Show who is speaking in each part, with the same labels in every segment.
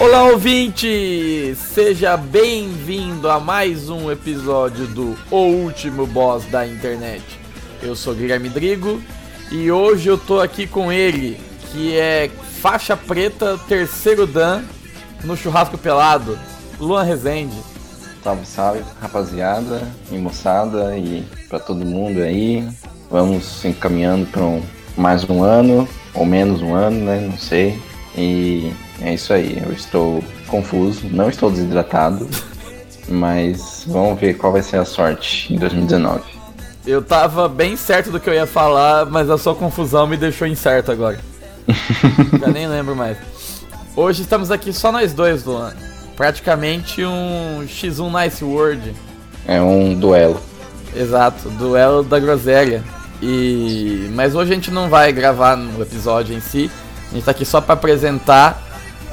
Speaker 1: Olá, ouvinte! Seja bem-vindo a mais um episódio do O Último Boss da Internet. Eu sou Guilherme Drigo e hoje eu tô aqui com ele, que é faixa preta, terceiro Dan, no churrasco pelado, Luan Rezende.
Speaker 2: Salve, salve, rapaziada, e moçada e pra todo mundo aí. Vamos encaminhando pra um, mais um ano, ou menos um ano, né? Não sei. E é isso aí. Eu estou confuso, não estou desidratado, mas vamos ver qual vai ser a sorte em 2019.
Speaker 1: Eu tava bem certo do que eu ia falar, mas a sua confusão me deixou incerto agora. Já nem lembro mais. Hoje estamos aqui só nós dois, Luan. Praticamente um X1 Nice World.
Speaker 2: É um duelo.
Speaker 1: Exato, duelo da groselha. E mas hoje a gente não vai gravar no episódio em si. A gente tá aqui só pra apresentar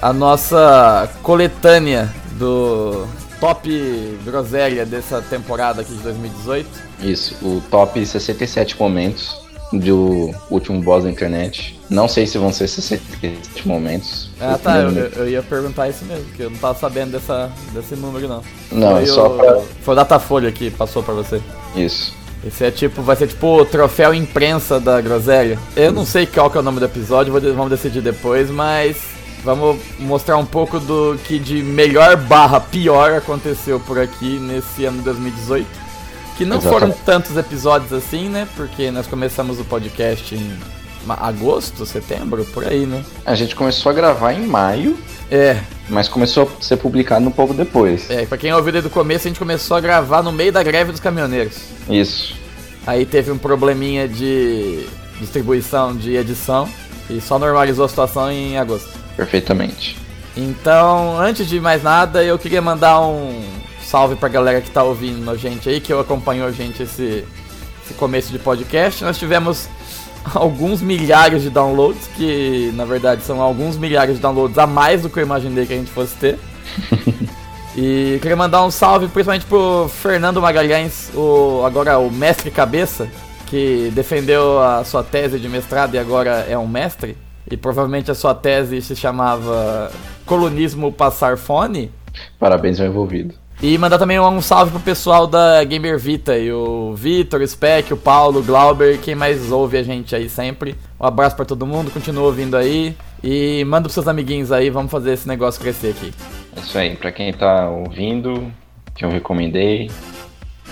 Speaker 1: a nossa coletânea do top groselha dessa temporada aqui de 2018.
Speaker 2: Isso, o top 67 momentos do último boss da internet. Não sei se vão ser 67 momentos.
Speaker 1: Ah
Speaker 2: O
Speaker 1: tá, eu,
Speaker 2: primeiro-
Speaker 1: eu- eu ia perguntar isso mesmo, porque eu não tava sabendo dessa, desse número não.
Speaker 2: Não,
Speaker 1: foi
Speaker 2: é só
Speaker 1: o,
Speaker 2: pra-
Speaker 1: Foi o Datafolha que passou pra você.
Speaker 2: Isso.
Speaker 1: Esse é tipo, vai ser tipo o troféu imprensa da Groselha. Eu não sei qual que é o nome do episódio, vou de- vamos decidir depois, mas vamos mostrar um pouco do que de melhor barra pior aconteceu por aqui nesse ano 2018. Que não foram
Speaker 2: Exatamente.
Speaker 1: tantos episódios assim, né? Porque nós começamos o podcast em ma- agosto, setembro, por aí, né?
Speaker 2: A gente começou a gravar em maio,
Speaker 1: É,
Speaker 2: mas começou a ser publicado um pouco depois.
Speaker 1: é, pra quem ouviu desde o começo, a gente começou a gravar no meio da greve dos caminhoneiros.
Speaker 2: Isso.
Speaker 1: Aí teve um probleminha de distribuição de edição e só normalizou a situação em agosto.
Speaker 2: Perfeitamente.
Speaker 1: Então, antes de mais nada, eu queria mandar um salve pra galera que tá ouvindo a gente aí, que eu acompanhou a gente esse, esse começo de podcast. Nós tivemos alguns milhares de downloads, que na verdade são alguns milhares de downloads a mais do que eu imaginei que a gente fosse ter. E queria mandar um salve principalmente pro Fernando Magalhães, o, agora o mestre cabeça, que defendeu a sua tese de mestrado e agora é um mestre. E provavelmente a sua tese se chamava Colonismo Passar Fone.
Speaker 2: Parabéns ao envolvido.
Speaker 1: E mandar também um salve pro pessoal da Gamer Vita, e o Vitor, o Spec, o Paulo, o Glauber, quem mais ouve a gente aí sempre. Um abraço pra todo mundo, continua ouvindo aí. E manda pros seus amiguinhos aí, vamos fazer esse negócio crescer aqui.
Speaker 2: É isso aí. Pra quem tá ouvindo, que eu recomendei,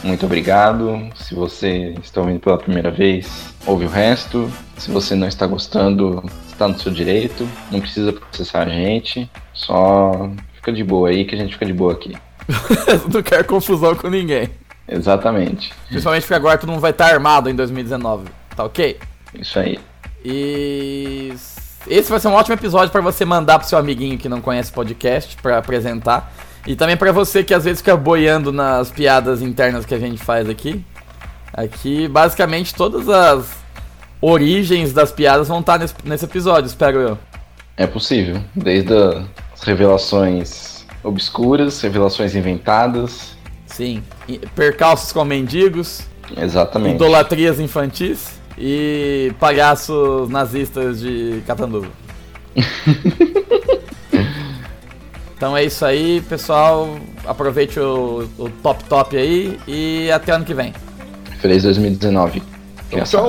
Speaker 2: muito obrigado. Se você está ouvindo pela primeira vez, ouve o resto. Se você não está gostando, está no seu direito. Não precisa processar a gente. Só fica de boa aí, que a gente fica de boa aqui.
Speaker 1: Não quero confusão com ninguém.
Speaker 2: Exatamente.
Speaker 1: Principalmente porque agora todo mundo vai estar armado em 2019, tá ok?
Speaker 2: Isso aí.
Speaker 1: E esse vai ser um ótimo episódio pra você mandar pro seu amiguinho que não conhece podcast pra apresentar. E também pra você que às vezes fica boiando nas piadas internas que a gente faz aqui. Aqui, basicamente, todas as origens das piadas vão estar nesse, nesse episódio, espero eu.
Speaker 2: É possível. Desde as revelações obscuras, revelações inventadas.
Speaker 1: Sim. E Percalços com mendigos,
Speaker 2: Exatamente.
Speaker 1: idolatrias infantis e palhaços nazistas de Catanduva. então é isso aí, pessoal. Aproveite o, o top top aí e até ano que vem.
Speaker 2: Feliz 2019. criançada.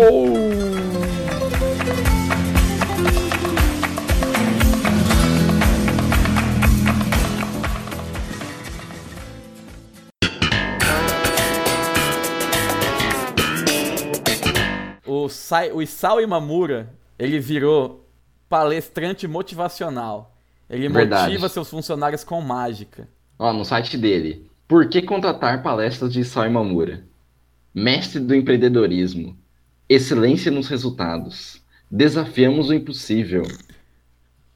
Speaker 1: O, Sai, o Isao Imamura, ele virou palestrante motivacional. Ele
Speaker 3: Verdade.
Speaker 1: motiva seus funcionários com mágica.
Speaker 3: Ó, no site dele. Por que contratar palestras de Isao Imamura? Mestre do empreendedorismo. Excelência nos resultados. Desafiamos o impossível.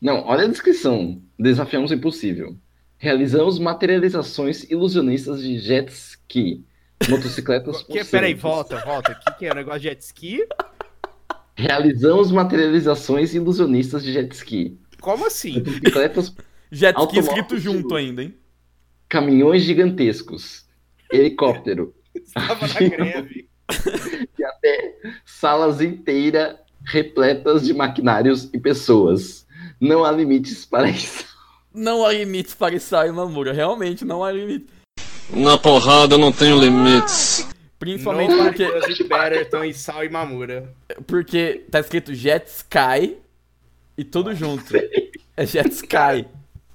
Speaker 3: Não, olha a descrição. Desafiamos o impossível.
Speaker 2: Realizamos materializações ilusionistas de jet ski, motocicletas
Speaker 4: Que,
Speaker 2: pulsantes.
Speaker 4: peraí, volta, volta. O que, que é o negócio de jet ski?
Speaker 2: Realizamos materializações ilusionistas de jet ski,
Speaker 4: Como assim?
Speaker 2: motocicletas,
Speaker 5: Jet ski
Speaker 2: Automóvel
Speaker 5: escrito
Speaker 2: de
Speaker 5: junto
Speaker 2: luxo.
Speaker 5: ainda, hein?
Speaker 2: caminhões gigantescos, helicóptero,
Speaker 4: Estava na greve.
Speaker 2: salas inteiras repletas de maquinários e pessoas. Não há limites para isso.
Speaker 1: Não há limites para Isao e Mamura, realmente não há limites.
Speaker 6: Na porrada eu não tenho limites.
Speaker 1: Principalmente
Speaker 4: Nobody
Speaker 1: porque,
Speaker 4: does it better, Tom e Sal e Mamura.
Speaker 1: porque tá escrito Jet Sky e tudo junto. É Jet Sky.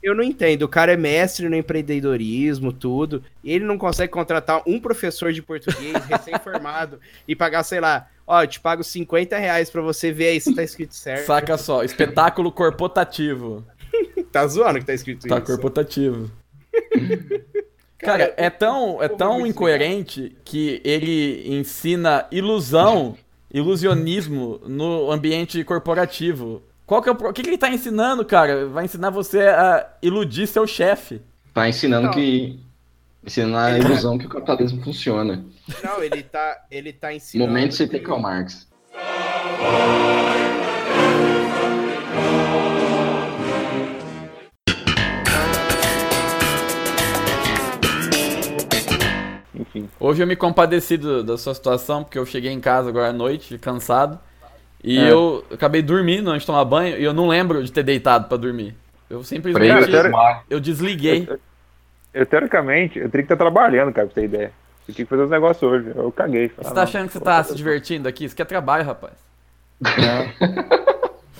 Speaker 4: Eu não entendo. O cara é mestre no empreendedorismo, tudo. E ele não consegue contratar um professor de português recém-formado e pagar, sei lá, ó, eu te pago 50 reais pra você ver aí se tá escrito certo.
Speaker 1: Saca só, espetáculo corpotativo.
Speaker 4: Tá zoando que tá escrito
Speaker 1: Tá
Speaker 4: isso.
Speaker 1: corpotativo. Cara, é tão, é
Speaker 4: como
Speaker 1: tão
Speaker 4: isso,
Speaker 1: incoerente que ele ensina ilusão, ilusionismo no ambiente corporativo. Qual que é o, pro- o que, que ele tá ensinando, cara? Vai ensinar você a iludir seu chefe.
Speaker 2: Tá ensinando
Speaker 4: Não.
Speaker 2: que. Ensinando a ilusão que o capitalismo funciona.
Speaker 4: Não, ele tá, ele tá
Speaker 2: No
Speaker 4: ensinando.
Speaker 2: momento você
Speaker 4: que-
Speaker 2: tem Karl Marx.
Speaker 7: Enfim.
Speaker 1: Hoje eu me compadeci do- da sua situação, porque eu cheguei em casa agora à noite, cansado. E
Speaker 7: É.
Speaker 1: eu acabei dormindo antes de tomar banho e eu não lembro de ter deitado pra dormir. Eu simplesmente.
Speaker 8: Cara,
Speaker 1: eu desliguei.
Speaker 8: Eu, teoricamente, eu teria que estar trabalhando, cara, pra você ter ideia. Eu tinha que fazer os negócios hoje. Eu caguei. falei,
Speaker 1: Você
Speaker 8: ah,
Speaker 1: tá
Speaker 8: não.
Speaker 1: achando que você tá se divertindo aqui? Isso aqui é trabalho, rapaz.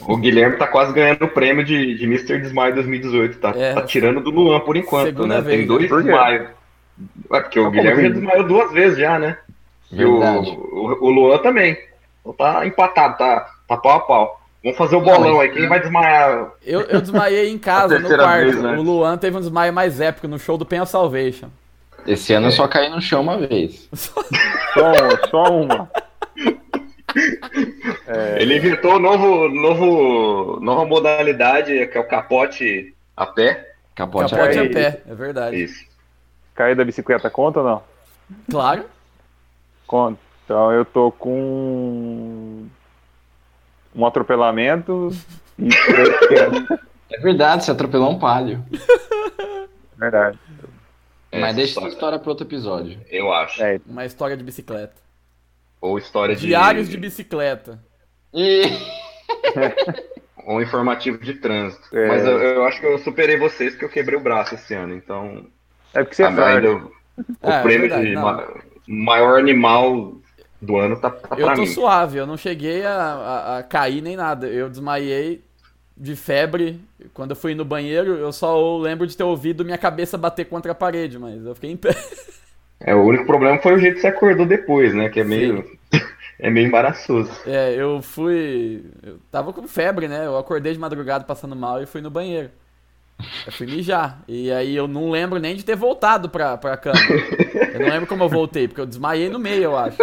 Speaker 8: O Guilherme tá quase ganhando o prêmio de, de Mr. Desmaio 2018, tá?
Speaker 1: É.
Speaker 8: Tá tirando do Luan por enquanto,
Speaker 1: Segunda
Speaker 8: né?
Speaker 1: vez,
Speaker 8: Tem dois
Speaker 7: né?
Speaker 8: desmaios. É porque o
Speaker 7: Mas como
Speaker 8: Guilherme já
Speaker 7: assim?
Speaker 8: desmaiou duas vezes já, né? E o,
Speaker 7: Verdade.
Speaker 8: o, o Luan também. Então tá empatado, tá, tá pau a pau. Vamos fazer o
Speaker 2: Não,
Speaker 8: bolão
Speaker 2: mas-
Speaker 8: aí. Quem vai desmaiar?
Speaker 1: Eu, eu desmaiei em casa,
Speaker 7: A
Speaker 1: no
Speaker 7: terceira
Speaker 1: quarto.
Speaker 7: vez, né?
Speaker 1: O Luan teve um desmaio mais épico no show do Penal Salvation.
Speaker 2: Esse ano eu só caí no chão uma vez.
Speaker 9: Só, um, só uma.
Speaker 8: É, Ele inventou o novo, novo, nova modalidade, que é o capote a pé.
Speaker 2: Capote,
Speaker 1: Capote
Speaker 2: aberto.
Speaker 1: a pé, é verdade.
Speaker 8: Isso.
Speaker 9: Cair da bicicleta conta ou não?
Speaker 1: Claro.
Speaker 9: Conta. Então eu tô com um atropelamento e três quedas.
Speaker 2: É verdade, você atropelou um palio.
Speaker 9: Verdade.
Speaker 2: Mas
Speaker 8: Essa
Speaker 2: deixa essa
Speaker 8: história,
Speaker 2: história para outro episódio.
Speaker 8: Eu acho.
Speaker 9: É.
Speaker 1: Uma história de bicicleta.
Speaker 8: Ou
Speaker 7: É
Speaker 8: história de.
Speaker 1: Diários de bicicleta.
Speaker 2: E
Speaker 8: ou um informativo de trânsito.
Speaker 9: É.
Speaker 8: Mas eu, eu acho que eu superei vocês porque eu quebrei o braço esse ano. Então,
Speaker 9: É porque você é
Speaker 8: ainda
Speaker 9: frágil.
Speaker 8: o
Speaker 1: Ah, é
Speaker 8: prêmio
Speaker 1: verdade,
Speaker 8: de
Speaker 1: não.
Speaker 8: ma- maior animal do ano tá, tá
Speaker 1: Eu
Speaker 8: pra
Speaker 1: tô
Speaker 8: mim.
Speaker 1: suave, eu não cheguei a, a- a cair nem nada. Eu desmaiei de febre. Quando eu fui no banheiro, eu só lembro de ter ouvido minha cabeça bater contra a parede, mas eu fiquei em pé.
Speaker 8: É, o único problema foi o jeito que você acordou depois, né? Que é meio. é meio embaraçoso.
Speaker 1: É, eu fui. Eu tava com febre, né? Eu acordei de madrugada passando mal e fui no banheiro. Eu fui mijar. E aí eu não lembro nem de ter voltado pra, pra cama. Eu não lembro como eu voltei, porque eu desmaiei no meio, eu acho.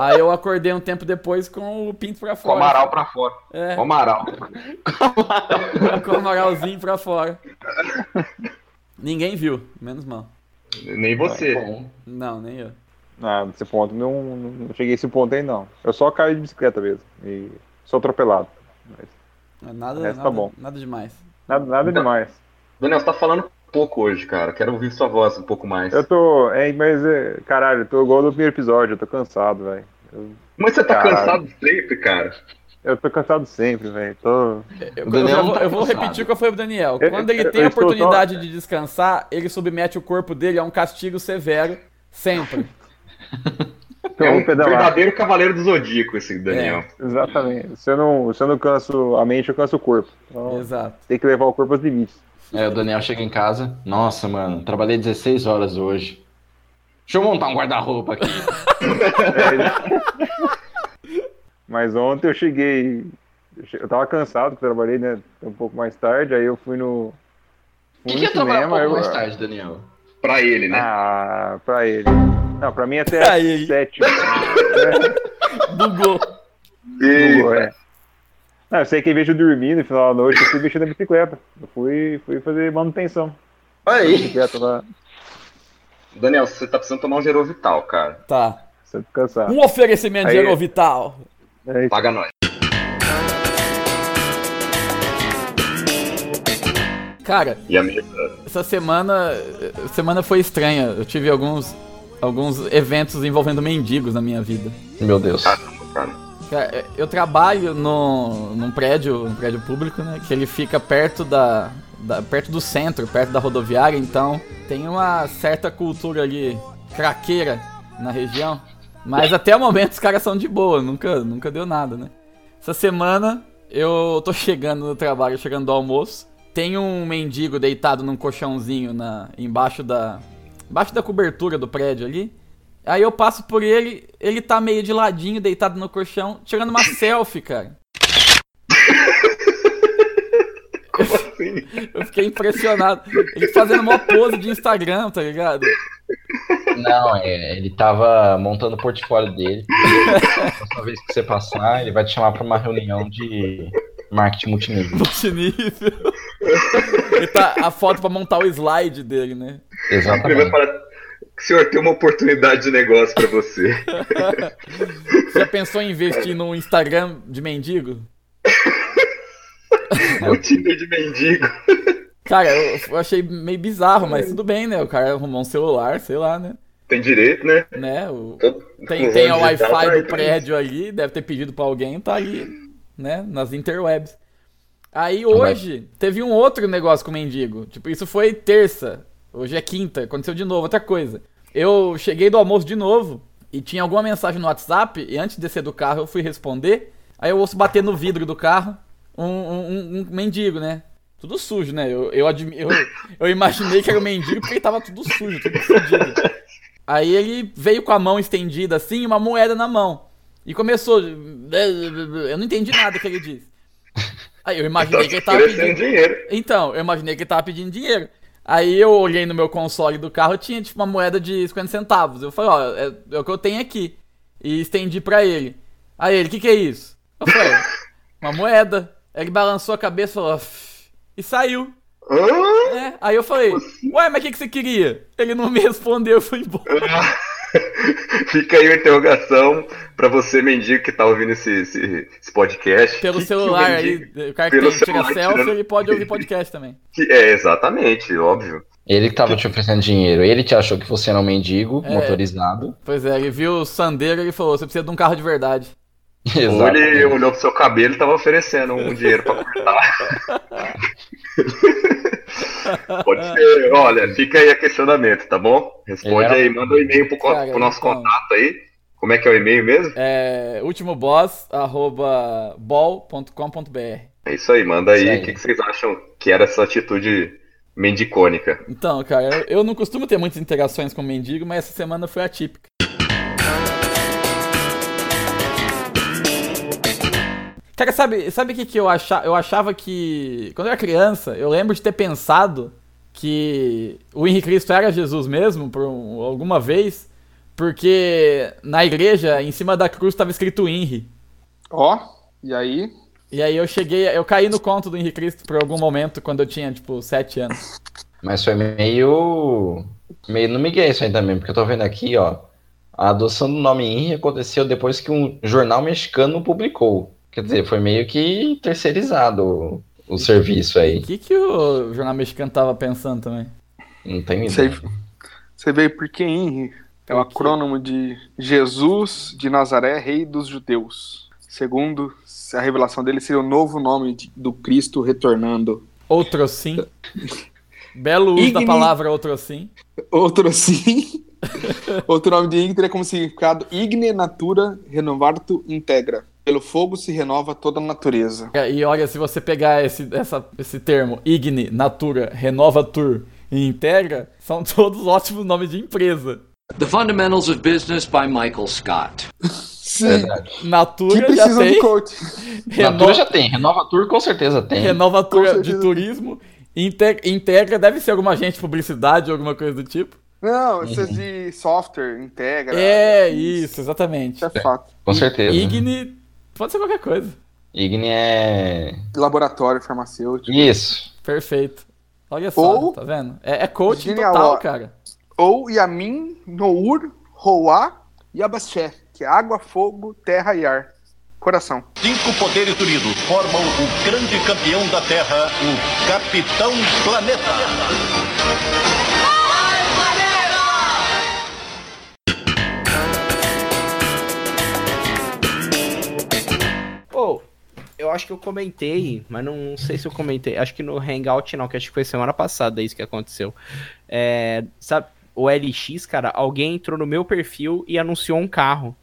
Speaker 1: Aí eu acordei um tempo depois com o pinto pra
Speaker 8: Com o
Speaker 1: fora.
Speaker 8: Amaral pra fora.
Speaker 1: É,
Speaker 8: Com o Amaral.
Speaker 1: com o amaralzinho pra fora. Ninguém viu, menos mal.
Speaker 9: É
Speaker 8: Nem você.
Speaker 2: bom,
Speaker 1: Não, nem eu.
Speaker 9: Ah, desse ponto. Não, não cheguei a esse ponto aí, não. Eu só caí de bicicleta mesmo. E sou atropelado.
Speaker 1: Nada,
Speaker 9: O resto tá
Speaker 1: nada,
Speaker 9: bom.
Speaker 1: nada demais.
Speaker 9: Nada, nada
Speaker 8: Então-
Speaker 9: demais.
Speaker 8: Daniel, você tá falando pouco hoje, cara. Quero ouvir sua voz um pouco mais.
Speaker 9: Eu tô. É, mas, é, caralho, eu tô igual no primeiro episódio, eu tô cansado, velho.
Speaker 8: Mas você tá
Speaker 9: Caralho.
Speaker 8: cansado sempre, cara.
Speaker 9: Eu tô cansado sempre, velho. Tô.
Speaker 1: Eu,
Speaker 2: O
Speaker 1: eu
Speaker 2: Daniel não
Speaker 1: vou,
Speaker 2: tá
Speaker 1: eu vou
Speaker 2: cansado.
Speaker 1: repetir o que eu falei pro Daniel.
Speaker 9: Eu-
Speaker 1: Quando ele
Speaker 9: eu-
Speaker 1: tem a
Speaker 9: eu estou só-
Speaker 1: oportunidade de descansar, ele submete o corpo dele a um castigo severo, sempre.
Speaker 9: tô
Speaker 8: é um
Speaker 9: Então, pedalar.
Speaker 8: verdadeiro cavaleiro do zodíaco esse Daniel.
Speaker 1: É.
Speaker 9: Exatamente. Se eu, não, se eu não canso a mente, eu canso o corpo. Então,
Speaker 1: Exato.
Speaker 9: tem que levar o corpo aos limites.
Speaker 2: É, o Daniel chega em casa. Nossa, mano, trabalhei 16 horas hoje. Deixa eu montar um guarda-roupa aqui.
Speaker 9: Mas ontem eu cheguei. eu che- Eu tava cansado que eu trabalhei, né? Um pouco mais tarde, aí eu fui no.
Speaker 2: O
Speaker 9: Fui
Speaker 2: que, que é
Speaker 9: no
Speaker 2: trabalhar um
Speaker 9: cinema.
Speaker 2: pouco
Speaker 9: eu-
Speaker 2: mais tarde, Daniel?
Speaker 8: Pra ele, né?
Speaker 9: Ah, pra ele. Não, pra mim até
Speaker 1: Pra ele.
Speaker 9: sete. Né?
Speaker 1: Bugou.
Speaker 8: Eita.
Speaker 9: Boa, é. Não, eu sei que em vez de eu dormir no final da noite, eu fui mexer na bicicleta. Eu fui, fui fazer manutenção.
Speaker 2: Olha aí.
Speaker 9: Quieto lá.
Speaker 8: Daniel, você tá precisando tomar um Gerovital, cara.
Speaker 1: Tá.
Speaker 9: Sempre cansado.
Speaker 1: Um oferecimento de
Speaker 9: Aí.
Speaker 1: Aerovital.
Speaker 9: É,
Speaker 8: Paga nós.
Speaker 1: Cara,
Speaker 8: E a mesa.
Speaker 1: essa semana semana foi estranha. Eu tive alguns alguns eventos envolvendo mendigos na minha vida.
Speaker 7: Meu Deus.
Speaker 8: Caramba, cara.
Speaker 1: Cara, É, eu trabalho no, num prédio, um prédio público, né? Que ele fica perto da, da- perto do centro, perto da rodoviária, então tem uma certa cultura ali craqueira na região. Mas até o momento os caras são de boa, nunca, nunca deu nada, né? Essa semana eu tô chegando no trabalho, chegando do almoço. Tem um mendigo deitado num colchãozinho na, embaixo da. Embaixo da cobertura do prédio ali. Aí eu passo por ele, ele tá meio de ladinho, deitado no colchão, tirando uma selfie, cara. Eu fiquei impressionado. Ele fazendo uma pose de Instagram, tá ligado?
Speaker 7: Não, é, ele tava montando o portfólio dele. Próxima vez que você passar, ele vai te chamar pra uma reunião de marketing multinível.
Speaker 1: Multinível. Ele tá a foto pra montar o slide dele, né?
Speaker 8: Ele vai
Speaker 7: Exatamente.
Speaker 8: falar. Senhor, tem uma oportunidade de negócio pra você.
Speaker 1: Você já pensou em investir num Instagram de mendigo?
Speaker 8: o Tinder de mendigo.
Speaker 1: Cara, eu, eu achei meio bizarro, mas tudo bem, né? O cara arrumou um celular, sei lá, né?
Speaker 8: Tem direito, né?
Speaker 1: né? O,
Speaker 8: Todo-
Speaker 1: Tem,
Speaker 8: com
Speaker 1: tem o
Speaker 8: digital,
Speaker 1: Wi-Fi
Speaker 8: tá aí.
Speaker 1: do prédio ali, deve ter pedido pra alguém, tá ali, né? Nas interwebs. Aí hoje teve um outro negócio com o mendigo. Tipo, isso foi terça. Hoje é quinta, aconteceu de novo, outra coisa. Eu cheguei do almoço de novo e tinha alguma mensagem no WhatsApp, e antes de descer do carro eu fui responder. Aí eu ouço bater no vidro do carro um, um- um- um mendigo, né? Tudo sujo, né? Eu, eu, admi- eu, eu imaginei que era um mendigo porque ele tava tudo sujo, tudo fodido. Aí ele veio com a mão estendida assim, e uma moeda na mão. E começou. né, Eu não entendi nada que ele disse. Aí eu
Speaker 8: Tá
Speaker 1: imaginei que
Speaker 8: te
Speaker 1: ele tava
Speaker 8: oferecendo
Speaker 1: pedindo.
Speaker 8: dinheiro.
Speaker 1: Então, eu imaginei que ele tava pedindo dinheiro. Aí eu olhei no meu console do carro, tinha tipo uma moeda de 50 centavos. Eu falei, ó, é, é o que eu tenho aqui. E estendi pra ele. Aí ele, o que que é isso? Eu falei, uma moeda. Aí Ele balançou a cabeça e falou, "Aff", e saiu.
Speaker 8: Hã?
Speaker 1: né? Aí eu falei, ué, mas o que, que você queria? Ele não me respondeu, eu fui embora.
Speaker 8: Fica aí a interrogação pra você, mendigo, que tá ouvindo esse, esse, esse podcast.
Speaker 1: Pelo
Speaker 8: Que- que
Speaker 1: celular
Speaker 8: o
Speaker 1: aí,
Speaker 8: mendigo-
Speaker 1: o cara que
Speaker 8: pelo
Speaker 1: tem, tira
Speaker 8: celular,
Speaker 1: selfie,
Speaker 8: tirando-
Speaker 1: ele pode ouvir podcast também.
Speaker 8: que- é, exatamente, óbvio.
Speaker 7: Ele que tava te oferecendo dinheiro. Ele te achou que você era um mendigo
Speaker 1: É.
Speaker 7: motorizado.
Speaker 1: Pois é, ele viu o Sandeiro e ele falou, você precisa de um carro de verdade.
Speaker 8: Ou
Speaker 7: Exato.
Speaker 8: ele olhou pro seu cabelo e tava oferecendo um dinheiro pra cortar. Pode ser, olha, fica aí a questionamento, tá bom? Responde
Speaker 7: Ele era-
Speaker 8: aí, manda um e-mail pro, co-
Speaker 1: Cara,
Speaker 8: pro nosso
Speaker 1: então-
Speaker 8: contato aí. Como é que é o e-mail mesmo?
Speaker 1: É, ultimoboss, arroba, bol.com.br.
Speaker 8: É isso aí, manda aí.
Speaker 7: Isso aí.
Speaker 8: O que, que vocês acham que era essa atitude mendicônica?
Speaker 1: Então, cara, eu, eu não costumo ter muitas interações com mendigo, mas essa semana foi atípica. Cara, sabe, sabe o que, que eu achava? Eu achava que. Quando eu era criança, eu lembro de ter pensado que o Henrique Cristo era Jesus mesmo, por um- alguma vez, porque na igreja, em cima da cruz, estava escrito Henri.
Speaker 5: Ó, e aí?
Speaker 1: E aí eu cheguei, eu caí no conto do Henrique Cristo por algum momento quando eu tinha, tipo, sete anos.
Speaker 7: Mas foi meio. meio no Miguel isso aí também, porque eu tô vendo aqui, ó. A adoção do nome Henry aconteceu depois que um jornal mexicano publicou. Quer dizer, foi meio que terceirizado o, o serviço
Speaker 1: O
Speaker 7: aí.
Speaker 1: que, que o jornal mexicano tava pensando também?
Speaker 7: Não tenho
Speaker 5: Você,
Speaker 7: ideia.
Speaker 5: você vê por que Henry é o
Speaker 1: Por quê?
Speaker 5: acrônomo de Jesus de Nazaré, rei dos judeus. Segundo a revelação dele, seria o novo nome de- do Cristo retornando.
Speaker 1: Outro sim. Belo uso da
Speaker 5: Igni-
Speaker 1: palavra outro sim.
Speaker 5: Outro sim. Outro nome de Henry teria como significado Igne Natura Renovato Integra. Pelo fogo se renova toda a natureza.
Speaker 1: E olha, se você pegar esse, essa- esse termo, Igni, Natura, Renova Tour e Integra, são todos ótimos nomes de empresa.
Speaker 10: The Fundamentals of Business by Michael Scott.
Speaker 5: Sim, que
Speaker 1: Natura já
Speaker 5: precisam de
Speaker 1: tem,
Speaker 5: coach.
Speaker 7: Natura
Speaker 1: Renova,
Speaker 7: já tem, Renova Tour com certeza tem.
Speaker 1: Renova
Speaker 5: Com
Speaker 1: Tour
Speaker 5: certeza
Speaker 1: de
Speaker 5: tem.
Speaker 1: turismo, Inte- Integra deve ser alguma agente de publicidade, alguma coisa do tipo.
Speaker 5: Não, essas de software, integra.
Speaker 1: É, isso, exatamente.
Speaker 5: Isso é fato.
Speaker 7: Com certeza.
Speaker 1: Igni, pode ser qualquer coisa.
Speaker 7: Igni é.
Speaker 5: Laboratório farmacêutico.
Speaker 7: Isso.
Speaker 1: Perfeito. Olha só,
Speaker 5: Ou-
Speaker 1: tá vendo? É, é coaching
Speaker 5: Genial,
Speaker 1: total,
Speaker 5: ó.
Speaker 1: cara.
Speaker 5: Ou Yamin, Nour, Roá e Abaxé, que é água, fogo, terra e ar. Coração.
Speaker 11: Cinco poderes unidos formam o grande campeão da Terra, o Capitão Planeta.
Speaker 4: Pô, eu acho que eu comentei, mas não, não sei se eu comentei. Acho que no Hangout não, que acho que foi semana passada isso que aconteceu. É, sabe, o LX, cara, alguém entrou no meu perfil e anunciou um carro.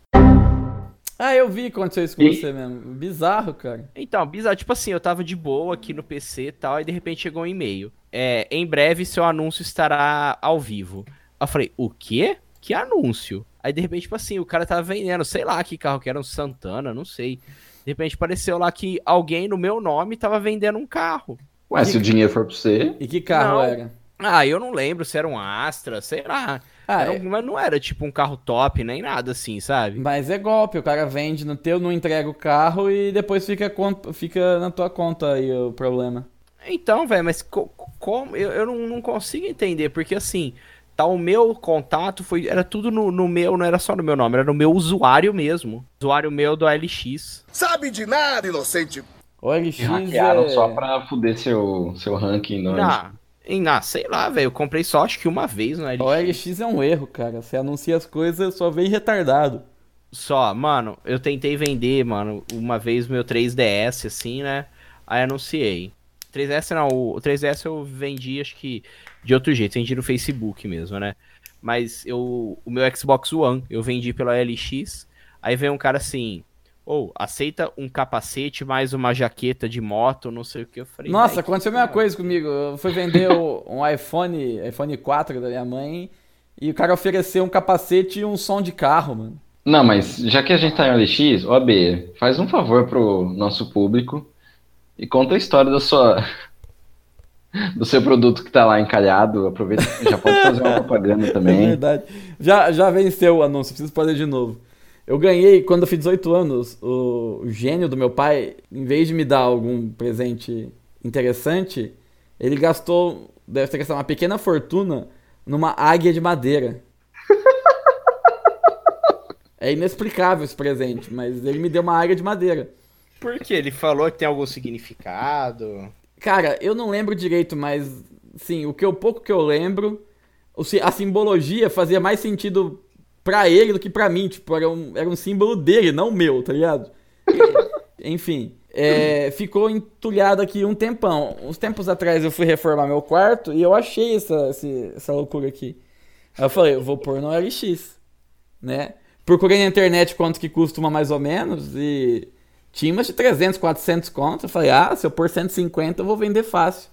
Speaker 1: Ah, eu vi que aconteceu isso com
Speaker 4: E-
Speaker 1: você mesmo. Bizarro, cara.
Speaker 4: Então, bizarro, tipo assim, eu tava de boa aqui no PC e tal, e de repente chegou um e-mail. É, em breve seu anúncio estará ao vivo. Aí eu falei, o quê? Que anúncio? Aí de repente, tipo assim, o cara tava vendendo, sei lá que carro que era, um Santana, não sei. De repente apareceu lá que alguém no meu nome tava vendendo um carro.
Speaker 7: Ué, se o dinheiro for pra você.
Speaker 1: E que carro
Speaker 4: Não.
Speaker 1: era?
Speaker 4: Ah, eu não lembro se era um Astra, sei lá.
Speaker 1: Ah,
Speaker 4: Era
Speaker 1: é.
Speaker 4: um- Mas não era tipo um carro top nem nada assim, sabe?
Speaker 1: Mas é golpe, o cara vende no teu, não entrega o carro e depois fica, com- fica na tua conta aí o problema.
Speaker 4: Então, velho, mas co- como? Eu, eu não, não consigo entender, porque assim, tá o meu contato foi era tudo no, no meu, não era só no meu nome, era no meu usuário mesmo. Usuário meu do LX.
Speaker 11: Sabe de nada, inocente.
Speaker 1: OLX
Speaker 7: Hackearam
Speaker 4: é-
Speaker 7: só pra fuder seu, seu ranking. Não.
Speaker 4: Na, Ah, em, na, sei lá, velho, eu comprei só acho que uma vez no LX.
Speaker 1: O LX é um erro, cara. Você anuncia as coisas, só vem retardado.
Speaker 4: Só, mano, eu tentei vender, mano, uma vez meu 3DS, assim, né? Aí anunciei. 3DS não, o 3DS eu vendi, acho que de outro jeito, vendi no Facebook mesmo, né? Mas eu, o meu Xbox One, eu vendi pela LX. Aí veio um cara assim, ou aceita um capacete mais uma jaqueta de moto, não sei o que. Eu falei, "Véi,
Speaker 1: Nossa,
Speaker 4: que
Speaker 1: aconteceu a mesma coisa comigo. Eu fui vender o- um iPhone, iPhone 4 da minha mãe, e o cara ofereceu um capacete e um som de carro, mano.
Speaker 7: não, mas já que a gente tá em OLX, OAB, faz um favor pro nosso público e conta a história da sua. Do seu produto que tá lá encalhado, aproveita que já pode fazer uma propaganda
Speaker 1: É
Speaker 7: também.
Speaker 1: verdade. Já, já venceu o anúncio, preciso fazer de novo. Eu ganhei, quando eu fiz 18 anos, o o gênio do meu pai, em vez de me dar algum presente interessante, ele gastou, deve ter gastado uma pequena fortuna numa águia de madeira. É inexplicável esse presente, mas ele me deu uma águia de madeira.
Speaker 4: Por quê? Ele falou que tem algum significado?
Speaker 1: Cara, eu não lembro direito, mas sim, o que eu pouco que eu lembro, o si- a simbologia fazia mais sentido pra ele do que pra mim, tipo, era um, era um símbolo dele, não meu, tá ligado? E- enfim, é, ficou entulhado aqui um tempão. Uns tempos atrás eu fui reformar meu quarto e eu achei essa, esse- essa loucura aqui. Aí eu falei, eu vou pôr no LX, né? Procurei na internet quanto que custa uma mais ou menos e tinha umas de 300, 400 conto. Eu falei, ah, se eu pôr 150 eu vou vender fácil.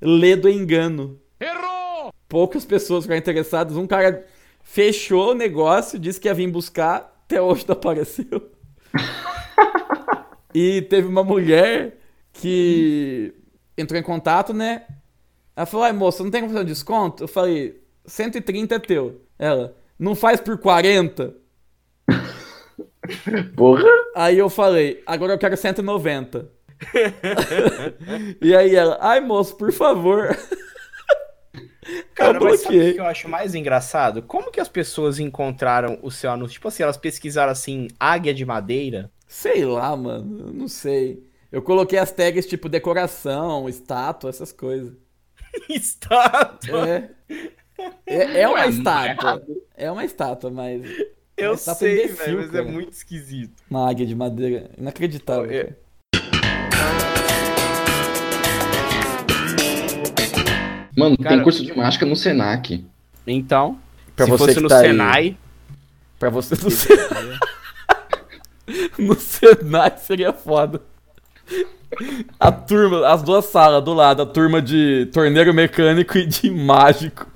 Speaker 1: Lê do engano. Errou! Poucas pessoas ficaram interessadas. Um cara fechou o negócio, disse que ia vir buscar, até hoje não apareceu. e teve uma mulher que entrou em contato, né? Ela falou, ai moça, não tem como fazer um desconto? Eu falei, 130 é teu. Ela, não faz por 40?
Speaker 7: Porra!
Speaker 1: Aí eu falei, agora eu quero 190. e aí ela, ai moço, por favor.
Speaker 4: Cara, mas sabe
Speaker 1: bloqueei.
Speaker 4: o que eu acho mais engraçado? Como que as pessoas encontraram o seu anúncio? Tipo assim, elas pesquisaram assim, águia de madeira?
Speaker 1: Sei lá, mano, eu não sei. Eu coloquei as tags tipo decoração, estátua, essas coisas.
Speaker 4: Estátua?
Speaker 1: É. É,
Speaker 4: Ué,
Speaker 1: é uma
Speaker 4: não é
Speaker 1: estátua.
Speaker 4: errado.
Speaker 1: É uma estátua, mas.
Speaker 4: Eu
Speaker 1: uma estátua
Speaker 4: sei,
Speaker 1: tá imbecil,
Speaker 4: velho, mas é
Speaker 1: cara.
Speaker 4: muito esquisito.
Speaker 1: Uma águia de madeira. Inacreditável. cara.
Speaker 7: Mano,
Speaker 4: Cara-
Speaker 7: tem curso de mágica no Senac.
Speaker 4: Então,
Speaker 1: Pra
Speaker 4: se
Speaker 1: você
Speaker 4: fosse
Speaker 1: que
Speaker 4: no
Speaker 1: tá aí.
Speaker 4: Senai...
Speaker 1: Pra você no Senai. no Senai seria foda. A turma, as duas salas do lado, a turma de torneiro mecânico e de mágico.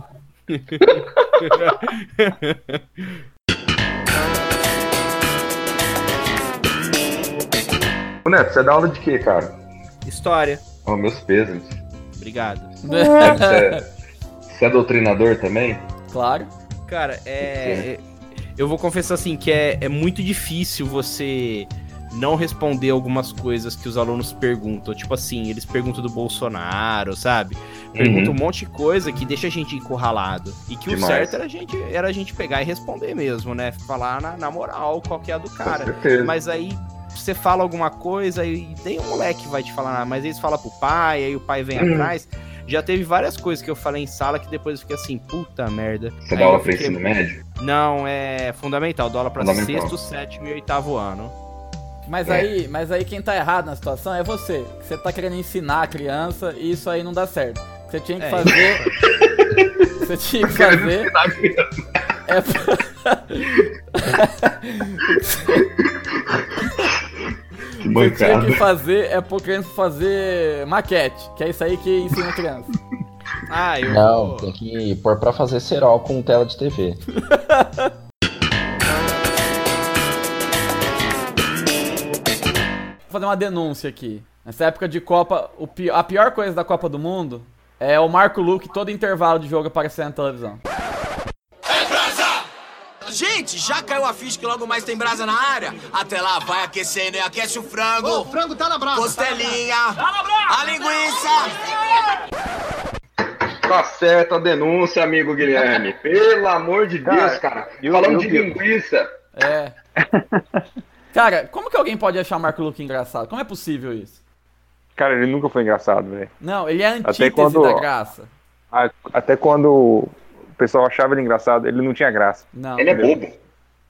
Speaker 8: Ô, Neto, você dá aula de quê, cara?
Speaker 4: História.
Speaker 8: Ó, meus pesos.
Speaker 4: Obrigado.
Speaker 8: É. Você, você é doutrinador também?
Speaker 1: Claro.
Speaker 4: Cara, é... é- Eu vou confessar assim, que é, é muito difícil você não responder algumas coisas que os alunos perguntam. Tipo assim, eles perguntam do Bolsonaro, sabe? Perguntam
Speaker 12: Uhum.
Speaker 4: um monte de coisa que deixa a gente encurralado. E que o
Speaker 12: Demais.
Speaker 4: certo era a, gente, era a gente pegar e responder mesmo, né? Falar na, na moral qual que é a do cara.
Speaker 12: certeza.
Speaker 4: Mas aí você fala alguma coisa e nem o moleque vai te falar, mas eles falam pro pai, aí o pai vem
Speaker 8: Hum.
Speaker 12: Uhum.
Speaker 4: atrás. Já teve várias coisas que eu falei em sala que depois eu fiquei assim, puta merda.
Speaker 8: Você
Speaker 4: Aí
Speaker 8: dá aula
Speaker 4: eu
Speaker 8: pra
Speaker 4: fiquei-
Speaker 8: ensino médio?
Speaker 4: Não, é fundamental. Dou aula pra
Speaker 8: Fundamental.
Speaker 4: sexto, sétimo e oitavo ano.
Speaker 1: Mas
Speaker 4: É.
Speaker 1: aí, mas aí quem tá errado na situação é você. que Você tá querendo ensinar a criança e isso aí não dá certo. Você tinha que
Speaker 4: É,
Speaker 1: fazer. Você tinha que
Speaker 4: Querendo
Speaker 1: fazer.
Speaker 4: ensinar a criança.
Speaker 1: É pra-
Speaker 8: Que
Speaker 1: Você tinha
Speaker 8: bancada.
Speaker 1: que fazer é pra criança fazer maquete, que é isso aí que ensina a criança.
Speaker 4: Ah,
Speaker 7: Não, tem que pôr pra fazer cerol com tela de TV.
Speaker 1: Vou fazer uma denúncia aqui. Nessa época de Copa, o pi- a pior coisa da Copa do Mundo é o Marco Luque todo intervalo de jogo aparecendo na televisão.
Speaker 13: Gente, já caiu a ficha que logo mais tem brasa na área? Até lá, vai aquecendo e aquece o frango.
Speaker 12: Ô, o
Speaker 13: frango tá na
Speaker 12: brasa,
Speaker 13: Costelinha.
Speaker 12: tá na brasa.
Speaker 13: A linguiça.
Speaker 8: Tá certa a denúncia, amigo Guilherme. Pelo amor de Deus, cara.
Speaker 9: eu-
Speaker 8: Falando
Speaker 9: eu-
Speaker 8: de linguiça.
Speaker 1: É. Cara, como que alguém pode achar o Marco Luque engraçado? Como é possível isso?
Speaker 9: Cara, ele nunca foi engraçado, velho.
Speaker 1: Não, ele é a
Speaker 9: Até
Speaker 1: antítese
Speaker 9: quando-
Speaker 1: da graça.
Speaker 9: A- Até quando o pessoal achava ele engraçado, ele não tinha graça.
Speaker 1: Não.
Speaker 8: Ele é bobo.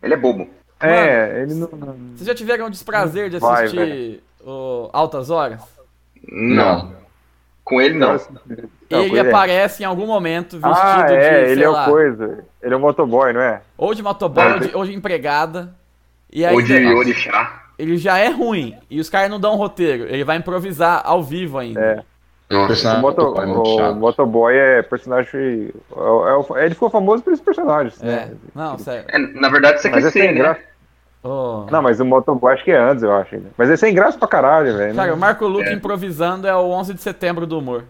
Speaker 8: Ele é bobo.
Speaker 9: É, ele não.
Speaker 1: Vocês já tiveram o desprazer de
Speaker 9: Vai,
Speaker 1: assistir o Altas Horas?
Speaker 8: Não. Com ele, não.
Speaker 9: assim,
Speaker 1: ele aparece em algum momento vestido
Speaker 9: é. Ah,
Speaker 1: de,
Speaker 9: é,
Speaker 1: sei
Speaker 9: ele é
Speaker 1: lá,
Speaker 9: o coisa. Ele é o motoboy, não é?
Speaker 1: ou de motoboy, ou, de, ou de empregada. E aí,
Speaker 8: Ou de orixá.
Speaker 1: Ele já é ruim, e os caras não dão roteiro. Ele vai improvisar ao vivo ainda.
Speaker 9: É.
Speaker 7: Personagem
Speaker 8: Ah,
Speaker 9: o, moto-
Speaker 7: do pai,
Speaker 8: é
Speaker 7: muito
Speaker 9: o
Speaker 7: chato.
Speaker 9: motoboy é personagem. é o- é o- ele ficou famoso por esses personagens, né?
Speaker 1: É. Não, sério.
Speaker 8: É, na verdade, você
Speaker 9: Mas
Speaker 8: quer
Speaker 9: é
Speaker 8: ser,
Speaker 9: sem
Speaker 8: né?
Speaker 9: graça. Não, mas o motoboy acho que é antes, eu acho. ainda. Mas é sem graça pra caralho, velho. né?
Speaker 1: Cara,
Speaker 9: Não-
Speaker 1: o Marco Luque improvisando é o 11 de setembro do humor.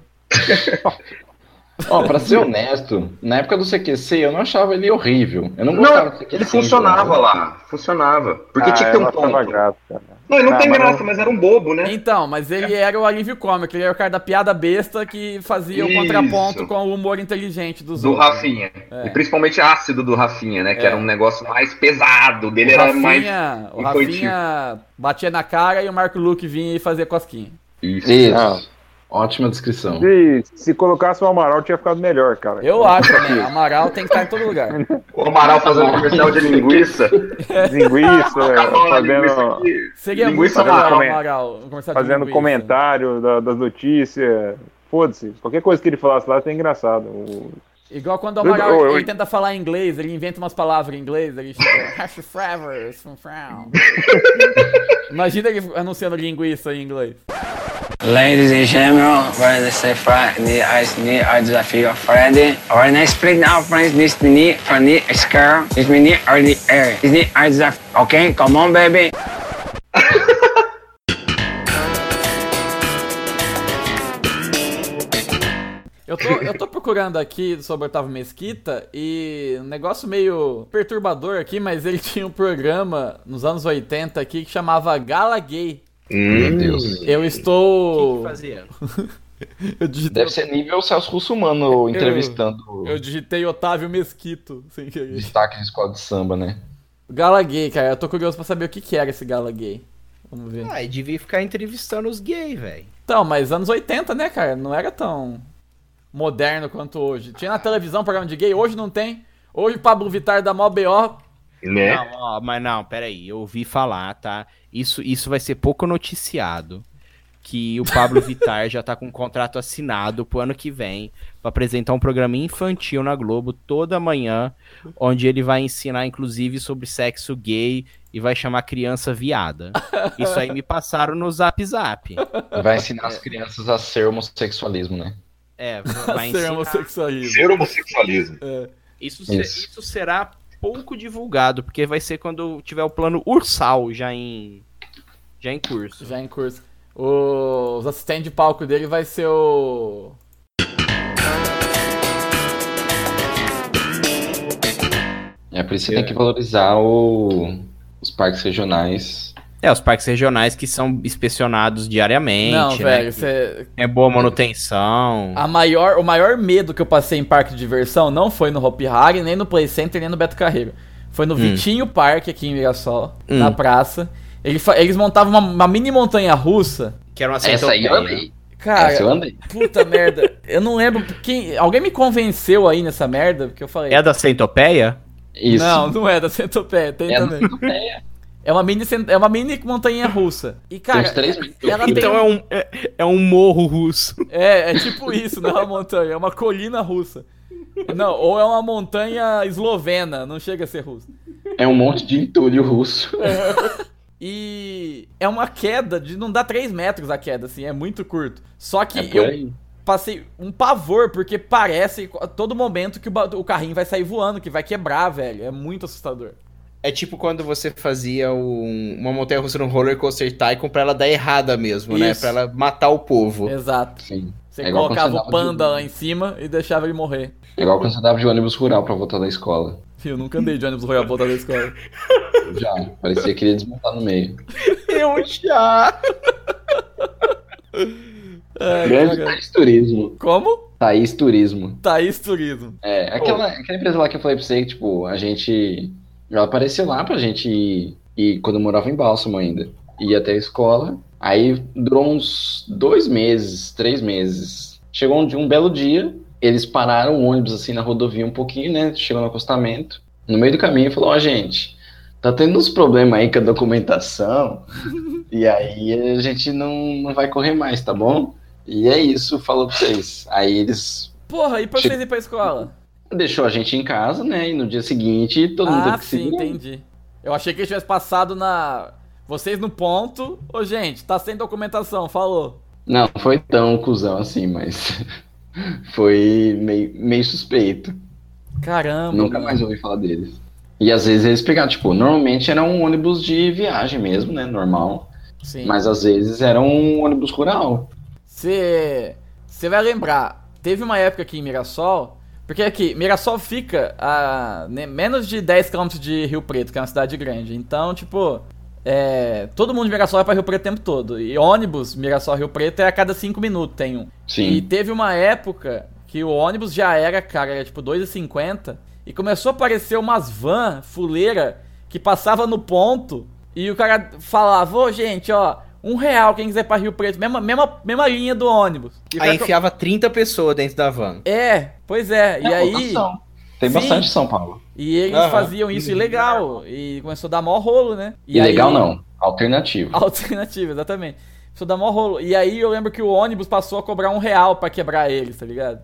Speaker 7: Ó, pra ser honesto, na época do CQC eu não achava ele horrível. Eu não gostava
Speaker 8: Não,
Speaker 7: do CQC.
Speaker 8: ele
Speaker 1: assim,
Speaker 8: funcionava
Speaker 1: né?
Speaker 7: entendeu?
Speaker 8: lá. Funcionava. Porque
Speaker 7: Ah,
Speaker 8: tinha que ter
Speaker 7: eu
Speaker 8: um
Speaker 7: achava
Speaker 8: ponto.
Speaker 9: graça,
Speaker 8: Não, ele não tem
Speaker 1: Ah, mas
Speaker 8: graça, mas era um bobo, né?
Speaker 1: Então, mas ele era o alívio cômico, ele era o cara da piada besta que fazia o
Speaker 8: Isso.
Speaker 1: contraponto com o humor inteligente dos
Speaker 8: Do
Speaker 1: outros.
Speaker 8: Rafinha.
Speaker 1: É.
Speaker 8: E principalmente ácido do Rafinha, né? Que
Speaker 1: É.
Speaker 8: era um negócio mais pesado. Dele
Speaker 1: o
Speaker 8: era
Speaker 1: Rafinha, é
Speaker 8: mais.
Speaker 1: o
Speaker 8: infantil.
Speaker 1: Rafinha batia na cara e o Marco Luque vinha e fazia cosquinha.
Speaker 7: né? Isso. Ótima descrição.
Speaker 9: Se, se colocasse o Amaral, tinha ficado melhor, cara.
Speaker 1: Eu acho, né? Amaral tem que estar em todo lugar.
Speaker 8: O Amaral fazendo comercial de linguiça.
Speaker 9: Linguiça, fazendo.
Speaker 1: Seria
Speaker 9: Linguiça
Speaker 1: muito legal,
Speaker 9: Amaral.
Speaker 1: Amaral. comercial
Speaker 8: tá
Speaker 1: de linguiça.
Speaker 9: fazendo
Speaker 8: né?
Speaker 9: comentário da- das notícias. Foda-se, qualquer coisa que ele falasse lá tem engraçado. O-
Speaker 1: Igual quando o Amaral
Speaker 9: Eu- eu-
Speaker 1: ele tenta falar em inglês, ele inventa umas palavras em inglês, ele tipo, hash flavors from frown. Imagina ele anunciando linguiça em inglês.
Speaker 14: Ladies and gentlemen, where they say Friday, I need a desafio Friday. Or next split now, friends, this mini, funny, scar, this mini, or the air. This mini, I desafio, okay? Come on, baby.
Speaker 1: Eu tô, eu tô procurando aqui sobre o Otávio Mesquita e um negócio meio perturbador aqui, mas ele tinha um programa nos anos 80 aqui que chamava Gala Gay.
Speaker 7: Meu Deus.
Speaker 1: Eu estou.
Speaker 4: fazia?
Speaker 7: Deve ser nível Celso Russumano entrevistando
Speaker 1: Eu, eu digitei Otávio Mesquito, sem
Speaker 7: o
Speaker 1: querer.
Speaker 7: destaque de escola de samba, né?
Speaker 1: Gala Gay, cara, eu tô curioso pra saber o que, que era esse Gala Gay. Vamos ver.
Speaker 4: Ah, e devia ficar entrevistando os gays, velho.
Speaker 1: Então, mas anos 80, né, cara? Não era tão moderno quanto hoje. Tinha na televisão um programa de gay, hoje não tem. Hoje o Pablo Vittar da Mó BO.
Speaker 4: Não, ó, mas não, peraí, eu ouvi falar, tá? Isso, isso vai ser pouco noticiado. Que o Pablo Vittar já tá com um contrato assinado pro ano que vem pra apresentar um programa infantil na Globo toda manhã, onde ele vai ensinar, inclusive, sobre sexo gay e vai chamar criança viada. Isso aí me passaram no zap zap.
Speaker 7: Vai ensinar as crianças a ser homossexualismo, né?
Speaker 4: É, vai
Speaker 1: Ser
Speaker 4: ensinar.
Speaker 1: homossexualismo.
Speaker 8: Ser homossexualismo.
Speaker 4: Isso, se-
Speaker 7: Isso.
Speaker 4: isso será pouco divulgado, porque vai ser quando tiver o plano ursal já em já em curso.
Speaker 1: Já em curso. O- Os assistentes de palco dele vai ser o.
Speaker 4: É.
Speaker 7: É por isso que tem que valorizar o- os parques regionais
Speaker 4: É, os parques regionais que são inspecionados diariamente.
Speaker 1: Não,
Speaker 4: né,
Speaker 1: velho,
Speaker 4: que
Speaker 1: você-
Speaker 4: É boa manutenção.
Speaker 1: A maior, o maior medo que eu passei em parque de diversão não foi no Hopi Hari, nem no Play Center, nem no Beto Carreiro. Foi no
Speaker 4: Hum.
Speaker 1: Vitinho Parque aqui em Mirassol,
Speaker 4: Hum.
Speaker 1: na praça. Ele fa- eles montavam uma, uma mini montanha russa.
Speaker 4: Que era uma
Speaker 2: Essa aí eu
Speaker 4: centopeia.
Speaker 2: amei.
Speaker 1: Cara,
Speaker 2: Essa eu andei.
Speaker 1: puta merda. Eu não lembro quem. Alguém me convenceu aí nessa merda, porque eu falei.
Speaker 4: É a da centopeia?
Speaker 2: Isso.
Speaker 1: Não, não é da centopeia, tem
Speaker 2: É da
Speaker 1: também. É uma mini cent- é uma mini montanha russa. E cara,
Speaker 2: Tem uns três minutos.
Speaker 1: ela tem
Speaker 4: então é um, é, é um morro russo.
Speaker 1: É, é tipo isso, não é uma montanha, é uma colina russa. Não, ou é uma montanha eslovena, não chega a ser russa.
Speaker 2: É um monte de entulho russo.
Speaker 1: E é uma queda de não dá 3 metros a queda, assim, é muito curto. Só que
Speaker 2: É por aí.
Speaker 1: eu passei um pavor, porque parece a todo momento que o, ba- o carrinho vai sair voando, que vai quebrar, velho. É muito assustador.
Speaker 4: É tipo quando você fazia um- uma montanha russa no roller coaster Tycoon pra ela dar errada mesmo, né?
Speaker 1: Isso.
Speaker 4: Pra ela matar o povo.
Speaker 1: Exato.
Speaker 2: Sim.
Speaker 1: Você
Speaker 2: É igual quando
Speaker 1: colocava
Speaker 2: você
Speaker 1: o
Speaker 2: andava
Speaker 1: panda lá em cima e deixava ele morrer.
Speaker 2: É igual quando você andava de ônibus rural pra voltar da escola.
Speaker 1: Fio, eu nunca andei de ônibus royal voltar da escola.
Speaker 2: Já, parecia que ele ia desmontar no meio.
Speaker 4: Eu já.
Speaker 1: É,
Speaker 2: Grande
Speaker 1: cara.
Speaker 2: Thaís Turismo.
Speaker 1: Como?
Speaker 2: Thaís Turismo.
Speaker 1: Thaís Turismo.
Speaker 2: É, aquela, aquela empresa lá que eu falei pra você, que, tipo, a gente. Ela apareceu lá pra gente ir, ir quando eu morava em Bálsamo ainda. Ia até a escola. Aí durou uns dois meses, três meses. Chegou um, dia- um belo dia, eles pararam o ônibus assim na rodovia um pouquinho, né? Chegou no acostamento. No meio do caminho falou, ó, gente, tá tendo uns problemas aí com a documentação. e aí a gente não, não vai correr mais, tá bom? E é isso, falou pra vocês. Aí eles
Speaker 1: Porra, e pra
Speaker 2: Che-
Speaker 1: vocês ir pra escola?
Speaker 2: deixou a gente em casa, né? E no dia seguinte todo mundo
Speaker 1: ah,
Speaker 2: teve que se
Speaker 1: sim,
Speaker 2: virar.
Speaker 1: entendi. Eu achei que ele tivesse passado na. Vocês no ponto. Ô, gente, tá sem documentação, falou.
Speaker 2: Não, não foi tão cuzão assim, mas foi meio, meio suspeito.
Speaker 1: Caramba.
Speaker 2: Nunca
Speaker 1: mano.
Speaker 2: mais ouvi falar deles. E às vezes eles pegavam, tipo, normalmente era um ônibus de viagem mesmo, né? Normal.
Speaker 1: Sim.
Speaker 2: Mas às vezes era um ônibus rural.
Speaker 1: Você. Você é, vai lembrar, teve uma época aqui em Mirassol. Porque aqui, Mirassol fica a né, menos de 10km de Rio Preto, que é uma cidade grande. Então, tipo. é, todo mundo de Mirassol é pra Rio Preto o tempo todo. E ônibus, Mirassol Rio Preto, é a cada 5 minutos tem um.
Speaker 2: Sim.
Speaker 1: E teve uma época que o ônibus já era, cara, era tipo 2,50 e começou a aparecer umas van fuleira que passava no ponto e o cara falava, ô gente, ó, um real quem quiser pra Rio Preto, mesma, mesma, mesma linha do ônibus. E o
Speaker 4: Aí
Speaker 1: cara-
Speaker 4: enfiava 30 pessoas dentro da van.
Speaker 1: É, pois é, e
Speaker 2: É
Speaker 1: aí...
Speaker 2: lotação. Tem
Speaker 1: Sim.
Speaker 2: bastante em São Paulo.
Speaker 1: E eles
Speaker 4: Aham.
Speaker 1: faziam isso ilegal e começou a dar mó rolo, né? E aí-
Speaker 2: Uhum. Ilegal não, alternativo.
Speaker 1: Alternativa, exatamente. Isso dá mó rolo. E aí eu lembro que o ônibus passou a cobrar um real pra quebrar eles, tá ligado?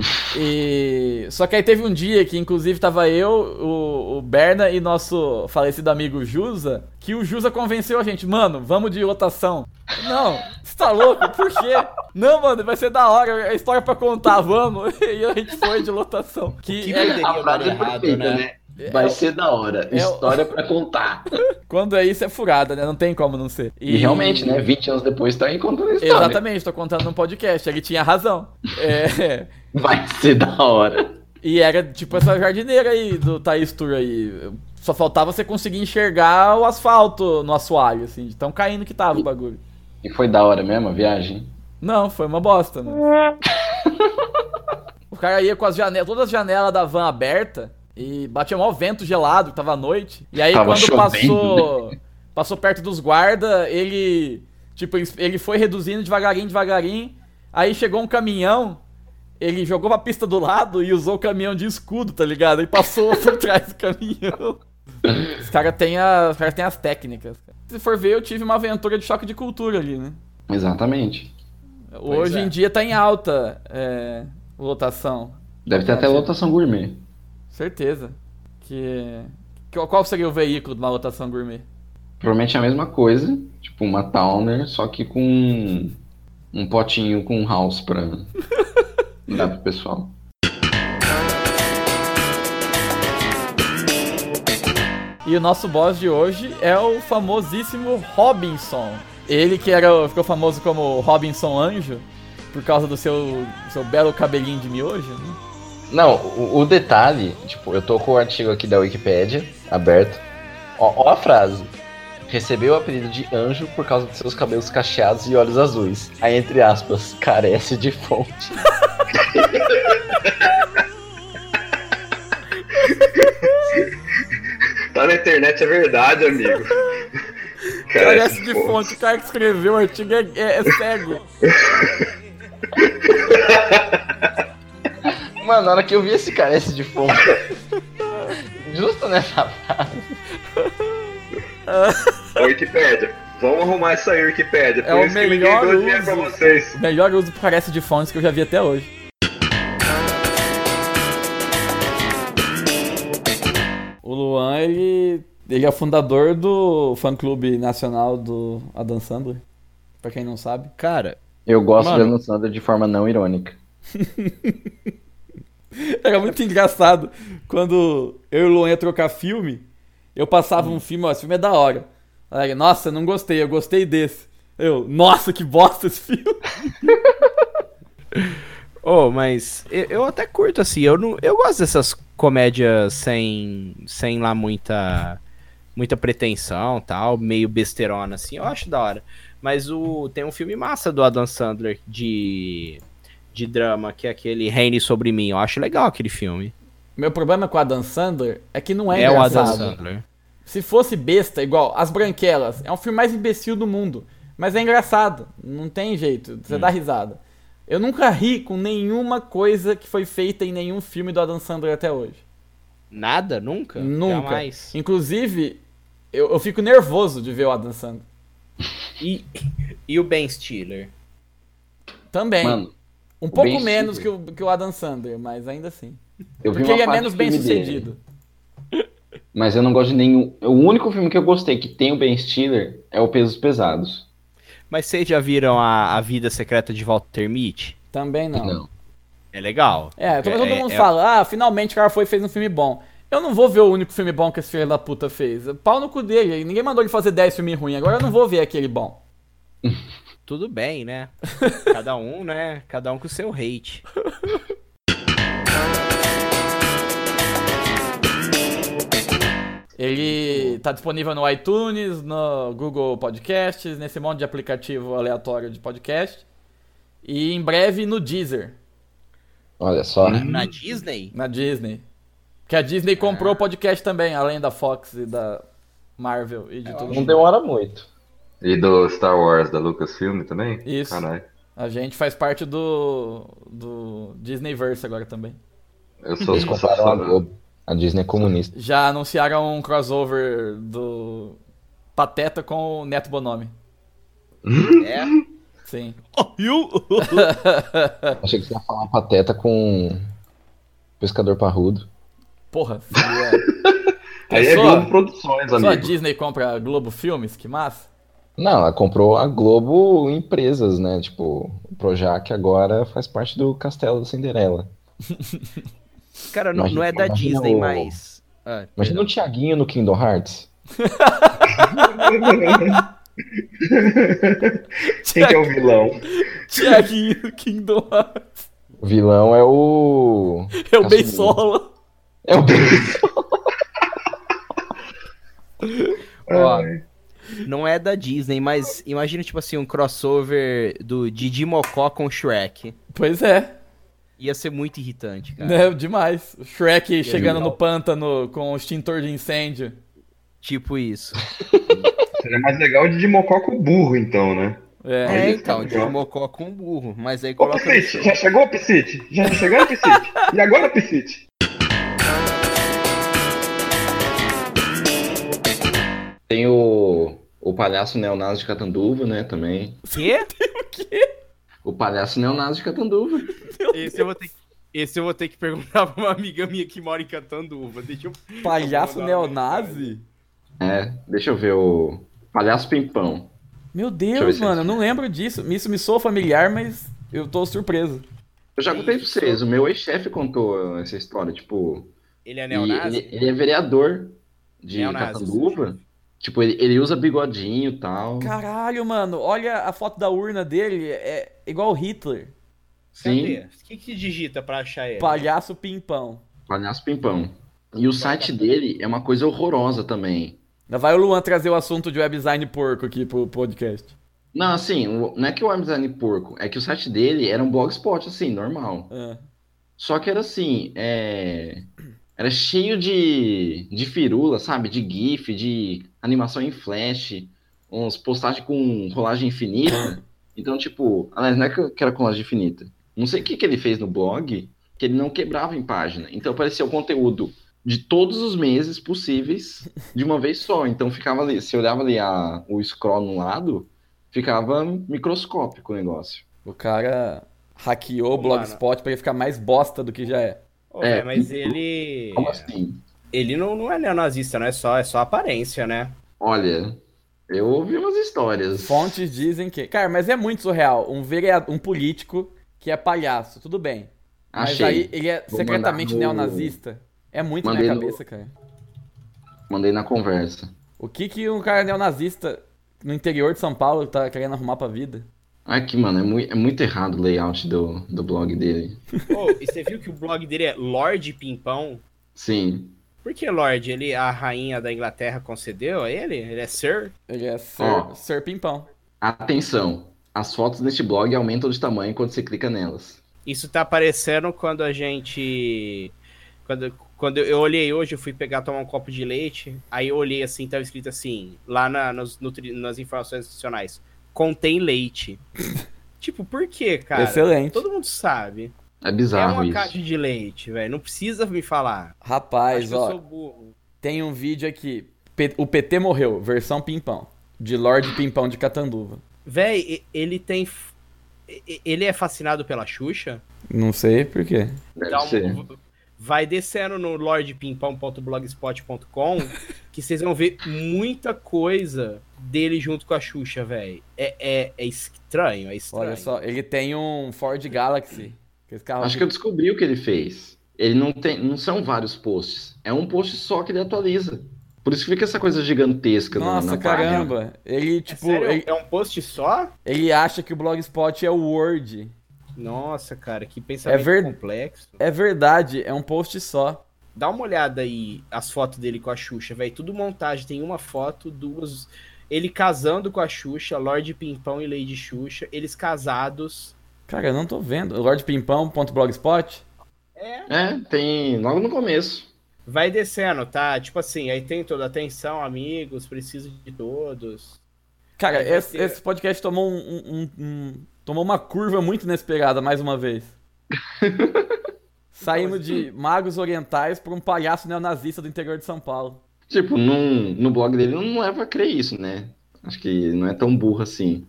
Speaker 1: E. Só que aí teve um dia que, inclusive, tava eu, o, o Berna e nosso falecido amigo Jusa, que o Jusa convenceu a gente, mano, vamos de lotação. Não, você tá louco? Por quê? Não, mano, vai ser da hora, é história pra contar, vamos. E a gente foi de lotação. Que, é
Speaker 4: que
Speaker 1: era-
Speaker 4: poderia dar errado, né?
Speaker 2: é Vai ser da hora.
Speaker 1: É o-
Speaker 2: História pra contar.
Speaker 1: Quando é isso, é furada, né? Não tem como não ser.
Speaker 2: E, realmente, né? 20 anos depois tá aí contando a história.
Speaker 1: Exatamente, tô contando num podcast, ele tinha razão. É,
Speaker 2: Vai ser da hora.
Speaker 1: e era tipo essa jardineira aí do Thaís Tour aí. Só faltava você conseguir enxergar o asfalto no assoalho, assim, de tão caindo que tava o bagulho.
Speaker 2: E foi da hora mesmo a viagem?
Speaker 1: Não, foi uma bosta, mano. O cara ia com as janelas, todas as janelas da van aberta e batia mó vento gelado, que tava à noite. E aí
Speaker 2: Tava
Speaker 1: quando
Speaker 2: chovendo, né?
Speaker 1: passou, passou perto dos guarda, ele tipo ele- ele foi reduzindo devagarinho, devagarinho. Aí chegou um caminhão, ele jogou pra pista do lado e usou o caminhão de escudo, tá ligado? E passou por trás do caminhão. Os caras têm a- os cara tem as técnicas. Se for ver, eu tive uma aventura de choque de cultura ali, né?
Speaker 2: Exatamente.
Speaker 4: Pois
Speaker 1: Hoje
Speaker 4: é.
Speaker 1: em dia tá em alta é, lotação.
Speaker 2: Deve ter
Speaker 1: Não,
Speaker 2: até
Speaker 1: cer-
Speaker 2: lotação gourmet.
Speaker 1: Certeza. Que, que- Qual seria o veículo de uma lotação gourmet?
Speaker 2: Provavelmente é a mesma coisa, tipo uma Towner, só que com um, um potinho com um house pra dar pro pessoal.
Speaker 1: E o nosso boss de hoje é o famosíssimo Robinson. Ele que era, o- ficou famoso como Robinson Anjo, por causa do seu, seu belo cabelinho de miojo. né?
Speaker 2: Não, o, o detalhe, tipo, eu tô com o artigo aqui da Wikipédia aberto. Ó, ó a frase. Recebeu o apelido de anjo por causa de seus cabelos cacheados e olhos azuis. Aí, entre aspas, carece de fonte.
Speaker 8: Tá na internet, é verdade, amigo.
Speaker 1: Parece de fonte, o cara que escreveu o artigo é, é- é cego.
Speaker 2: Mano, na hora que eu vi esse carece de fonte, justo nessa frase.
Speaker 8: Ô, Wikipédia. Vamos arrumar isso aí, Wikipédia. Por
Speaker 1: É o
Speaker 8: isso que ninguém
Speaker 1: melhor
Speaker 8: deu dinheiro pra
Speaker 1: uso.
Speaker 8: vocês.
Speaker 1: Melhor uso que parece de fontes que eu já vi até hoje. O Luan, ele, ele é o fundador do fã-clube nacional do Adam Sandler. Pra quem não sabe.
Speaker 12: Cara,
Speaker 7: Eu gosto
Speaker 1: Mano.
Speaker 7: de Adam Sandler de forma não irônica.
Speaker 1: Era muito engraçado. Quando eu e o Luan ia trocar filme, eu passava um filme, ó, esse filme é da hora. Aí ele, nossa, não gostei, eu gostei desse. Eu, nossa, que bosta esse filme.
Speaker 4: Ô, mas eu, eu até curto, assim, eu, não, eu gosto dessas comédias sem, sem lá muita, muita pretensão tal, meio besterona, assim, eu acho da hora. Mas o, tem um filme massa do Adam Sandler de, de drama, que é aquele Reine Sobre Mim, eu acho legal aquele filme.
Speaker 1: Meu problema com o Adam Sandler é que não é,
Speaker 4: É o
Speaker 1: engraçado.
Speaker 4: Adam Sandler.
Speaker 1: Se fosse besta, igual As Branquelas, é um filme mais imbecil do mundo. Mas é engraçado, não tem jeito, você dá risada. Eu nunca ri com nenhuma coisa que foi feita em nenhum filme do Adam Sandler até hoje.
Speaker 4: Nada? Nunca?
Speaker 1: Nunca.
Speaker 4: Tá, Jamais.
Speaker 1: Inclusive, eu, eu fico nervoso de ver o Adam Sandler.
Speaker 4: E, e o Ben Stiller?
Speaker 1: Também.
Speaker 4: Mano,
Speaker 1: um
Speaker 4: o
Speaker 1: pouco
Speaker 4: Ben
Speaker 1: menos que
Speaker 4: Stiller.
Speaker 1: o, que o Adam Sandler, mas ainda assim.
Speaker 2: Eu vi
Speaker 1: Porque
Speaker 2: uma
Speaker 1: ele é
Speaker 2: parte
Speaker 1: menos
Speaker 2: do
Speaker 1: bem
Speaker 2: filme dele.
Speaker 1: sucedido.
Speaker 2: Mas eu não gosto de nenhum. O único filme que eu gostei que tem o Ben Stiller é o Pesos Pesados.
Speaker 4: Mas vocês já viram a, a Vida Secreta de Walter Mitty?
Speaker 1: Também não.
Speaker 4: É legal.
Speaker 1: É, todo todo mundo
Speaker 4: é-
Speaker 1: fala, ah, finalmente o cara foi e fez um filme bom. Eu não vou ver o único filme bom que esse filho da puta fez. Pau no cu dele, ninguém mandou ele fazer 10 filmes ruins, agora eu não vou ver aquele bom.
Speaker 4: Tudo bem, né? Cada um, né? Cada um com o seu hate.
Speaker 1: Ele tá disponível no iTunes, no Google Podcasts, nesse monte de aplicativo aleatório de podcast. E em breve no Deezer,
Speaker 2: Olha só. né?
Speaker 1: Uhum.
Speaker 4: Na Disney?
Speaker 1: na Disney. Que a Disney comprou o podcast também, além da Fox e da Marvel e de tudo.
Speaker 2: Não demora muito.
Speaker 8: E do Star Wars da Lucasfilm também?
Speaker 1: Isso.
Speaker 8: Caralho.
Speaker 1: A gente faz parte do, do Disneyverse agora também.
Speaker 8: Eu sou
Speaker 7: Eles compraram a Globo. A Disney é comunista.
Speaker 1: Já anunciaram um crossover do Pateta com o Neto Bonomi.
Speaker 4: É?
Speaker 1: Sim.
Speaker 7: Achei que você ia falar uma pateta com um pescador parrudo.
Speaker 1: Porra, seria...
Speaker 7: Aí é
Speaker 1: Pensou?
Speaker 7: Globo Produções,
Speaker 1: Só
Speaker 7: amigo.
Speaker 1: a Disney compra a Globo Filmes, que massa.
Speaker 7: Não, ela comprou a Globo empresas, né? Tipo, o Projac agora faz parte do Castelo da Cinderela.
Speaker 4: Cara, não, não é da
Speaker 7: Imagina-
Speaker 4: Disney,
Speaker 7: imagina o-
Speaker 4: mas. Ah,
Speaker 2: É.
Speaker 7: Imagina o Tiaguinho no Kingdom Hearts.
Speaker 8: Quem que é o vilão?
Speaker 1: Tiaguinho Kingdom Hearts.
Speaker 7: O vilão é o.
Speaker 1: É o
Speaker 7: Caçulinha.
Speaker 1: Beisola.
Speaker 7: É o Beisola.
Speaker 4: ó, não é da Disney, mas imagina, tipo assim, um crossover do Didi Mocó com Shrek.
Speaker 1: Pois é.
Speaker 4: Ia ser muito irritante, cara.
Speaker 1: Né, demais. O Shrek
Speaker 4: Que
Speaker 1: chegando
Speaker 4: legal.
Speaker 1: no pântano com o extintor de incêndio.
Speaker 4: Tipo isso.
Speaker 8: Seria mais legal o Didi Mocó com o burro, então, né?
Speaker 4: É,
Speaker 8: Aí
Speaker 4: então,
Speaker 8: fica
Speaker 4: Didi
Speaker 8: legal.
Speaker 4: Mocó com burro. Mas aí
Speaker 8: Ô,
Speaker 4: coloca.
Speaker 8: Piscite, já chegou, Piscite? Já chegou, Piscite? E agora, Piscite?
Speaker 2: Tem o, o palhaço neonazi de Catanduva, né, também.
Speaker 4: Quê?
Speaker 2: O palhaço neonazi de Catanduva.
Speaker 4: Esse eu, vou ter que, esse eu vou ter que perguntar pra uma amiga minha que mora em Catanduva. Deixa eu.
Speaker 1: Palhaço neonazi?
Speaker 2: É, deixa eu ver o palhaço pimpão.
Speaker 1: Meu
Speaker 2: Deixa eu ver
Speaker 1: Deus,
Speaker 2: se-
Speaker 1: mano, eu não lembro disso. Isso me sou familiar, mas eu tô surpreso.
Speaker 2: Eu
Speaker 4: É
Speaker 2: já contei pra vocês, o meu ex-chefe contou essa história, tipo...
Speaker 4: Ele é
Speaker 2: e
Speaker 4: neonazi?
Speaker 2: Ele, ele é vereador de
Speaker 1: Neonazi,
Speaker 2: Catanduva. Tipo, ele, ele usa bigodinho e tal.
Speaker 1: Caralho, mano, olha a foto da urna dele, é igual o Hitler.
Speaker 2: Sim.
Speaker 4: O que, que digita pra achar ele?
Speaker 1: Palhaço pimpão.
Speaker 2: Palhaço Pimpão. E o site dele é uma coisa horrorosa também.
Speaker 1: Ainda vai o Luan trazer o assunto de webdesign porco aqui pro podcast.
Speaker 2: Não, assim, o- não é que o Armzani porco, é que o site dele era um blogspot, assim, normal.
Speaker 4: É.
Speaker 2: Só que era assim, é, era cheio de, de firula, sabe? De GIF, de animação em flash, uns postagens com rolagem infinita. Então, tipo, aliás, não é que eu- que era com rolagem infinita. Não sei o que, que ele fez no blog, que ele não quebrava em página. Então aparecia o conteúdo de todos os meses possíveis de uma vez só. Então ficava ali, se olhava ali a, o scroll no lado, ficava microscópico o negócio.
Speaker 1: O cara hackeou o
Speaker 4: né?
Speaker 1: Blogspot pra ele ficar mais bosta do que já é.
Speaker 4: Ô, velho, mas ele.
Speaker 2: Como assim?
Speaker 4: Ele não, não é neonazista, não é só, é só aparência, né?
Speaker 2: Olha, eu ouvi umas histórias.
Speaker 1: Fontes dizem que. Cara, mas é muito surreal. Um, vereador, um político que é palhaço, tudo bem. Mas
Speaker 2: Achei.
Speaker 1: aí ele é
Speaker 2: Vou
Speaker 1: secretamente
Speaker 2: mandar no-
Speaker 1: neonazista. É muito
Speaker 2: Mandei
Speaker 1: na
Speaker 2: no-
Speaker 1: minha cabeça, cara.
Speaker 2: Mandei na conversa.
Speaker 1: O que que um cara neonazista no interior de São Paulo tá querendo arrumar pra vida?
Speaker 2: Aqui, mano, é, mui- é muito errado o layout do, do blog dele.
Speaker 4: Ô, e você viu que o blog dele é Lorde Pimpão?
Speaker 2: Sim.
Speaker 4: Por que Lorde? Ele, a rainha da Inglaterra concedeu a ele? Ele é Sir?
Speaker 1: Ele é Sir,
Speaker 2: Ó.
Speaker 1: Sir Pimpão.
Speaker 2: Atenção, as fotos neste blog aumentam de tamanho quando você clica nelas.
Speaker 4: Isso tá aparecendo quando a gente. Quando, quando eu olhei hoje, eu fui pegar tomar um copo de leite. Aí eu olhei assim, tava escrito assim, lá na- nos, nutri- nas informações nutricionais: contém leite. tipo, por quê, cara?
Speaker 1: Excelente.
Speaker 4: Todo mundo sabe.
Speaker 2: É
Speaker 4: é
Speaker 2: bizarro
Speaker 4: uma
Speaker 2: isso.
Speaker 4: caixa de leite, velho. Não precisa me falar. Acho
Speaker 1: Rapaz,
Speaker 4: que eu
Speaker 1: ó.
Speaker 4: sou burro.
Speaker 1: Tem um vídeo aqui. P- o PT morreu, versão Pimpão. De Lorde Pimpão de Catanduva.
Speaker 4: Véi, e- ele tem. f- e- e- Ele é fascinado pela Xuxa?
Speaker 1: Não sei por quê.
Speaker 4: Dá um- Vai descendo no lordpimpão.blogspot.com que vocês vão ver muita coisa dele junto com a Xuxa, velho. É, é, é estranho, é estranho.
Speaker 1: Olha só, ele tem um Ford Galaxy. Esse carro é
Speaker 2: Acho que eu descobri o que ele fez. Ele não tem, não são vários posts, é um post só que ele atualiza. Por isso que fica essa coisa gigantesca na-
Speaker 1: Nossa,
Speaker 2: na, página.
Speaker 1: caramba. Ele, tipo.
Speaker 4: sério?
Speaker 1: ele-
Speaker 4: É um post só?
Speaker 1: Ele acha que o Blogspot é o Word.
Speaker 4: Nossa, cara, que
Speaker 1: É,
Speaker 4: pensamento
Speaker 1: ver...
Speaker 4: complexo.
Speaker 1: é verdade, é um post só.
Speaker 4: Dá uma olhada aí as fotos dele com a Xuxa, velho. Tudo montagem, tem uma foto, duas. Ele casando com a Xuxa, Lorde Pimpão e Lady Xuxa, eles casados.
Speaker 1: Cara, eu não tô vendo. LordPimpão.blogspot?
Speaker 2: É, tem logo no começo.
Speaker 4: Vai descendo, tá? Tipo assim, aí tem toda atenção, amigos, preciso de todos.
Speaker 1: Cara,
Speaker 4: Aí vai
Speaker 1: esse,
Speaker 4: ter-
Speaker 1: esse podcast tomou um, um- um- um- Tomou uma curva muito inesperada, mais uma vez. Saindo de magos orientais pra um palhaço neonazista do interior de São Paulo.
Speaker 2: Tipo, num, no blog dele não leva a crer isso, né? Acho que não é tão burro assim.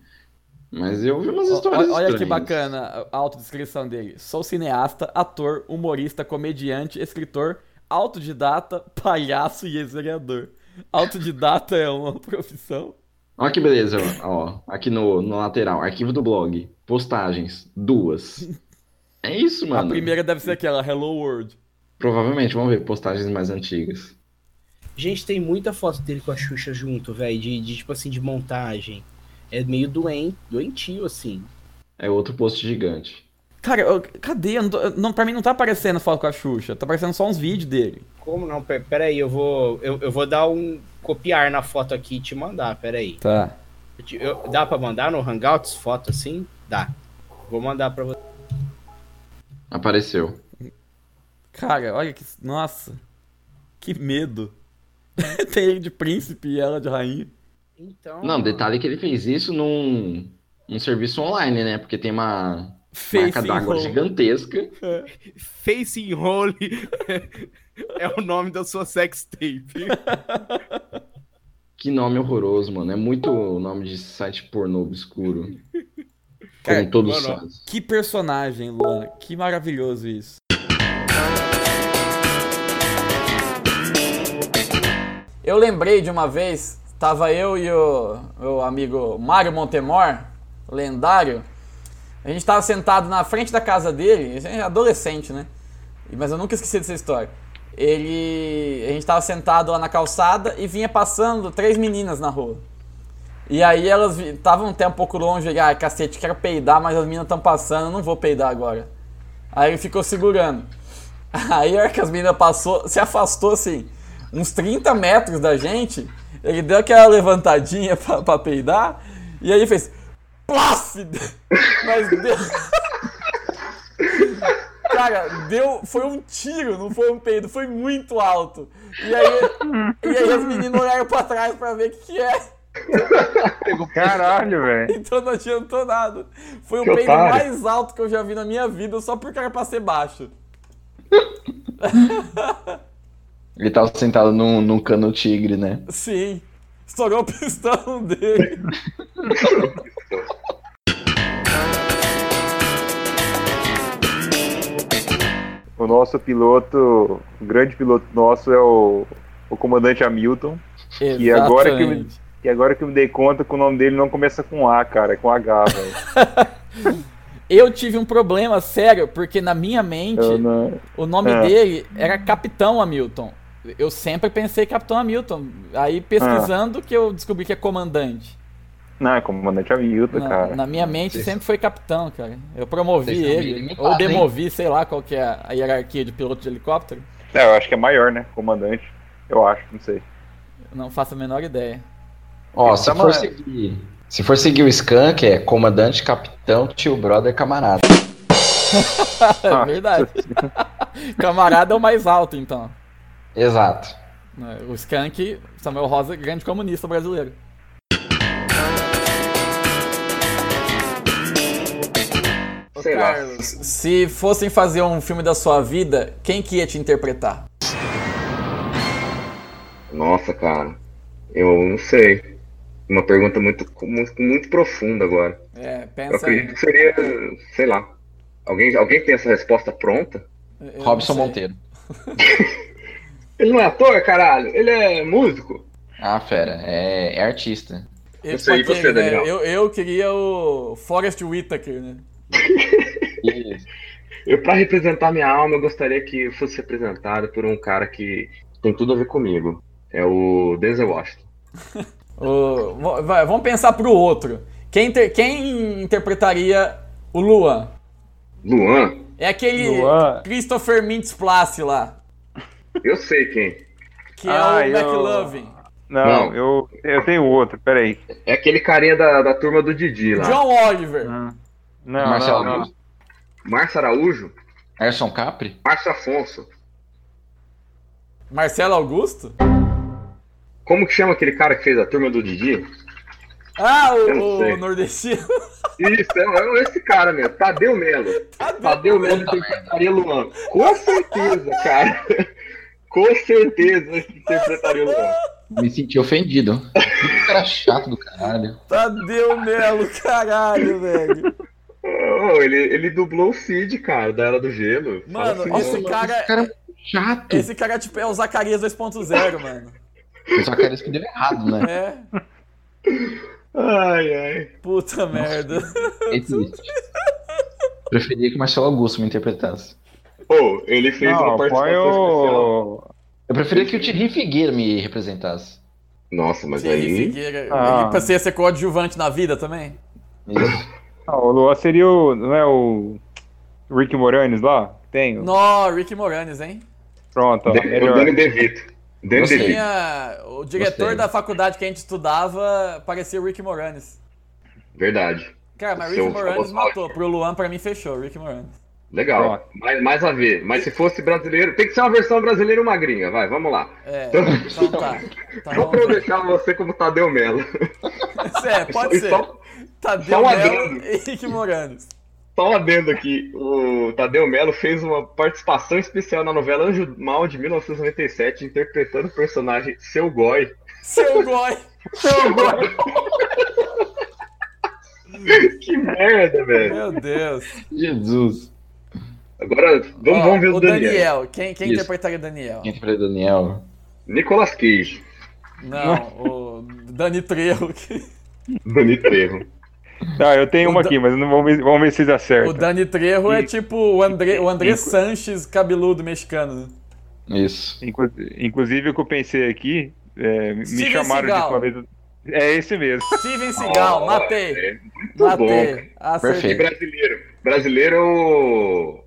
Speaker 2: Mas eu vi umas
Speaker 1: Ó,
Speaker 2: histórias.
Speaker 1: ó- Olha que
Speaker 2: estranhas.
Speaker 1: bacana a autodescrição dele. Sou cineasta, ator, humorista, comediante, escritor, autodidata, palhaço e ex-vereador. Autodidata é uma profissão?
Speaker 2: Olha que beleza, ó. Aqui no, no lateral, arquivo do blog. Postagens, duas. É isso,
Speaker 1: A
Speaker 2: mano.
Speaker 1: primeira deve ser aquela, Hello World.
Speaker 2: Provavelmente vão ver postagens mais antigas.
Speaker 4: Gente, tem muita foto dele com a Xuxa junto, velho, de, de, tipo assim, de montagem. É meio doente, doentio, assim.
Speaker 2: É outro post gigante.
Speaker 1: Cara, eu- cadê? Eu não tô- eu- não, pra mim não tá aparecendo foto com a Xuxa, tá aparecendo só uns vídeos dele.
Speaker 4: Como não? Pe- Peraí, eu vou. Eu, eu vou dar um. copiar na foto aqui e te mandar, peraí.
Speaker 1: Tá.
Speaker 4: Eu te- eu- dá pra mandar no Hangouts foto assim? Dá. Vou mandar pra você.
Speaker 2: Apareceu.
Speaker 1: Cara, olha que. Nossa. Que medo. Tem ele de príncipe e ela de rainha.
Speaker 4: Então.
Speaker 2: Não, detalhe que ele fez isso num, num serviço online, né? Porque tem uma marca d'água
Speaker 4: enroll.
Speaker 1: Uhum.
Speaker 2: gigantesca.
Speaker 4: Face Enrole é o nome da sua sex tape.
Speaker 2: Que nome horroroso, mano. É muito nome de site pornô obscuro. Como todos
Speaker 1: mano,
Speaker 2: sabem.
Speaker 1: Que personagem, Luana. Que maravilhoso isso. Eu lembrei de uma vez, tava eu e o meu amigo Mário Montemor, lendário. A gente tava sentado na frente da casa dele, a gente é adolescente, né? Mas eu nunca esqueci dessa história. Ele. A gente tava sentado lá na calçada e vinha passando três meninas na rua. E aí elas vi- estavam até um pouco longe, ele, ah, cacete, quero peidar, mas as meninas estão passando, eu não vou peidar agora. Aí ele ficou segurando. Aí a hora que as meninas passou, se afastou assim, uns 30 metros da gente, Ele deu aquela levantadinha pra, pra peidar e aí fez. Plácido! Mas deu. Cara, deu. Foi um tiro, não foi um peido, foi muito alto. E aí, e aí as meninas olharam pra trás pra ver o que, que é.
Speaker 9: Caralho, velho.
Speaker 1: Então não adiantou nada. Foi o
Speaker 9: Que
Speaker 1: peido
Speaker 9: otário.
Speaker 1: mais alto que eu já vi na minha vida, só porque era pra ser baixo.
Speaker 7: Ele
Speaker 2: tá
Speaker 7: tava sentado num, num cano tigre, né?
Speaker 1: Sim. Estourou o pistão dele.
Speaker 9: O nosso piloto, o grande piloto nosso é o, o comandante Hamilton. E agora, que eu me,
Speaker 1: Exatamente.
Speaker 9: e agora que eu me dei conta que o nome dele não começa com A, cara, é com H, velho.
Speaker 1: Eu tive um problema sério, porque na minha mente
Speaker 9: Então, Eu não-
Speaker 1: o nome
Speaker 9: Ah.
Speaker 1: dele era Capitão Hamilton. Eu sempre pensei Capitão Hamilton. Aí pesquisando que eu descobri que é comandante.
Speaker 9: Não, é comandante Hamilton,
Speaker 1: Na,
Speaker 9: cara.
Speaker 1: na minha mente sempre foi capitão, cara. Eu promovi
Speaker 9: Vocês estão
Speaker 1: ele.
Speaker 9: limitados,
Speaker 1: Ou demovi, sei lá qual que é a hierarquia de piloto de helicóptero.
Speaker 9: É, eu acho que é maior, né? Comandante. Eu acho, não sei.
Speaker 1: Não faço a menor ideia.
Speaker 7: Ó,
Speaker 2: se for seguir.
Speaker 7: Se for seguir o Skank, é comandante, capitão, tio, brother, camarada.
Speaker 1: é verdade. Camarada é o mais alto, então.
Speaker 7: Exato.
Speaker 1: Né, O Skank, Samuel Rosa, grande comunista brasileiro. Ô,
Speaker 8: Sei lá.
Speaker 1: Carlos, se fossem fazer um filme da sua vida, quem que ia te interpretar?
Speaker 8: Nossa, cara. Eu não sei. Uma pergunta muito, muito, muito profunda agora.
Speaker 1: É,
Speaker 8: Eu
Speaker 1: pensa
Speaker 8: acredito que seria, sei lá. Alguém, alguém tem essa resposta pronta?
Speaker 1: Eu
Speaker 7: Robson Monteiro.
Speaker 8: Ele não é ator, caralho. Ele é músico.
Speaker 7: Ah, fera, é, é artista.
Speaker 1: Eu,
Speaker 8: sei, e você, Daniel?
Speaker 1: né, eu, eu queria o Forrest Whitaker, né?
Speaker 8: Eu, pra representar minha alma, eu gostaria que eu fosse representado por um cara que tem tudo a ver comigo. É o Denzel Washington.
Speaker 1: O- vo- vai, vamos pensar pro outro. Quem, inter- quem interpretaria o Luan?
Speaker 8: Luan?
Speaker 1: É aquele
Speaker 8: Luan.
Speaker 1: Christopher Mintz Place lá,
Speaker 8: Eu sei quem.
Speaker 1: que é
Speaker 9: Ah,
Speaker 1: o
Speaker 9: eu-
Speaker 1: McLovin.
Speaker 9: Não,
Speaker 8: Não.
Speaker 9: Eu, eu tenho outro, peraí.
Speaker 8: É aquele carinha da, da turma do Didi lá.
Speaker 1: John Oliver.
Speaker 9: Não,
Speaker 8: Marcelo
Speaker 9: não, não.
Speaker 8: Araújo? Márcio Araújo?
Speaker 7: Erson Capri?
Speaker 8: Márcio Afonso.
Speaker 1: Marcelo Augusto?
Speaker 8: Como que chama aquele cara que fez a turma do Didi?
Speaker 1: Ah,
Speaker 8: Eu não
Speaker 1: o,
Speaker 8: sei.
Speaker 1: o nordestino.
Speaker 8: Isso, é, é esse cara mesmo. Tadeu Melo. Tadeu Melo interpretaria Luan. Com certeza, cara. Com certeza interpretaria Luan.
Speaker 7: Me senti ofendido. Que
Speaker 2: é
Speaker 7: cara chato do caralho.
Speaker 1: Tadeu Melo, Tá caralho, velho.
Speaker 8: Oh, ele, ele dublou o Cid, cara, da Era do Gelo.
Speaker 1: Mano,
Speaker 8: Fala assim,
Speaker 1: esse
Speaker 8: não.
Speaker 1: cara.
Speaker 7: Esse cara é chato.
Speaker 1: Esse cara tipo, é o Zacarias 2.0, mano.
Speaker 7: Eu só quero isso que deu errado, né?
Speaker 1: É.
Speaker 8: Ai, ai.
Speaker 1: Puta merda.
Speaker 7: É triste. Preferia que o Marcelo Augusto me interpretasse.
Speaker 8: Pô, ele fez
Speaker 9: Não,
Speaker 8: uma participação
Speaker 9: põe o-
Speaker 8: especial.
Speaker 7: Eu preferia que o Thierry Figueira me representasse.
Speaker 8: Nossa, mas
Speaker 1: Thierry Figueira.
Speaker 9: Ah.
Speaker 1: Ele pra ser, ser coadjuvante na vida também?
Speaker 9: Ah, o Luan seria o. Não é o. Rick Moranes lá? Tenho.
Speaker 1: Nó, Rick Moranes, hein?
Speaker 9: Pronto, ó,
Speaker 8: De- o
Speaker 9: melhor.
Speaker 8: Danny DeVito. Danny
Speaker 1: Eu
Speaker 8: DeVito.
Speaker 1: tinha- o diretor
Speaker 8: Gostei.
Speaker 1: da faculdade que a gente estudava parecia o Rick Moranes.
Speaker 8: Verdade.
Speaker 1: Cara, mas
Speaker 8: Seu
Speaker 1: Rick Moranes
Speaker 8: famoso
Speaker 1: matou. Pro Luan, pra mim, fechou. Rick Moranes.
Speaker 8: Legal. Mais, mais a ver. Mas se fosse brasileiro, tem que ser uma versão brasileira e uma gringa. Vai, vamos lá.
Speaker 1: É,
Speaker 8: Então-
Speaker 1: então tá. tá
Speaker 8: Só pra eu deixar você como Tadeu Melo.
Speaker 1: É, pode
Speaker 8: E
Speaker 1: ser.
Speaker 8: só-
Speaker 1: Tadeu
Speaker 8: só um
Speaker 1: Melo
Speaker 8: adendo.
Speaker 1: e Rick Moranes.
Speaker 8: Só um adendo aqui, o Tadeu Melo fez uma participação especial na novela Anjo Mal de 1997, interpretando o personagem Seu Goi.
Speaker 1: Seu goi!
Speaker 8: Seu Goi! que merda, velho.
Speaker 1: Meu Deus.
Speaker 7: Jesus.
Speaker 8: Agora, vamos,
Speaker 1: Ó,
Speaker 8: vamos ver o,
Speaker 1: o
Speaker 8: Daniel.
Speaker 1: Quem, quem
Speaker 7: Isso.
Speaker 1: interpretaria o Daniel?
Speaker 7: Quem interpreta o Daniel?
Speaker 8: Nicolas Cage.
Speaker 1: Não, o Dani Trejo. que-
Speaker 8: Dani Trejo.
Speaker 9: Tá, eu tenho
Speaker 1: O
Speaker 9: uma
Speaker 1: Dan-
Speaker 9: aqui, mas não vamos ver, vamos ver se dá
Speaker 1: O
Speaker 9: certo.
Speaker 1: Dani Trejo é tipo o André, o André
Speaker 9: Nico-
Speaker 1: Sanches cabeludo mexicano. né?
Speaker 7: Isso.
Speaker 9: Inclusive, o que eu pensei aqui, é, me
Speaker 1: Steven
Speaker 9: chamaram
Speaker 1: Seagal.
Speaker 9: disso uma vez. É esse mesmo.
Speaker 1: Steven Seagal,
Speaker 8: Oh,
Speaker 1: matei.
Speaker 8: é muito
Speaker 1: matei.
Speaker 8: bom,
Speaker 1: acertei.
Speaker 8: E brasileiro. é Brasileiro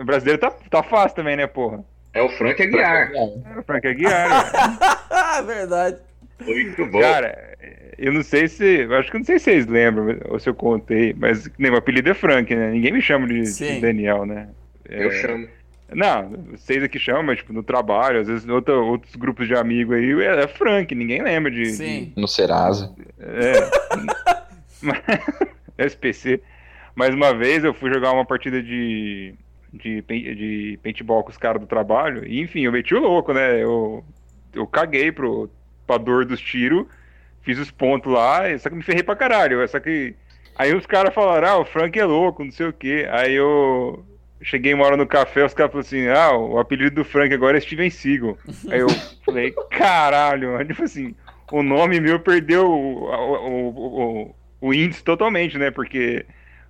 Speaker 9: O brasileiro tá, tá fácil também, né, porra? né?
Speaker 8: é o Frank Aguiar.
Speaker 9: É o Frank Aguiar.
Speaker 1: Verdade.
Speaker 8: Muito bom.
Speaker 9: Cara, eu não sei se. eu Acho que eu não sei se vocês lembram, ou se eu contei, mas nem, meu apelido é Frank, né? Ninguém me chama de, de
Speaker 8: Sim.
Speaker 9: Daniel, né?
Speaker 8: Eu chamo.
Speaker 9: Não, vocês aqui chamam, mas tipo, no trabalho, às vezes em outra- outros grupos de amigo aí, é, é Frank, ninguém lembra de.
Speaker 1: Sim.
Speaker 2: No Serasa.
Speaker 9: É. Mas- SPC. Mas uma vez eu fui jogar uma partida de, de, pen- de paintball com os caras do trabalho. E enfim, eu meti o louco, né? Eu, eu caguei pro, pra dor dos tiros, fiz os pontos lá, e- só que me ferrei pra caralho. Só que. Aí os caras falaram, ah, o Frank é louco, não sei o quê. Aí eu cheguei uma hora no café, os caras falaram assim, ah, o apelido do Frank agora é Steven Seagal. Aí eu falei, caralho, mano. Tipo assim, o nome meu perdeu o, o, o, o- o índice totalmente, né? Porque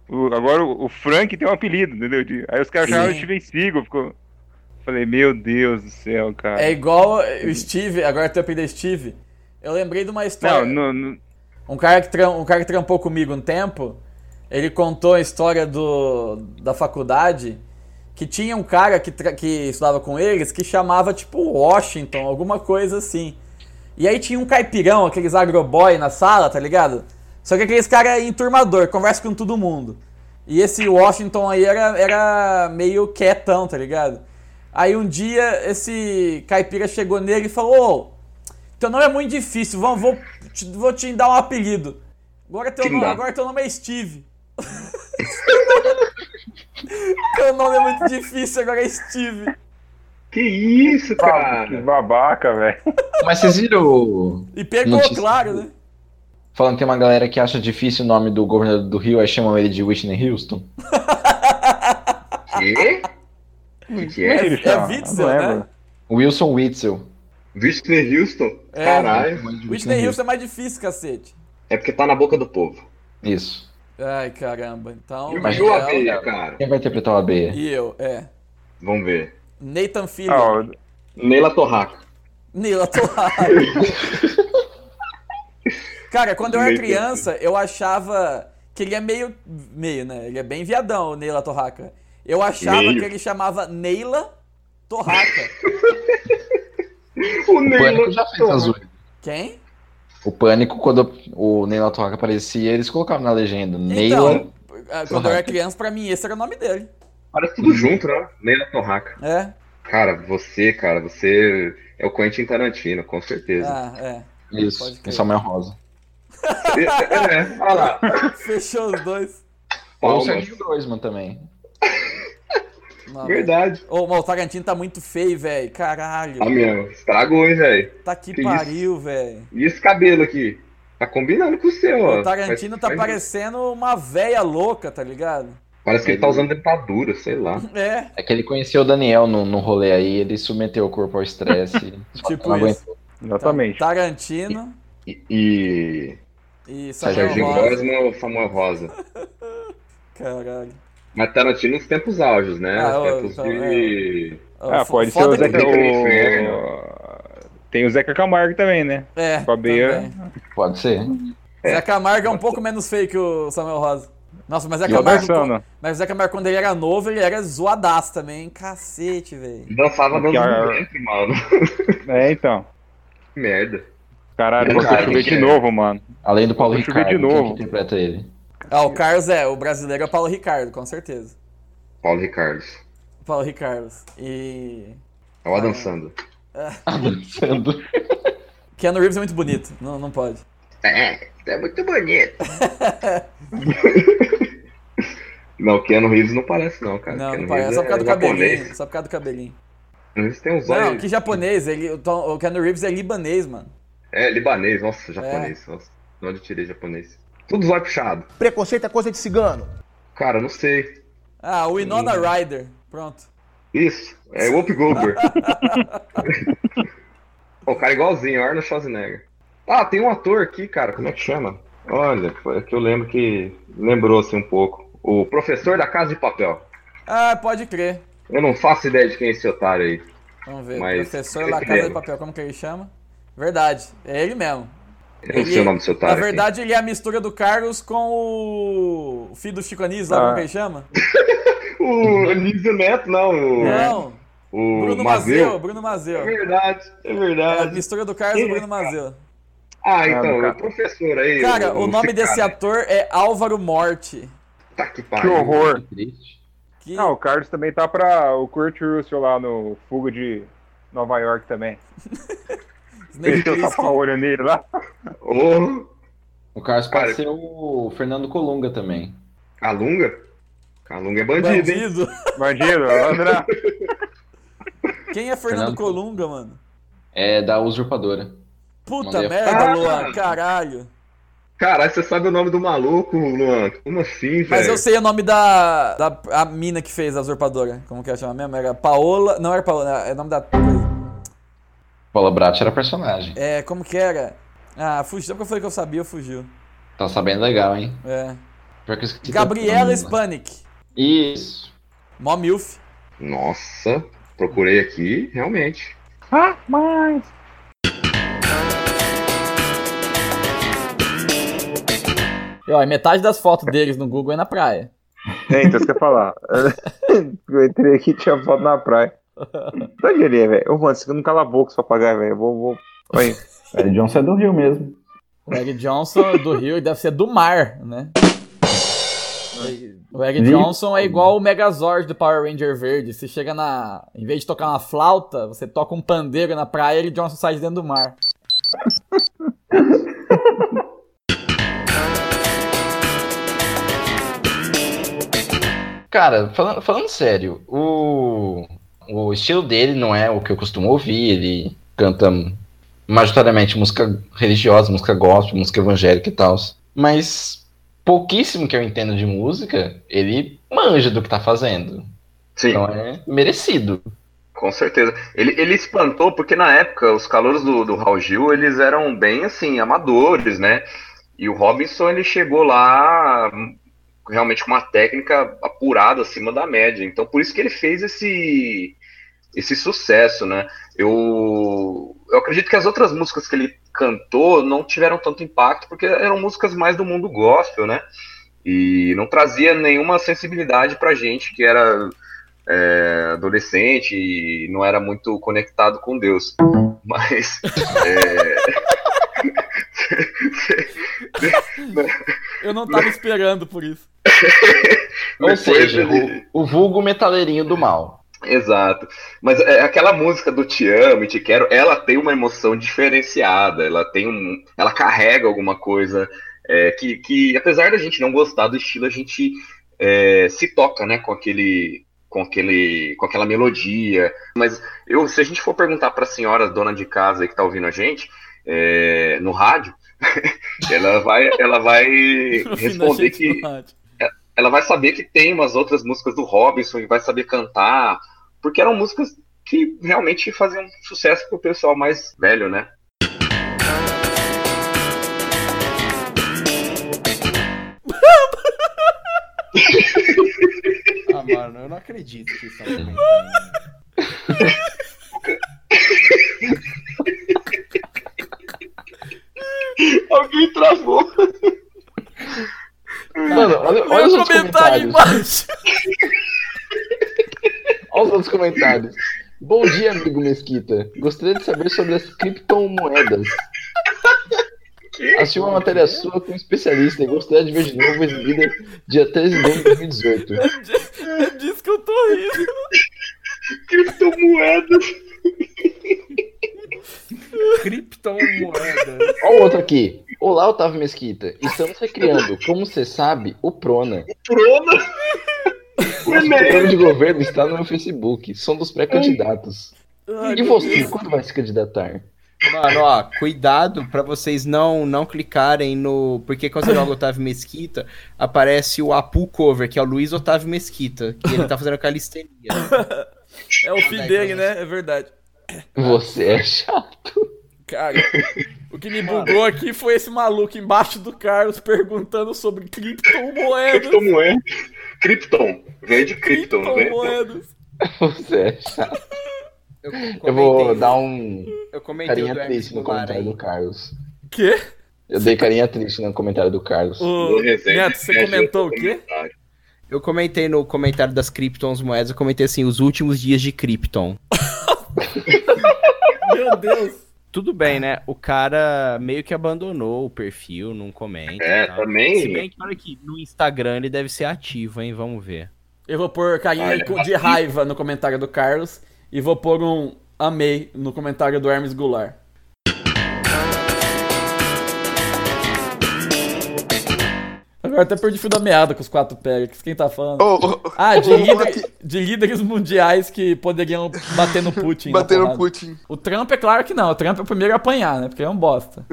Speaker 9: o- agora o, o Frank tem um apelido, entendeu? De- aí os caras chamaram
Speaker 1: Sim.
Speaker 9: Steven Seagal, ficou... Falei, meu Deus do céu, cara.
Speaker 1: É igual o Steve, agora teu apelido é Steve. Eu lembrei de uma história.
Speaker 9: Não,
Speaker 1: Um, cara que tram- um cara que trampou comigo um tempo, ele contou a história do, da faculdade, que tinha um cara que, tra- que estudava com eles que chamava tipo Washington, alguma coisa assim. E aí tinha um caipirão, aqueles agroboy na sala, tá ligado? Só que aqueles cara enturmador, conversa com todo mundo. E esse Washington aí era, era meio quietão, tá ligado? Aí um dia esse caipira chegou nele e falou: Ô, teu nome é muito difícil, vamos, vou, te, vou te dar um apelido. Agora teu,
Speaker 8: Te
Speaker 1: nome,
Speaker 8: dá.
Speaker 1: agora teu nome é Steve. teu nome é muito difícil, agora é Steve.
Speaker 8: Que isso,
Speaker 9: cara? Que babaca, velho.
Speaker 2: Mas vocês viram. o-
Speaker 1: E pegou,
Speaker 2: notícia-
Speaker 1: claro, né?
Speaker 2: Falando que tem uma galera que acha difícil o nome do governador do Rio, aí chamam ele de Whitney Houston.
Speaker 1: Ah,
Speaker 8: Quê?
Speaker 2: que é? É- é Witzel, né? Wilson Witzel.
Speaker 8: Whitney Houston?
Speaker 1: É,
Speaker 8: Caralho.
Speaker 1: Whitney Houston é mais difícil, cacete.
Speaker 8: É porque tá na boca do povo.
Speaker 2: Isso.
Speaker 1: Ai, caramba. Então.
Speaker 2: Mas-
Speaker 1: Miguel-
Speaker 2: Quem vai interpretar o Abeia?
Speaker 1: E eu, é.
Speaker 8: Vamos ver.
Speaker 1: Nathan Filho.
Speaker 9: Ah,
Speaker 8: Neila Torraca.
Speaker 1: Nila Torraca. Cara, quando eu era criança, eu achava que ele é meio. meio, né? Ele é bem viadão, o Neila Torraca. Eu achava
Speaker 8: Meio.
Speaker 1: que ele chamava Neila Torraca.
Speaker 8: O
Speaker 2: Pânico é já fez as oito.
Speaker 1: Quem?
Speaker 2: O Pânico, quando o Neila Torraca aparecia, eles colocavam na legenda.
Speaker 1: Então,
Speaker 2: Neila.
Speaker 1: Ah, Quando eu era criança, pra mim, esse era o nome dele.
Speaker 8: Parece
Speaker 1: Uhum.
Speaker 8: tudo junto, né? Neila Torraca.
Speaker 1: É?
Speaker 8: Cara, você, cara, você é o Quentin Tarantino, com certeza.
Speaker 1: Ah, é.
Speaker 2: Isso, em Samuel Rosa.
Speaker 8: É, olha lá.
Speaker 1: Fechou os dois.
Speaker 2: Ou
Speaker 1: Palmas.
Speaker 2: o Serginho Groisman também.
Speaker 1: Não,
Speaker 8: Verdade.
Speaker 1: Ô, mas o Tarantino tá muito feio, velho. Caralho.
Speaker 8: Ah, meu, estragou, hein, velho?
Speaker 1: Tá que,
Speaker 8: Que isso?
Speaker 1: pariu, velho.
Speaker 8: E esse cabelo aqui? Tá combinando com o seu, ó.
Speaker 1: O Tarantino
Speaker 8: Faz-
Speaker 1: tá
Speaker 8: faz-
Speaker 1: parecendo uma véia louca, tá ligado?
Speaker 8: Parece que ele tá usando dentadura, sei lá.
Speaker 1: É.
Speaker 2: É que ele conheceu o Daniel no, no rolê aí, ele submeteu o corpo ao estresse. só que
Speaker 1: Tipo
Speaker 2: não
Speaker 1: isso.
Speaker 2: aguentou.
Speaker 9: Exatamente.
Speaker 1: Tarantino
Speaker 8: E.
Speaker 1: e Samuel
Speaker 8: Serginho
Speaker 1: Rosa.
Speaker 8: Grosman ou Samuel Rosa?
Speaker 1: Caralho.
Speaker 8: Mas Tarantino nos tempos áureos, né?
Speaker 1: Ah,
Speaker 8: Os
Speaker 1: ô,
Speaker 8: tempos
Speaker 1: então,
Speaker 8: de.
Speaker 1: Tá.
Speaker 9: Ah, pode ser o Zeca. O... Tem o Zeca Camargo também, né?
Speaker 1: É,
Speaker 9: O Abeia.
Speaker 2: Pode ser.
Speaker 1: Zé Camargo é um pouco menos feio que o Samuel Rosa. Nossa, mas Zé
Speaker 9: E o né?
Speaker 1: Camargo.
Speaker 9: Alessandro?
Speaker 1: Mas o Zé Camargo, quando ele era novo, ele era zoadaço também. Cacete, velho.
Speaker 8: Dançava
Speaker 9: Porque
Speaker 8: dando
Speaker 9: a-
Speaker 8: ventre, mano.
Speaker 9: É, então.
Speaker 8: Merda.
Speaker 9: Caralho,
Speaker 2: Não,
Speaker 9: vou
Speaker 2: cara,
Speaker 9: chover
Speaker 2: que
Speaker 9: de
Speaker 2: é.
Speaker 9: novo, mano.
Speaker 2: Além do Paulo
Speaker 9: Vou chover
Speaker 2: Ricardo,
Speaker 9: de
Speaker 2: quem
Speaker 9: novo.
Speaker 2: que interpreta ele?
Speaker 1: Ah, o Carlos é, o brasileiro é o Paulo Ricardo, com certeza.
Speaker 8: Paulo Ricardo.
Speaker 1: O Paulo Ricardo. E.
Speaker 8: É
Speaker 1: Ah.
Speaker 8: o Adam Sandler.
Speaker 2: Sandler.
Speaker 1: Keanu Reeves é muito bonito, não, não pode.
Speaker 8: É, é muito bonito. Não, Keanu Reeves não parece, não, cara.
Speaker 1: Não,
Speaker 8: É, Keanu
Speaker 1: não parece.
Speaker 8: Reeves
Speaker 1: Só por causa do
Speaker 8: japonês.
Speaker 1: cabelinho. Só por causa do cabelinho.
Speaker 8: Eles têm uns
Speaker 1: Não,
Speaker 8: olhos.
Speaker 1: que japonês, ele, o, Tom, o Keanu Reeves é libanês, mano.
Speaker 8: É, libanês, nossa,
Speaker 1: É.
Speaker 8: japonês. Nossa, de onde eu tirei japonês? Tudo zóio puxado.
Speaker 12: Preconceito é coisa de cigano.
Speaker 8: Cara, não sei.
Speaker 1: Ah, o Winona Ryder. Pronto.
Speaker 8: Isso, é o Whoopi Goldberg. o cara é igualzinho, Arnold Schwarzenegger. Ah, tem um ator aqui, cara, como é que chama? Olha, foi que eu lembro que lembrou assim um pouco. O professor da Casa de Papel.
Speaker 1: Ah, pode crer.
Speaker 8: Eu não faço ideia de quem é esse otário aí.
Speaker 1: Vamos ver.
Speaker 8: Mas
Speaker 1: Professor
Speaker 8: esse
Speaker 1: La Casa
Speaker 8: mesmo.
Speaker 1: de Papel, como que ele chama? Verdade, é ele mesmo.
Speaker 8: Eu não sei o nome do seu otário assim.
Speaker 1: Na
Speaker 8: aqui.
Speaker 1: verdade, ele é a mistura do Carlos com o, o filho do Chico Anísio, lá,
Speaker 8: Ah.
Speaker 1: como que ele chama?
Speaker 8: O Anísio Neto, não. O,
Speaker 1: Não,
Speaker 8: o
Speaker 1: É. Bruno
Speaker 8: Mazeu.
Speaker 1: Bruno Mazeu.
Speaker 8: É verdade, é verdade.
Speaker 1: a mistura do Carlos e o Bruno Mazeu.
Speaker 8: Ah, então, o professor aí.
Speaker 1: é, Cara, o nome desse ator é Álvaro Morte.
Speaker 8: Tá
Speaker 9: Que
Speaker 8: que pariu.
Speaker 9: horror.
Speaker 1: Que-
Speaker 9: Não, o Carlos também tá pra o Kurt Russell lá no Fuga de Nova York também.
Speaker 1: Snake
Speaker 9: Deixa eu
Speaker 1: Plissken.
Speaker 9: tapar o olho nele lá.
Speaker 2: O Carlos pode ser o Fernando Colunga também.
Speaker 8: Calunga? Calunga é bandido, hein?
Speaker 1: Bandido.
Speaker 9: Bandido, André.
Speaker 1: Quem é Fernando
Speaker 2: Fernando.
Speaker 1: Colunga, mano?
Speaker 2: É da usurpadora.
Speaker 1: Puta
Speaker 2: Mandei a-
Speaker 1: merda,
Speaker 8: Ah!
Speaker 1: Luan, caralho.
Speaker 8: Caralho, você sabe o nome do maluco, Luan? Como assim, velho?
Speaker 1: Mas eu sei o nome da, da a mina que fez a usurpadora. Como que ela chama mesmo? Era Paola. Não era Paola, era- é o nome da.
Speaker 2: Paula Brat era personagem.
Speaker 1: É, como que era? Ah, fugiu. Só porque eu falei que eu sabia, fugiu.
Speaker 2: Tá sabendo legal, hein?
Speaker 1: É.
Speaker 2: Pior que eu esqueci
Speaker 1: Gabriela
Speaker 2: da-
Speaker 1: Spanik.
Speaker 2: Isso.
Speaker 1: Mó milf.
Speaker 8: Nossa, procurei aqui, realmente.
Speaker 9: Ah, mas.
Speaker 1: E, ó, e metade das fotos deles no Google é na praia.
Speaker 9: É, então isso que eu ia falar. eu entrei aqui e tinha foto na praia. Tá de ali, velho. Ô, mano, você não cala a boca só pagar, velho. Eu Vou, vou. Oi.
Speaker 7: Velho Johnson é do Rio mesmo.
Speaker 1: O Eric Johnson é do Rio e deve ser do mar, né? O Eric
Speaker 7: Ih.
Speaker 1: Johnson é igual o Megazord do Power Ranger Verde. Se chega na. Em vez de tocar uma flauta, você toca um pandeiro na praia e Eric Johnson sai de dentro do mar.
Speaker 2: Cara, falando, falando sério, o, o estilo dele não é o que eu costumo ouvir. Ele canta majoritariamente música religiosa, música gospel, música evangélica e tal. Mas pouquíssimo que eu entendo de música, ele manja do que tá fazendo.
Speaker 8: Sim.
Speaker 2: Então é merecido.
Speaker 8: Com certeza. Ele, ele espantou, porque na época os calouros do, do Raul Gil, eles eram bem assim, amadores, né? E o Robinson, ele chegou lá hum, realmente com uma técnica apurada, acima da média. Então, por isso que ele fez esse, esse sucesso, né? Eu, eu acredito que as outras músicas que ele cantou não tiveram tanto impacto, porque eram músicas mais do mundo gospel, né? E não trazia nenhuma sensibilidade pra gente que era é, adolescente e não era muito conectado com Deus. Mas.
Speaker 1: Eu não tava esperando por isso.
Speaker 2: Ou
Speaker 8: Depois
Speaker 2: seja,
Speaker 8: ele-
Speaker 2: o, o vulgo metaleirinho do mal.
Speaker 8: Exato. Mas é, aquela música do Te Amo e Te Quero, ela tem uma emoção diferenciada, ela tem um. Ela carrega alguma coisa é, que, que, apesar da gente não gostar do estilo, a gente é, se toca, né, com aquele. Com, aquele, com aquela melodia. Mas eu, se a gente for perguntar para a senhora dona de casa aí que tá ouvindo a gente é, no rádio, ela vai, ela vai responder que, ela vai saber que tem umas outras músicas do Robinson e vai saber cantar, porque eram músicas que realmente faziam sucesso pro pessoal mais velho, né?
Speaker 4: Ah, mano, eu não acredito que é um- vocês estão comentando.
Speaker 8: Alguém travou.
Speaker 2: Mano, olha, olha os
Speaker 1: Meu
Speaker 2: outros
Speaker 1: comentário
Speaker 2: comentários.
Speaker 1: embaixo.
Speaker 2: Olha os outros comentários. Bom dia, amigo Mesquita. Gostaria de saber sobre as criptomoedas. Assisti uma matéria sua com um especialista e gostaria de ver de novo exibida dia 13 de dezembro de 2018.
Speaker 1: É disso que eu tô rindo.
Speaker 8: Criptomoedas.
Speaker 4: Criptomoedas.
Speaker 2: Olha o outro aqui. Olá, Otávio Mesquita. Estamos recriando, como você sabe, o Prona.
Speaker 8: Prona!
Speaker 2: O programa de governo está no meu Facebook. São dos pré-candidatos. E você, quando vai se candidatar?
Speaker 4: Mano, ó, cuidado pra vocês não não clicarem no. Porque quando você joga Otávio Mesquita, aparece o Apu Cover, que é o Luiz Otávio Mesquita, que ele tá fazendo calistenia.
Speaker 1: É o fim dele, né? É verdade.
Speaker 2: Você é chato.
Speaker 1: Cara, o que me bugou aqui foi esse maluco embaixo do Carlos perguntando sobre criptomoedas.
Speaker 8: Criptomoedas. é? Krypton. Veio de Krypton, né? não veio?
Speaker 1: Criptomoedas.
Speaker 2: Você é chato.
Speaker 4: Eu,
Speaker 2: Eu vou dar um
Speaker 4: Eu comentei
Speaker 2: carinha
Speaker 4: o do Hermes
Speaker 2: triste no
Speaker 4: Goulart
Speaker 2: comentário
Speaker 4: aí.
Speaker 2: do Carlos.
Speaker 1: Quê?
Speaker 2: Eu dei carinha triste no comentário do Carlos.
Speaker 1: Ô, Neto, você comentou o quê?
Speaker 4: Eu comentei no comentário das Kryptons moedas, eu comentei assim, os últimos dias de Krypton.
Speaker 1: Meu Deus.
Speaker 4: tudo
Speaker 8: Ah.
Speaker 4: bem, né? O cara meio que abandonou o perfil, não comenta. e
Speaker 8: É,
Speaker 1: Ah,
Speaker 4: tal.
Speaker 8: também.
Speaker 4: Se bem que, olha aqui, no Instagram ele deve ser ativo, hein? Vamos ver.
Speaker 1: Eu vou pôr carinha
Speaker 4: Olha,
Speaker 1: com- de raiva no comentário do Carlos e vou pôr um amei no comentário do Hermes Goulart. Agora até perdi o fio da meada com os quatro Péricles. Quem tá falando? ah, de,
Speaker 5: ô,
Speaker 1: líder-
Speaker 5: aqui.
Speaker 1: de líderes mundiais que poderiam bater no Putin. na
Speaker 5: Bater no
Speaker 1: porrada.
Speaker 5: Putin.
Speaker 1: O Trump é claro que não. O Trump é o primeiro a apanhar, né? Porque ele é um bosta.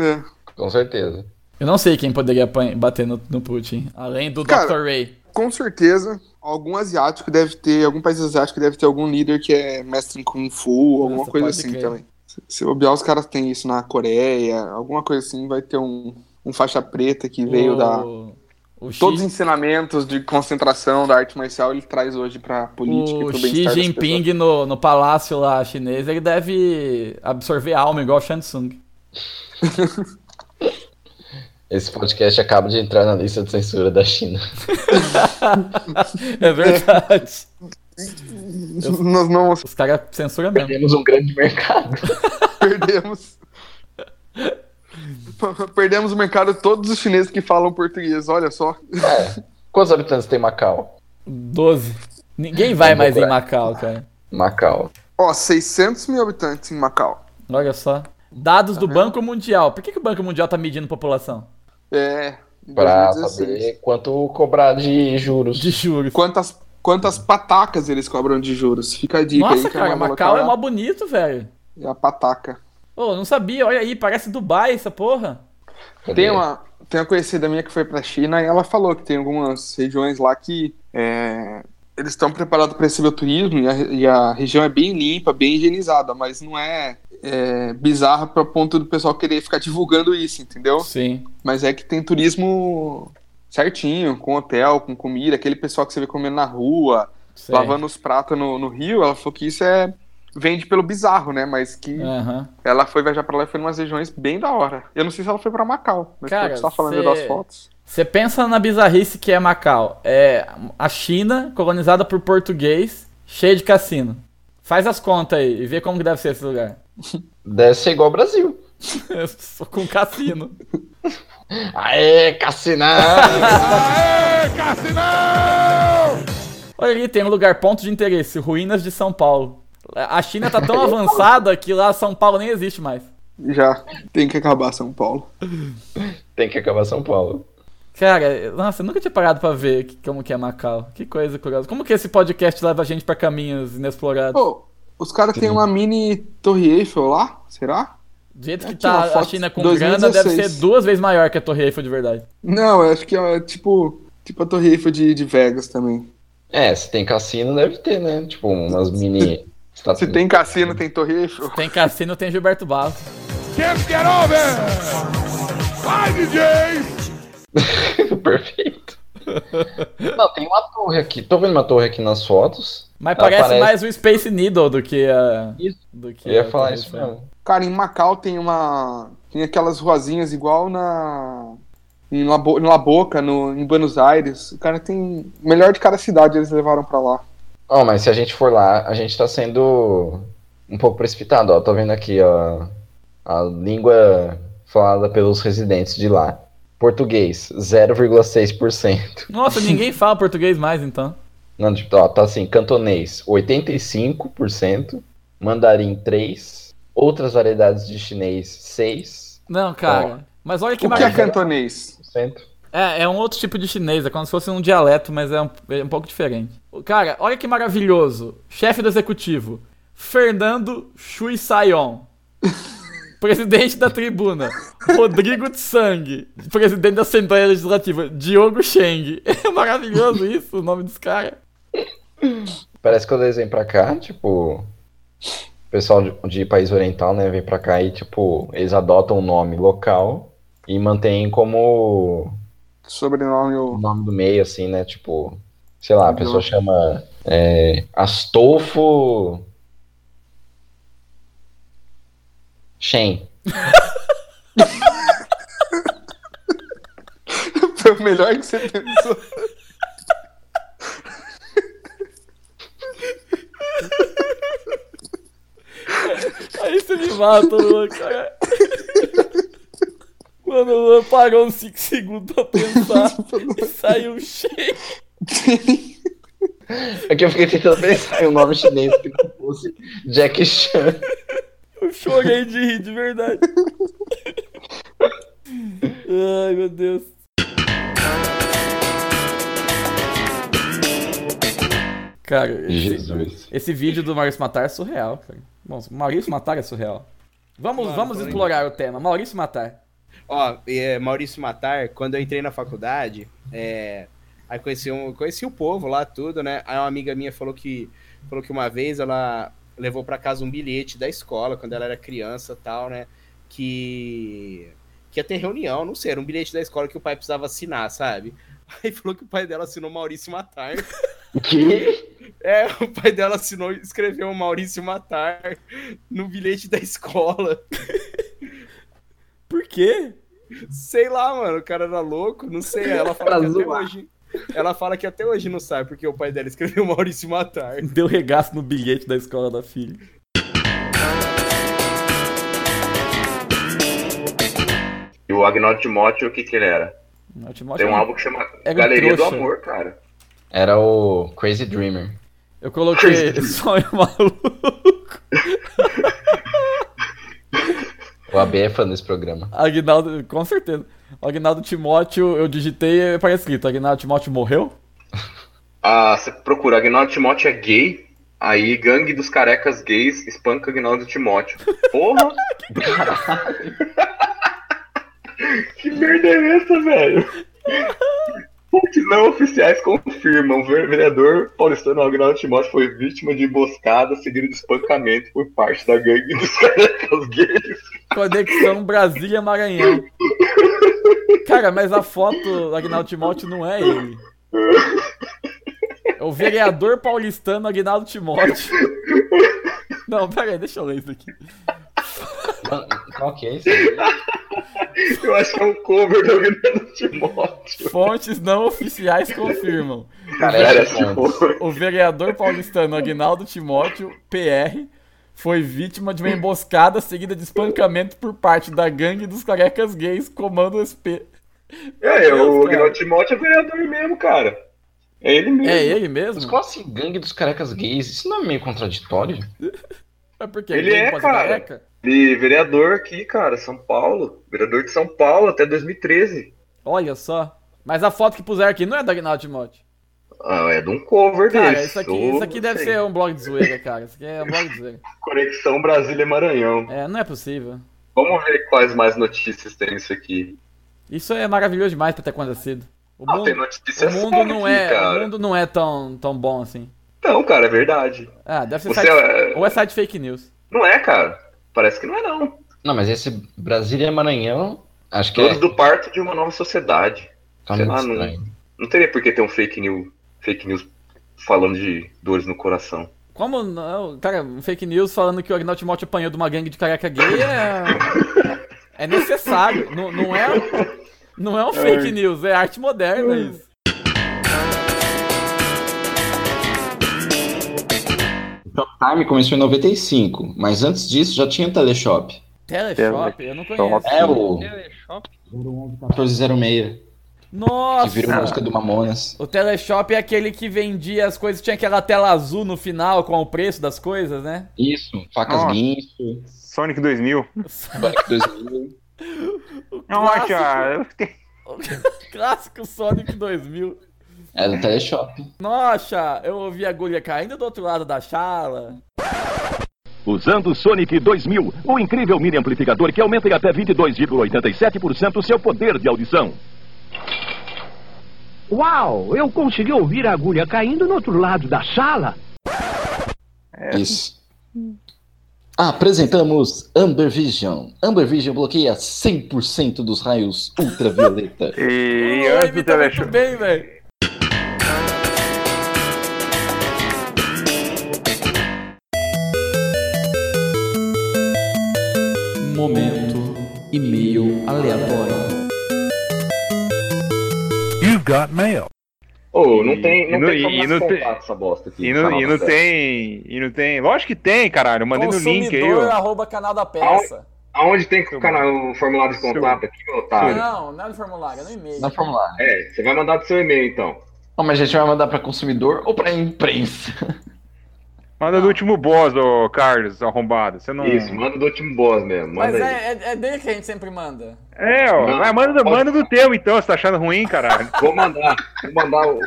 Speaker 2: Com certeza.
Speaker 1: Eu não sei quem poderia apan- bater no, no Putin. Além do
Speaker 5: Cara,
Speaker 1: Dr. Ray.
Speaker 5: Com certeza, algum asiático deve ter, algum país asiático deve ter algum líder que é mestre em Kung Fu, alguma coisa
Speaker 1: pode
Speaker 5: assim
Speaker 1: crer.
Speaker 5: também. Se- Se bobear, os caras têm isso na Coreia, alguma coisa assim, vai ter um, um faixa preta que veio da. Todos os ensinamentos de concentração da arte marcial ele traz hoje pra política e
Speaker 1: O
Speaker 5: pro
Speaker 1: Xi
Speaker 5: bem-estar das pessoas.
Speaker 1: Jinping no, no palácio lá chinês, ele deve absorver alma igual o Shansung.
Speaker 2: Esse podcast acaba de entrar na lista de censura da China.
Speaker 1: é verdade.
Speaker 5: Nós não...
Speaker 1: Os caras censuram mesmo.
Speaker 2: Perdemos um grande mercado.
Speaker 5: Perdemos. Perdemos o mercado de todos os chineses que falam português, olha só.
Speaker 2: Quantos habitantes tem Macau?
Speaker 1: 12. Ninguém vai
Speaker 5: É,
Speaker 2: Vamos
Speaker 1: mais em
Speaker 2: procurar.
Speaker 1: Macau, cara.
Speaker 2: Macau.
Speaker 5: Ó, 600 mil habitantes em Macau.
Speaker 1: Olha só. Dados do Banco Mundial. Por que, que o Banco Mundial tá medindo população?
Speaker 5: É. em
Speaker 2: Pra
Speaker 5: 2016.
Speaker 2: saber quanto cobrar de juros.
Speaker 1: De juros.
Speaker 5: Quantas, quantas patacas eles cobram de juros? Fica a dica aí.
Speaker 1: Nossa,
Speaker 5: que
Speaker 1: cara,
Speaker 5: é uma
Speaker 1: Macau é
Speaker 5: local-
Speaker 1: mó bonito, velho.
Speaker 5: É a pataca.
Speaker 1: Ô, não sabia, olha aí, parece Dubai essa porra.
Speaker 5: Tem uma, tem uma conhecida minha que foi pra China e ela falou que tem algumas regiões lá que é, eles estão preparados para receber o turismo e a, e a região é bem limpa, bem higienizada, mas não é, é bizarra para ponto do pessoal querer ficar divulgando isso, entendeu?
Speaker 1: Sim.
Speaker 5: Mas é que tem turismo certinho, com hotel, com comida, aquele pessoal que você vê comendo na rua,
Speaker 1: Sei.
Speaker 5: lavando os pratos no, no rio, ela falou que isso é. Vende pelo bizarro, né? Mas que
Speaker 1: Aham.
Speaker 5: ela foi viajar pra lá e foi em umas regiões bem da hora. Eu não sei se ela foi pra Macau, mas
Speaker 1: Cara,
Speaker 5: pelo que você tá falando
Speaker 1: cê-
Speaker 5: das fotos.
Speaker 1: Você pensa na bizarrice que é Macau. É a China, colonizada por português, cheia de cassino. Faz as contas aí e vê como que deve ser esse lugar.
Speaker 2: Deve ser igual ao Brasil.
Speaker 1: Só com cassino.
Speaker 2: Aê, cassinão!
Speaker 1: Olha ali, tem um lugar, ponto de interesse, ruínas de São Paulo. A China tá tão avançada que lá São Paulo nem existe mais.
Speaker 5: Já tem que acabar São Paulo.
Speaker 2: Tem que acabar São Paulo.
Speaker 1: Cara, nossa, eu nunca tinha parado pra ver que- como que é Macau. Que coisa curiosa. Como que esse podcast leva a gente pra caminhos inexplorados?
Speaker 5: Pô, os caras têm uma mini Torre Eiffel lá, será?
Speaker 1: Do jeito que
Speaker 5: aqui, ó,
Speaker 1: tá a
Speaker 5: foto
Speaker 1: China com
Speaker 5: 2016.
Speaker 1: grana, deve ser duas vezes maior que a Torre Eiffel de verdade.
Speaker 5: Não, eu acho que é tipo, tipo a Torre Eiffel de, de Vegas também.
Speaker 2: É, se tem cassino, deve ter, né? Tipo, umas mini.
Speaker 5: Se tem cassino, tem Torre Eiffel.
Speaker 1: Tem cassino, tem Gilberto Barros.
Speaker 5: Can't get over!
Speaker 9: Vai, DJ!
Speaker 2: Não, tem uma torre aqui. Tô vendo uma torre aqui nas fotos.
Speaker 1: Mas
Speaker 2: Ela
Speaker 1: parece, mais o Space Needle do que a. Do que
Speaker 2: Eu ia
Speaker 1: a
Speaker 2: falar
Speaker 1: Torre
Speaker 2: isso
Speaker 1: Eiffel.
Speaker 2: mesmo.
Speaker 5: Cara, em Macau tem uma. Tem aquelas ruazinhas igual na. Em La, Bo- em La Boca, no, em Buenos Aires. O cara tem. o Melhor de cada cidade eles levaram pra lá.
Speaker 2: Ó, mas se a gente for lá, a gente tá sendo um pouco precipitado, ó. Tô vendo aqui, ó, a língua falada pelos residentes de lá. Português, 0,6%.
Speaker 1: Nossa, ninguém fala português mais então.
Speaker 2: Não, tipo, ó, tá assim, cantonês, 85%, mandarim, 3%, outras variedades de chinês, 6%.
Speaker 1: Não, cara. Mas olha que
Speaker 5: O que é cantonês?
Speaker 1: É, é um outro tipo de chinês, é como se fosse um dialeto, mas é um, é um pouco diferente. O Cara, olha que maravilhoso. Chefe do executivo, Fernando Shui Sayon. Presidente da tribuna, Rodrigo Tsang. Presidente da Assembleia Legislativa, Diogo Cheng. É maravilhoso isso, o nome dos caras.
Speaker 2: Parece que quando eles vêm pra cá, tipo. O pessoal de, de país oriental, né, vem pra cá e, tipo, eles adotam o nome local e mantêm como
Speaker 5: Sobrenome o
Speaker 2: nome do meio, assim, né? Tipo, sei lá, a pessoa chama é, Astolfo Shen.
Speaker 5: Foi o melhor que você pensou.
Speaker 1: Aí você me mata, louco, cara. Mano, o Luan parou uns 5 segundos pra pensar e saiu um cheio.
Speaker 2: É que eu fiquei tentando pensar em um nome chinês que não fosse Jack Chan.
Speaker 1: Eu chorei de rir, de verdade. Ai, meu Deus. Cara, esse,
Speaker 2: Jesus.
Speaker 1: esse vídeo do Maurício Matar é surreal, cara. Bom, Maurício Matar é surreal. Vamos,
Speaker 4: Mano,
Speaker 1: vamos
Speaker 4: porém.
Speaker 1: explorar o tema. Maurício Matar.
Speaker 4: Ó, é, Maurício Matar, quando eu entrei na faculdade, é, aí conheci, um, conheci o povo lá, tudo, né? Aí uma amiga minha falou que, falou que uma vez ela levou pra casa um bilhete da escola, quando ela era criança tal, né? Que, que ia ter reunião, não sei, era um bilhete da escola que o pai precisava assinar, sabe? Aí falou que o pai dela assinou Maurício Matar.
Speaker 2: Que?
Speaker 4: É, o pai dela assinou, escreveu Maurício Matar no bilhete da escola.
Speaker 1: Por quê?
Speaker 4: Sei lá, mano, o cara era louco, não sei. Ela
Speaker 2: Pra
Speaker 4: fala que até
Speaker 2: zoar.
Speaker 4: hoje. Ela fala que até hoje não sabe porque o pai dela escreveu Maurício Matar.
Speaker 1: Deu regaço no bilhete da escola da filha.
Speaker 8: E o Agnaldo Timóteo, o que que ele era?
Speaker 1: O Timóteo
Speaker 8: Tem um
Speaker 1: era-
Speaker 8: álbum que chama
Speaker 1: era um
Speaker 8: Galeria do
Speaker 1: trouxa.
Speaker 8: Amor, cara.
Speaker 2: Era o Crazy Dreamer.
Speaker 1: Eu coloquei sonho maluco.
Speaker 2: O AB é fã desse programa.
Speaker 1: Agnaldo, com certeza. Agnaldo Timóteo, eu digitei e parece escrito. Agnaldo Timóteo morreu?
Speaker 8: Ah, você procura, Agnaldo Timóteo é gay, aí gangue dos carecas gays espanca Agnaldo Timóteo. Porra! que merda é essa, velho? Fontes não oficiais confirmam, o vereador paulistano Agnaldo Timóteo foi vítima de emboscada seguida de espancamento por parte da gangue dos carecas gays.
Speaker 1: Conexão Brasília-Maranhão. Cara, mas a foto do Agnaldo Timóteo não é ele. É o vereador paulistano Agnaldo Timóteo. Não, pera aí, deixa eu ler isso aqui.
Speaker 2: Qual que é isso?
Speaker 8: Eu acho que é um cover do Agnaldo Timóteo.
Speaker 1: Fontes não oficiais confirmam.
Speaker 8: Cara,
Speaker 1: O
Speaker 8: era
Speaker 1: vere-
Speaker 8: esse ponto.
Speaker 1: o vereador paulistano Agnaldo Timóteo, PR, foi vítima de uma emboscada seguida de espancamento por parte da gangue dos carecas gays, comando SP.
Speaker 8: É, o
Speaker 1: Deus, cara.
Speaker 8: Agnaldo Timóteo é vereador mesmo, cara. É ele mesmo.
Speaker 1: É ele mesmo?
Speaker 2: Mas como assim, gangue dos carecas gays? Isso não é meio contraditório?
Speaker 1: É porque
Speaker 8: Ele
Speaker 1: gangue
Speaker 8: é,
Speaker 1: pode
Speaker 8: cara.
Speaker 1: careca?
Speaker 8: Ele é vereador aqui, cara, São Paulo. Vereador de São Paulo até 2013.
Speaker 1: Olha só. Mas a foto que puseram aqui não é da Agnaldo Timóteo.
Speaker 8: Ah, é de um cover
Speaker 1: Cara,
Speaker 8: desse.
Speaker 1: isso aqui,
Speaker 8: Ou-
Speaker 1: isso aqui deve
Speaker 8: sei.
Speaker 1: ser um blog de zoeira, cara. Isso aqui é um blog de zoeira.
Speaker 8: Conexão Brasília-Maranhão.
Speaker 1: É, não é possível.
Speaker 8: Vamos ver quais mais notícias tem isso aqui.
Speaker 1: Isso é maravilhoso demais pra ter acontecido. O
Speaker 8: Ah, tem
Speaker 1: mundo,
Speaker 8: notícia
Speaker 1: o mundo
Speaker 8: foda
Speaker 1: não
Speaker 8: aqui,
Speaker 1: é, o
Speaker 8: cara.
Speaker 1: mundo não é tão, tão bom assim.
Speaker 8: Não, cara, é verdade.
Speaker 1: Ah, deve ser
Speaker 8: Você
Speaker 1: site,
Speaker 8: é-
Speaker 1: ou é site fake news.
Speaker 8: Não é, cara. Parece que não é, não.
Speaker 2: Não, mas esse Brasília Maranhão, acho que é.
Speaker 8: Todos do parto de uma nova sociedade.
Speaker 2: Tá
Speaker 8: Sei
Speaker 2: muito
Speaker 8: lá, não,
Speaker 2: estranho.
Speaker 8: não teria por que ter um fake news, fake news falando de dores no coração.
Speaker 1: Como não? Cara, um fake news falando que o Agnaldo Timóteo apanhou de uma gangue de careca gay é. É necessário. não, não é. Não é um fake news, é arte moderna isso.
Speaker 2: Time começou em 95, mas antes disso já tinha Teleshop.
Speaker 1: Teleshop? Eu não conheço.
Speaker 2: É o 1406, que
Speaker 1: Nossa!
Speaker 2: virou música do Mamonas.
Speaker 1: O Teleshop é aquele que vendia as coisas, tinha aquela tela azul no final com o preço das coisas, né?
Speaker 2: Isso, facas
Speaker 9: Nossa.
Speaker 2: guincho,
Speaker 9: Sonic 2000.
Speaker 2: Black 2000.
Speaker 9: Não,
Speaker 1: clássico.
Speaker 9: acha?
Speaker 1: Clássico Sonic 2000.
Speaker 2: Era o É Teleshop.
Speaker 1: Nossa, eu ouvi a agulha caindo do outro lado da chala.
Speaker 12: Usando o Sonic 2000, o incrível mini amplificador que aumenta em até 22,87% o seu poder de audição.
Speaker 15: Uau, eu consegui ouvir a agulha caindo no outro lado da sala.
Speaker 2: Isso. Apresentamos Amber Vision. Amber Vision bloqueia 100% dos raios ultravioleta.
Speaker 9: E
Speaker 1: Ô,
Speaker 9: antes do
Speaker 1: imitou muito
Speaker 9: Teleshop.
Speaker 1: bem, velho. Momento e meio aleatório.
Speaker 12: You've got mail.
Speaker 8: Ô, não tem, não
Speaker 9: E não-
Speaker 8: tem como
Speaker 9: e não
Speaker 8: mais
Speaker 9: tem-
Speaker 8: contato essa bosta aqui.
Speaker 9: E
Speaker 8: essa
Speaker 9: não,
Speaker 8: nova
Speaker 9: e não
Speaker 8: série.
Speaker 9: tem. E não tem. Lógico que tem, caralho. Eu mandei no link aí,
Speaker 1: Consumidor
Speaker 9: ó.
Speaker 1: arroba canal da peça.
Speaker 8: Aonde tem que ficar no formulário de contato aqui, otário?
Speaker 1: Não, não é no formulário, é no e-mail.
Speaker 2: Na formulário.
Speaker 8: É, você vai mandar do seu e-mail então.
Speaker 2: Ó, mas a gente vai mandar pra consumidor ou pra imprensa?
Speaker 9: Manda do último boss, ô Carlos, arrombado. Você não...
Speaker 8: Isso, manda do último boss mesmo.
Speaker 1: Ah. Mas
Speaker 8: Manda aí.
Speaker 1: é, é, é dele que a gente sempre manda.
Speaker 9: É, ó. Vai, manda, manda do teu então, você tá achando ruim, caralho.
Speaker 8: Vou mandar, vou mandar o.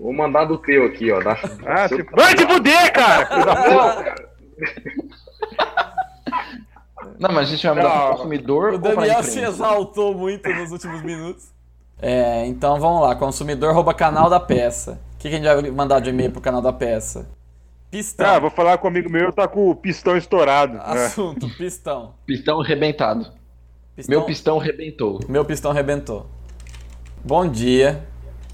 Speaker 8: Vou mandar do teu aqui, ó. Da...
Speaker 9: Ah,
Speaker 8: seu-
Speaker 1: tipo-
Speaker 9: se... Vai te fuder, cara! filho da puta!
Speaker 2: Não, mas a gente vai mandar
Speaker 1: Não.
Speaker 2: pro consumidor
Speaker 1: O
Speaker 2: ou pra
Speaker 1: Daniel
Speaker 2: imprensa?
Speaker 1: se exaltou muito nos últimos minutos. É, então vamos lá. Consumidor rouba canal da peça. O que, que a gente vai mandar de e-mail pro canal da peça? Pistão.
Speaker 9: Ah, vou é. falar com um amigo meu, tá com o pistão estourado.
Speaker 1: Assunto, pistão.
Speaker 2: Pistão rebentado. Meu pistão rebentou.
Speaker 1: Meu pistão rebentou. Bom dia.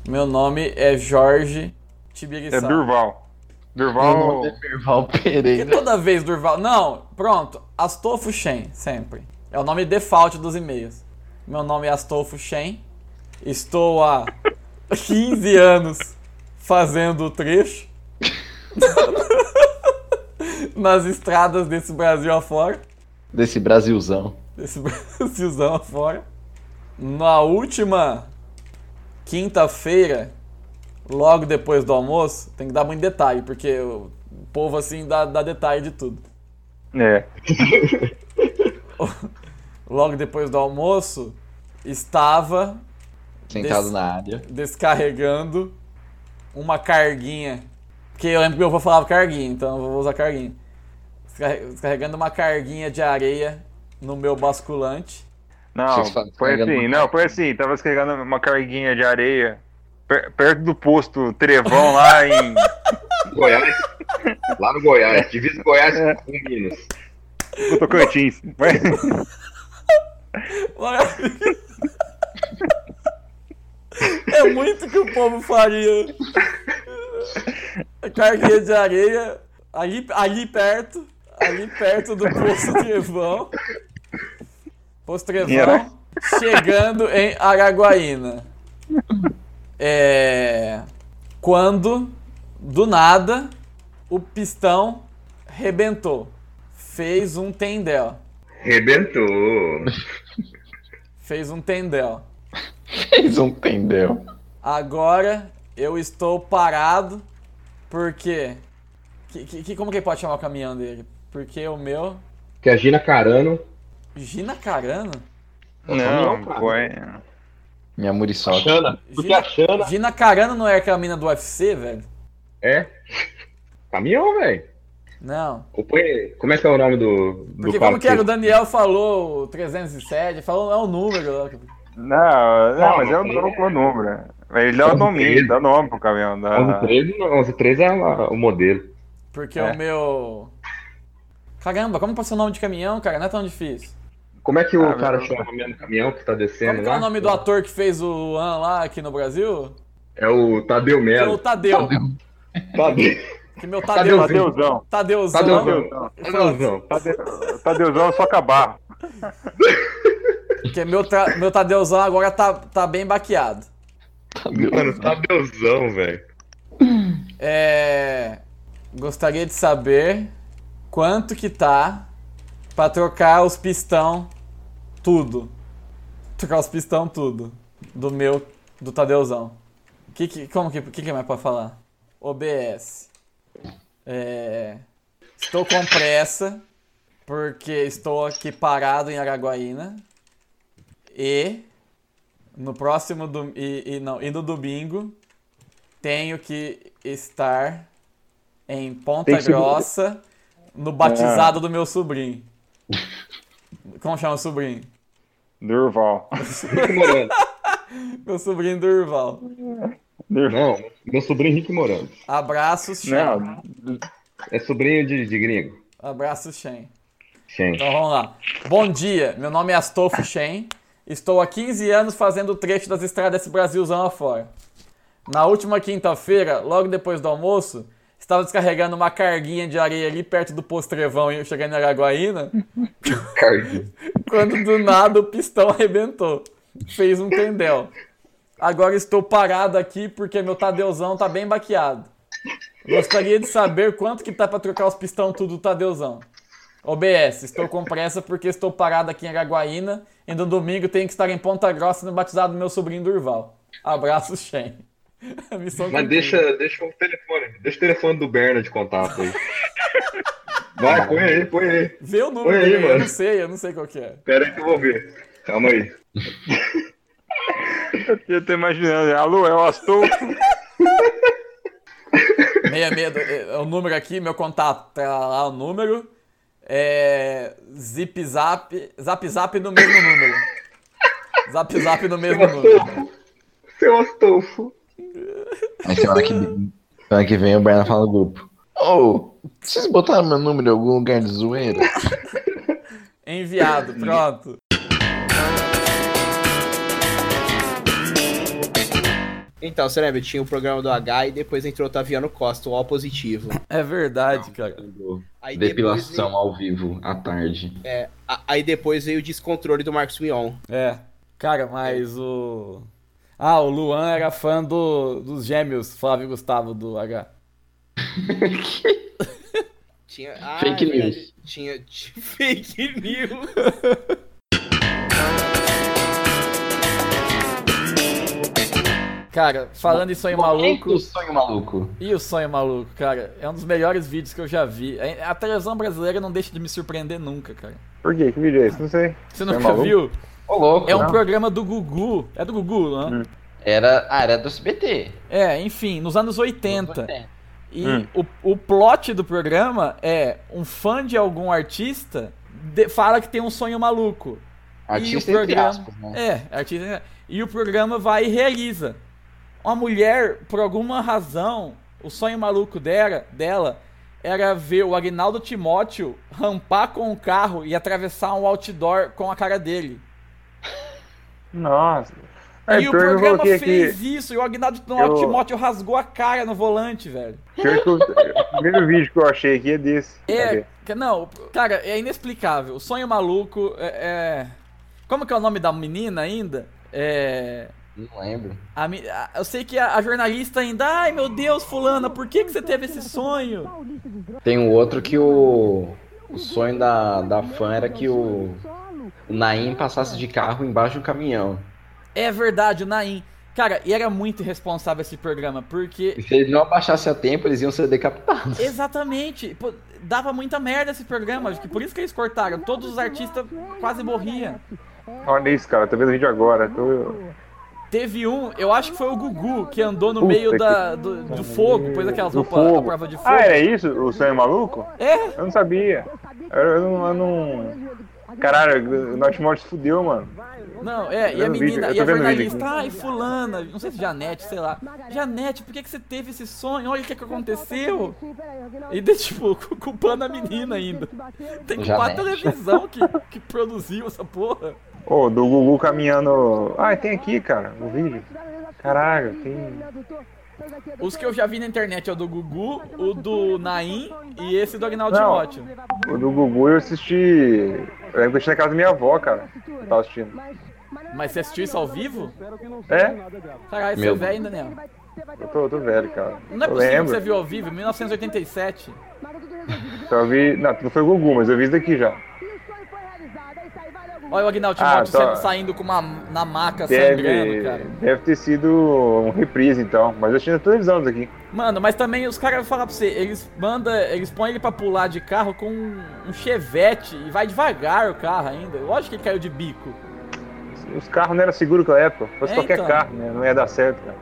Speaker 1: Meu nome é Jorge Tibiriçá.
Speaker 9: É Durval.
Speaker 2: Meu
Speaker 9: Durval.
Speaker 2: nome é Merval
Speaker 1: Porque
Speaker 2: Pereira.
Speaker 1: toda vez Durval. Não, pronto. Astolfo Shen, sempre. É o nome default dos e-mails. Meu nome é Astolfo Shen. Estou há 15 anos fazendo o trecho nas estradas desse Brasil afora.
Speaker 2: Desse Brasilzão.
Speaker 1: Desse Brasilzão afora. Na última quinta-feira, logo depois do almoço, tem que dar muito detalhe, porque o povo assim dá, dá detalhe de tudo.
Speaker 9: É.
Speaker 1: logo depois do almoço, estava
Speaker 2: Sentado
Speaker 1: des-
Speaker 2: na área.
Speaker 1: descarregando uma carguinha. Porque eu lembro que meu avô falava carguinha, então eu vou usar carguinha. Descarre- Descarregando uma carguinha de areia no meu basculante.
Speaker 9: Não,
Speaker 1: Vocês falam,
Speaker 9: foi
Speaker 1: carregando
Speaker 9: assim,
Speaker 1: uma
Speaker 9: não, foi assim. Tava descarregando uma carguinha de areia per- perto do posto Trevão lá em.
Speaker 8: Goiás? Lá no Goiás, divisa Goiás
Speaker 1: É.
Speaker 8: com Minas.
Speaker 9: Tocantins. Mas-
Speaker 1: É muito que o povo faria. Carguinha de areia, ali, ali perto, ali perto do Poço Trevão. Poço
Speaker 9: Era.
Speaker 1: Trevão, chegando em Araguaína. É... Quando, do nada, o pistão rebentou. Fez um tendel.
Speaker 8: Rebentou.
Speaker 1: Fez um tendel.
Speaker 2: Eles
Speaker 8: um
Speaker 2: não entendeu.
Speaker 1: Agora eu estou parado porque. Que, que- que- como que ele pode chamar o caminhão dele? Porque o meu.
Speaker 8: Que é a Gina Carano.
Speaker 1: Gina Carano?
Speaker 9: Não, foi.
Speaker 2: Minha muriçoca.
Speaker 1: Gina, Gina Carano não é aquela mina do UFC, velho?
Speaker 8: É? Caminhão, velho.
Speaker 1: Não.
Speaker 8: Compõe- Como é que é o nome do. do
Speaker 1: Porque
Speaker 8: cara
Speaker 1: como que é era? O
Speaker 8: fez?
Speaker 1: Daniel falou o 307, falou é o número.
Speaker 9: Não, não,
Speaker 8: Não,
Speaker 9: mas é o
Speaker 8: não
Speaker 9: nome com o número. Ele dá o nome, ele dá o nome pro caminhão. Dá...
Speaker 8: 11-13 não, 11-13 é a- o modelo.
Speaker 1: Porque
Speaker 9: É.
Speaker 1: o meu. Caramba, como pode ser o nome de caminhão, cara? Não é tão difícil.
Speaker 8: Como é que o
Speaker 9: Ah,
Speaker 8: cara
Speaker 9: mas-
Speaker 8: chama mesmo o caminhão que tá descendo
Speaker 1: Como que é
Speaker 8: lá?
Speaker 1: o nome do ator que fez o Luan lá aqui no Brasil?
Speaker 8: É o Tadeu
Speaker 1: É o
Speaker 8: Melo.
Speaker 1: Tadeu.
Speaker 8: Tadeu.
Speaker 1: Que meu Tadeu.
Speaker 9: É Tadeuzão. Tadeuzão.
Speaker 1: Tadeuzão.
Speaker 9: Tadeuzão.
Speaker 8: Tadeuzão.
Speaker 9: Tadeu- Tadeuzão é só acabar.
Speaker 1: Porque é meu, tra- meu Tadeuzão agora tá, tá bem baqueado.
Speaker 8: Mano, Tadeuzão, velho.
Speaker 1: É... Gostaria de saber quanto que tá pra trocar os pistão tudo. Trocar os pistão tudo. Do meu, do Tadeuzão. Que que, como que, que que é mais pra falar? OBS. É... Estou com pressa, porque estou aqui parado em Araguaína. E no próximo dom... e, e não, e no domingo tenho que estar em
Speaker 9: Tem
Speaker 1: Ponta
Speaker 9: que ser-
Speaker 1: Grossa no batizado do meu sobrinho. Como chama o sobrinho?
Speaker 9: Durval.
Speaker 8: Rick Morando.
Speaker 1: Meu sobrinho Durval.
Speaker 8: Não, meu sobrinho Rick Morando.
Speaker 1: Abraços, Shen.
Speaker 8: Não. É sobrinho de, de gringo.
Speaker 1: Abraços, Shen.
Speaker 8: Gente.
Speaker 1: Então vamos lá. Bom dia, meu nome é Astolfo Shen. Estou há 15 anos fazendo o trecho das estradas desse Brasilzão afora. Na última quinta-feira, logo depois do almoço, estava descarregando uma carguinha de areia ali perto do Postrevão e eu chegando em Araguaína, quando do nada o pistão arrebentou. Fez um tendel. Agora estou parado aqui porque meu Tadeuzão tá bem baqueado. Gostaria de saber quanto que tá pra trocar os pistão tudo do Tadeuzão. OBS, estou com pressa porque estou parado aqui em Araguaína e no domingo tenho que estar em Ponta Grossa no batizado do meu sobrinho Durval. Abraço, Shen. Missão
Speaker 8: Mas
Speaker 1: cumprida.
Speaker 8: deixa, deixa o telefone, deixa o telefone do Berna de contato aí. Vai, põe aí, põe aí.
Speaker 1: Vê o
Speaker 8: Põe
Speaker 1: número
Speaker 8: aí,
Speaker 1: dele, eu
Speaker 8: mano.
Speaker 1: não sei, eu não sei qual que é.
Speaker 8: Pera aí que eu vou ver. Calma aí.
Speaker 9: Eu tô imaginando. Alô, é o Astolfo.
Speaker 1: 66, do- é, é o número aqui, meu contato, tá lá o número. É. Zip zap. Zap zap no mesmo número. Zap zap no mesmo número.
Speaker 8: Seu Astolfo.
Speaker 7: Aí semana que, semana que vem o Bernardo fala no grupo. Ô, vocês botaram meu número em algum lugar de zoeira?
Speaker 1: Enviado, pronto.
Speaker 4: Então, você lembra? Tinha o programa do H e depois entrou o Taviano Costa, o O positivo.
Speaker 1: É verdade, cara.
Speaker 4: Aí
Speaker 2: Depilação ao vivo, à tarde.
Speaker 4: Depois, é, a- aí depois veio o descontrole do Marcos Mion.
Speaker 1: É. Cara, mas o. Ah, o Luan era fã do, dos gêmeos, Flávio e Gustavo do H.
Speaker 4: Tinha, ah,
Speaker 1: Fake
Speaker 4: é verdade,
Speaker 1: news.
Speaker 4: Tinha, tinha fake news.
Speaker 1: Cara, falando em sonho maluco.
Speaker 2: O sonho maluco.
Speaker 1: E o sonho maluco, cara? É um dos melhores vídeos que eu já vi. É, A a televisão brasileira não deixa de me surpreender nunca, cara.
Speaker 9: Por quê? Que vídeo é esse? Não sei.
Speaker 1: Você nunca viu?
Speaker 2: Ô, louco.
Speaker 1: É um
Speaker 2: não. Hum.
Speaker 1: programa do Gugu. É do Gugu, não?
Speaker 2: Era, ah, era do SBT.
Speaker 1: É, enfim, nos anos 80. E
Speaker 2: Hum.
Speaker 1: o, o plot do programa é um fã de algum artista de- fala que tem um sonho maluco.
Speaker 2: Artista
Speaker 1: e o programa,
Speaker 2: entre aspas, né?
Speaker 1: É, artista entre- E o programa vai e realiza. Uma mulher, por alguma razão, o sonho maluco dela, dela era ver o Agnaldo Timóteo rampar com o carro e atravessar um outdoor com a cara dele.
Speaker 9: Nossa. É,
Speaker 1: e o programa
Speaker 9: então coloquei
Speaker 1: fez isso, e o Agnaldo
Speaker 9: Eu-
Speaker 1: Timóteo rasgou a cara no volante, velho.
Speaker 9: Pior que eu- o primeiro vídeo que eu achei aqui é desse.
Speaker 1: É,
Speaker 9: Cadê?
Speaker 1: ca- não, cara, é inexplicável. O sonho maluco é, é- Como que é o nome da menina ainda? É.
Speaker 2: Não lembro.
Speaker 1: a me- a- eu sei que a, a jornalista ainda. Ai meu Deus, Fulana, por que, que você teve esse sonho?
Speaker 2: Tem um outro que o, o sonho da, da fã era que o, o Naim passasse de carro embaixo de um caminhão.
Speaker 1: É verdade, o Naim. Cara, e era muito irresponsável esse programa, porque.
Speaker 2: E se ele não abaixasse a tempo, eles iam ser decapitados.
Speaker 1: Exatamente. Pô, dava muita merda esse programa, acho que por isso que eles cortaram. Todos os artistas quase morriam.
Speaker 9: Olha isso, cara. Tô vendo o vídeo agora. Tô...
Speaker 1: Teve um, eu acho que foi o Gugu, que andou no
Speaker 9: Puta
Speaker 1: meio
Speaker 9: que
Speaker 1: da, do, do fogo, pôs aquelas
Speaker 9: Do
Speaker 1: roupas à
Speaker 9: fogo.
Speaker 1: prova de fogo.
Speaker 9: Ah, era isso? O sonho maluco?
Speaker 1: É?
Speaker 9: Eu não sabia. Eu, eu não, eu não. Caralho, o Notmore se fudeu, mano.
Speaker 1: Não, é,
Speaker 9: Tô
Speaker 1: e a
Speaker 9: vendo o vídeo,
Speaker 1: menina,
Speaker 9: eu
Speaker 1: e a
Speaker 9: tô vendo o vídeo
Speaker 1: jornalista, ai, fulana, não sei se Janete, sei lá. Janete, por que, que você teve esse sonho? Olha o que, que aconteceu. E de, tipo, cu- culpando a menina ainda. Tem que culpar a
Speaker 9: Janete.
Speaker 1: televisão que, que produziu essa porra.
Speaker 9: Ô, do Gugu caminhando. Ah, tem aqui, cara, o vídeo. Caralho, tem.
Speaker 1: Os que eu já vi na internet é o do Gugu, o do Naim e esse do Agnaldo
Speaker 9: Não.
Speaker 1: Timóteo.
Speaker 9: O do Gugu eu assisti. Eu lembro que eu assisti na casa da minha avó, cara. Eu tava assistindo.
Speaker 1: Mas você assistiu isso ao vivo?
Speaker 9: É?
Speaker 1: Caralho, você é
Speaker 9: Meu-
Speaker 1: velho ainda, Daniel.
Speaker 9: Eu tô, eu tô velho, cara.
Speaker 1: Não é
Speaker 9: eu
Speaker 1: possível que
Speaker 9: lembro.
Speaker 1: você viu ao vivo, em 1987.
Speaker 9: Só eu vi. Não, não foi o Gugu, mas eu vi isso daqui já.
Speaker 1: Olha o Agnaldo
Speaker 9: Ah,
Speaker 1: Timóteo
Speaker 9: tá.
Speaker 1: saindo, saindo com uma na maca sangrando,
Speaker 9: Deve,
Speaker 1: Tá cara.
Speaker 9: deve ter sido um reprise então, mas eu assisti na televisão isso aqui.
Speaker 1: Mano, mas também os caras vão falar pra você, eles manda, eles põem ele pra pular de carro com um um chevette e vai devagar o carro ainda. Lógico que ele caiu de bico.
Speaker 9: Os carros não eram seguros naquela época, fosse
Speaker 1: É,
Speaker 9: qualquer
Speaker 1: então.
Speaker 9: carro, né? Não ia dar certo, cara.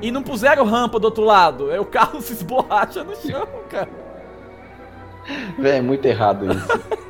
Speaker 1: E não puseram rampa do outro lado. Aí o carro se esborracha no chão, cara.
Speaker 2: Véi, é muito errado isso.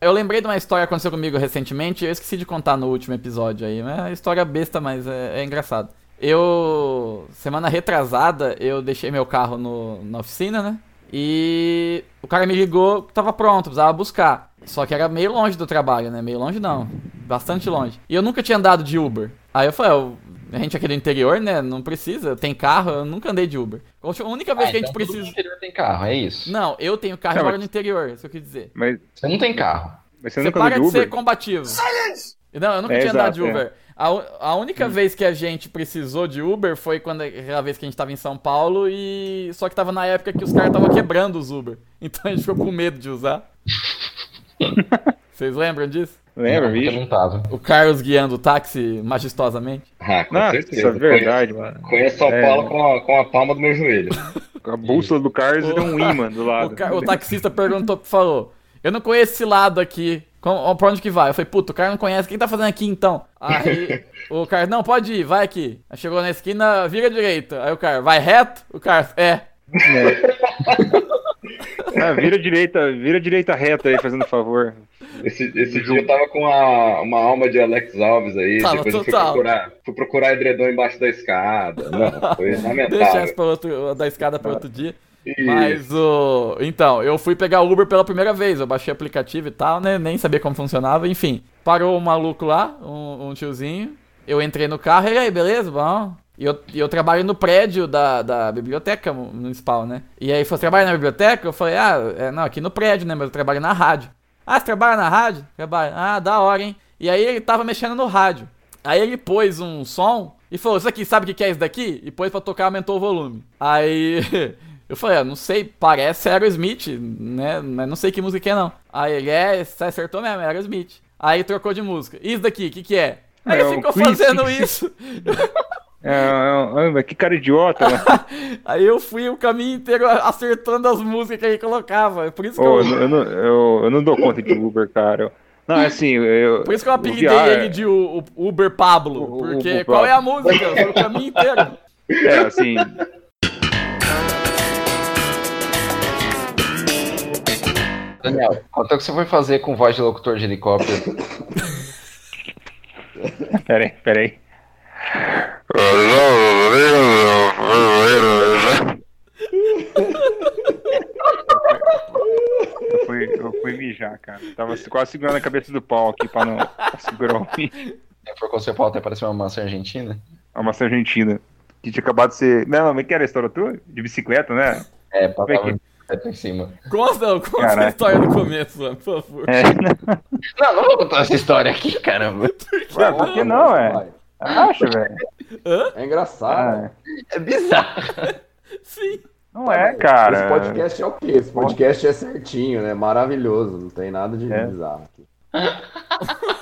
Speaker 1: Eu lembrei de uma história que aconteceu comigo recentemente, eu esqueci de contar no último episódio aí, mas é história besta, mas é, é engraçado. Eu, semana retrasada, eu deixei meu carro no, na oficina, né? E o cara me ligou que tava pronto, precisava buscar. Só que era meio longe do trabalho, né? Meio longe não, bastante longe. E eu nunca tinha andado de Uber. Aí eu falei, "Ah, eu- a gente aqui do interior, né? Não precisa, tem carro, eu nunca andei de Uber. A única
Speaker 2: Ah,
Speaker 1: vez que a gente
Speaker 2: Então,
Speaker 1: precisa...
Speaker 2: Tem carro, é isso.
Speaker 1: Não, eu tenho carro e
Speaker 2: Não,
Speaker 1: moro
Speaker 2: mas-
Speaker 1: no interior, isso eu quis dizer.
Speaker 9: Mas
Speaker 2: você não tem carro.
Speaker 9: Mas
Speaker 1: Você, para de ser combativo. Não, eu nunca
Speaker 2: É,
Speaker 1: tinha andado de
Speaker 2: exato,
Speaker 1: Uber.
Speaker 2: é.
Speaker 1: A, u- a única vez que a gente precisou de Uber foi quando aquela vez que a gente tava em São Paulo e. Só que tava na época que os caras estavam quebrando os Uber. Então a gente ficou com medo de usar. Vocês lembram disso?
Speaker 2: Lembro, Não, porque bicho. eu não tava.
Speaker 1: O Carlos guiando o táxi majestosamente.
Speaker 8: Ah, com
Speaker 9: é
Speaker 8: certeza. Conheço- Conheço São
Speaker 1: É.
Speaker 8: Paulo com a, com a palma do meu joelho.
Speaker 9: Com a bússola do Carlos e deu um ímã do lado.
Speaker 1: O, ca- o taxista perguntou, falou: Eu não conheço esse lado aqui. Com- Pra onde que vai? Eu falei, puto, o cara não conhece. Quem tá fazendo aqui então? Aí o cara, não, pode ir, vai aqui. Aí chegou na esquina, vira à direita. Aí o cara, vai reto? O cara, é.
Speaker 9: Ah, vira direita, vira direita reta aí, fazendo favor.
Speaker 8: Esse, esse dia eu tava com a- uma alma de Alex Alves aí. tipo,
Speaker 1: Tava
Speaker 8: depois eu fui
Speaker 1: total.
Speaker 8: procurar, fui procurar edredom embaixo da escada. Não, foi
Speaker 1: Deixa essa
Speaker 8: lamentável.
Speaker 1: pra outro, da escada pra outro dia. Mas o. Então, eu fui pegar o Uber pela primeira vez. Eu baixei o aplicativo e tal, né? Nem sabia como funcionava. Enfim, parou um maluco lá, um, um tiozinho. Eu entrei no carro e aí, beleza? Bom. E eu, e eu trabalho no prédio da, da biblioteca mu- municipal, né? E aí, falou, você trabalha na biblioteca? Eu falei, ah, é, não, aqui no prédio, né? Mas eu trabalho na rádio. Ah, você trabalha na rádio? Trabalho. Ah, da hora, hein? E aí ele tava mexendo no rádio. Aí ele pôs um som e falou, isso aqui, sabe o que que é isso daqui? E pôs pra tocar, aumentou o volume. Aí eu falei, ah, não sei, parece Aerosmith, né? Mas não sei que música que é não. Aí ele, é, você acertou mesmo, é Aerosmith. Aí trocou de música. Isso daqui, o que que é? Aí
Speaker 9: É, o
Speaker 1: ele ficou
Speaker 9: Queen,
Speaker 1: fazendo
Speaker 9: sim.
Speaker 1: isso.
Speaker 9: É, é, é, que cara idiota, né?
Speaker 1: Aí eu fui o caminho inteiro acertando as músicas que ele colocava. Por isso que
Speaker 9: Ô, eu, não-
Speaker 1: eu...
Speaker 9: eu, não- eu, eu não dou conta de Uber, cara. Eu- Não, assim, eu.
Speaker 1: Por isso que eu
Speaker 9: o
Speaker 1: apelidei
Speaker 9: viar-
Speaker 1: ele de U- U- Uber Pablo. Porque
Speaker 9: é- Uber
Speaker 1: qual é a
Speaker 9: Pablo.
Speaker 1: música? Foi o caminho inteiro.
Speaker 9: É, assim.
Speaker 2: Daniel, quanto é que você foi fazer com voz de locutor de helicóptero?
Speaker 9: Peraí, peraí. Eu fui, eu fui mijar, cara. Tava quase segurando a cabeça do pau aqui pra não segurar o mijo.
Speaker 2: Por causa do seu pau até parecia uma maçã argentina?
Speaker 9: A maçã argentina. Que tinha acabado de ser. Não, mas que era a história tua? De bicicleta, né?
Speaker 2: É,
Speaker 9: Como é que-
Speaker 2: Até em cima.
Speaker 1: Conta, conta
Speaker 9: Caraca.
Speaker 1: a história do começo, mano, por favor.
Speaker 9: É, não.
Speaker 2: Não, não vou contar essa história aqui, caramba.
Speaker 9: Ué, por que não, é? Acho, velho. Ah,
Speaker 16: É engraçado.
Speaker 2: É bizarro.
Speaker 1: Sim.
Speaker 9: Não é, cara.
Speaker 16: Esse podcast é o quê? Esse podcast é certinho, né? Maravilhoso. Não tem nada de
Speaker 9: É.
Speaker 16: bizarro aqui.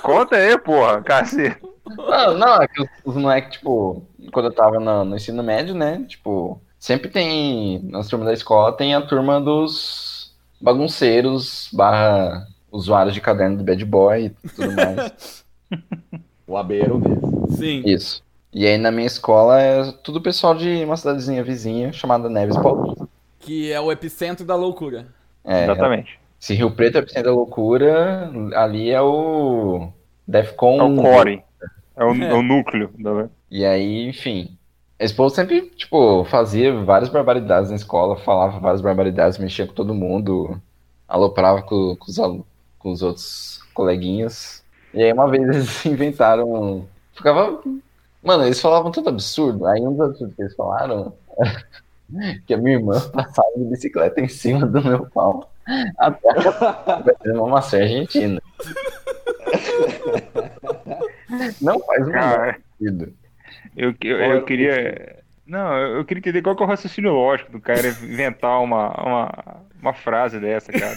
Speaker 9: Conta aí, porra, cacete.
Speaker 2: Não, não, é que os- os moleques, tipo, quando eu tava no, no ensino médio, né? Tipo, sempre tem, nas turmas da escola, tem a turma dos bagunceiros barra usuários de caderno do bad boy e tudo mais.
Speaker 16: o AB era um deles.
Speaker 1: Sim.
Speaker 2: Isso. E aí na minha escola é tudo pessoal de uma cidadezinha vizinha chamada Neves Paulista.
Speaker 1: Que é o epicentro da loucura.
Speaker 2: É,
Speaker 9: Exatamente.
Speaker 2: Se Rio Preto é o centro da loucura, ali é o Defcon.
Speaker 9: É o core. É o- é o núcleo.
Speaker 2: E aí, enfim. Esse povo sempre, tipo, fazia várias barbaridades na escola, falava várias barbaridades, mexia com todo mundo, aloprava com, com os, alu- com os outros coleguinhas. E aí uma vez eles inventaram. um, Ficava. Mano, eles falavam tanto absurdo. Aí um dos absurdos que eles falaram que a minha irmã passava de bicicleta em cima do meu pau. Até a uma maçã argentina. Não faz
Speaker 9: Cara.
Speaker 2: muito sentido.
Speaker 9: Eu, eu, eu queria. Não, eu eu queria entender qual que é o raciocínio lógico do cara inventar uma, uma, uma frase dessa, cara.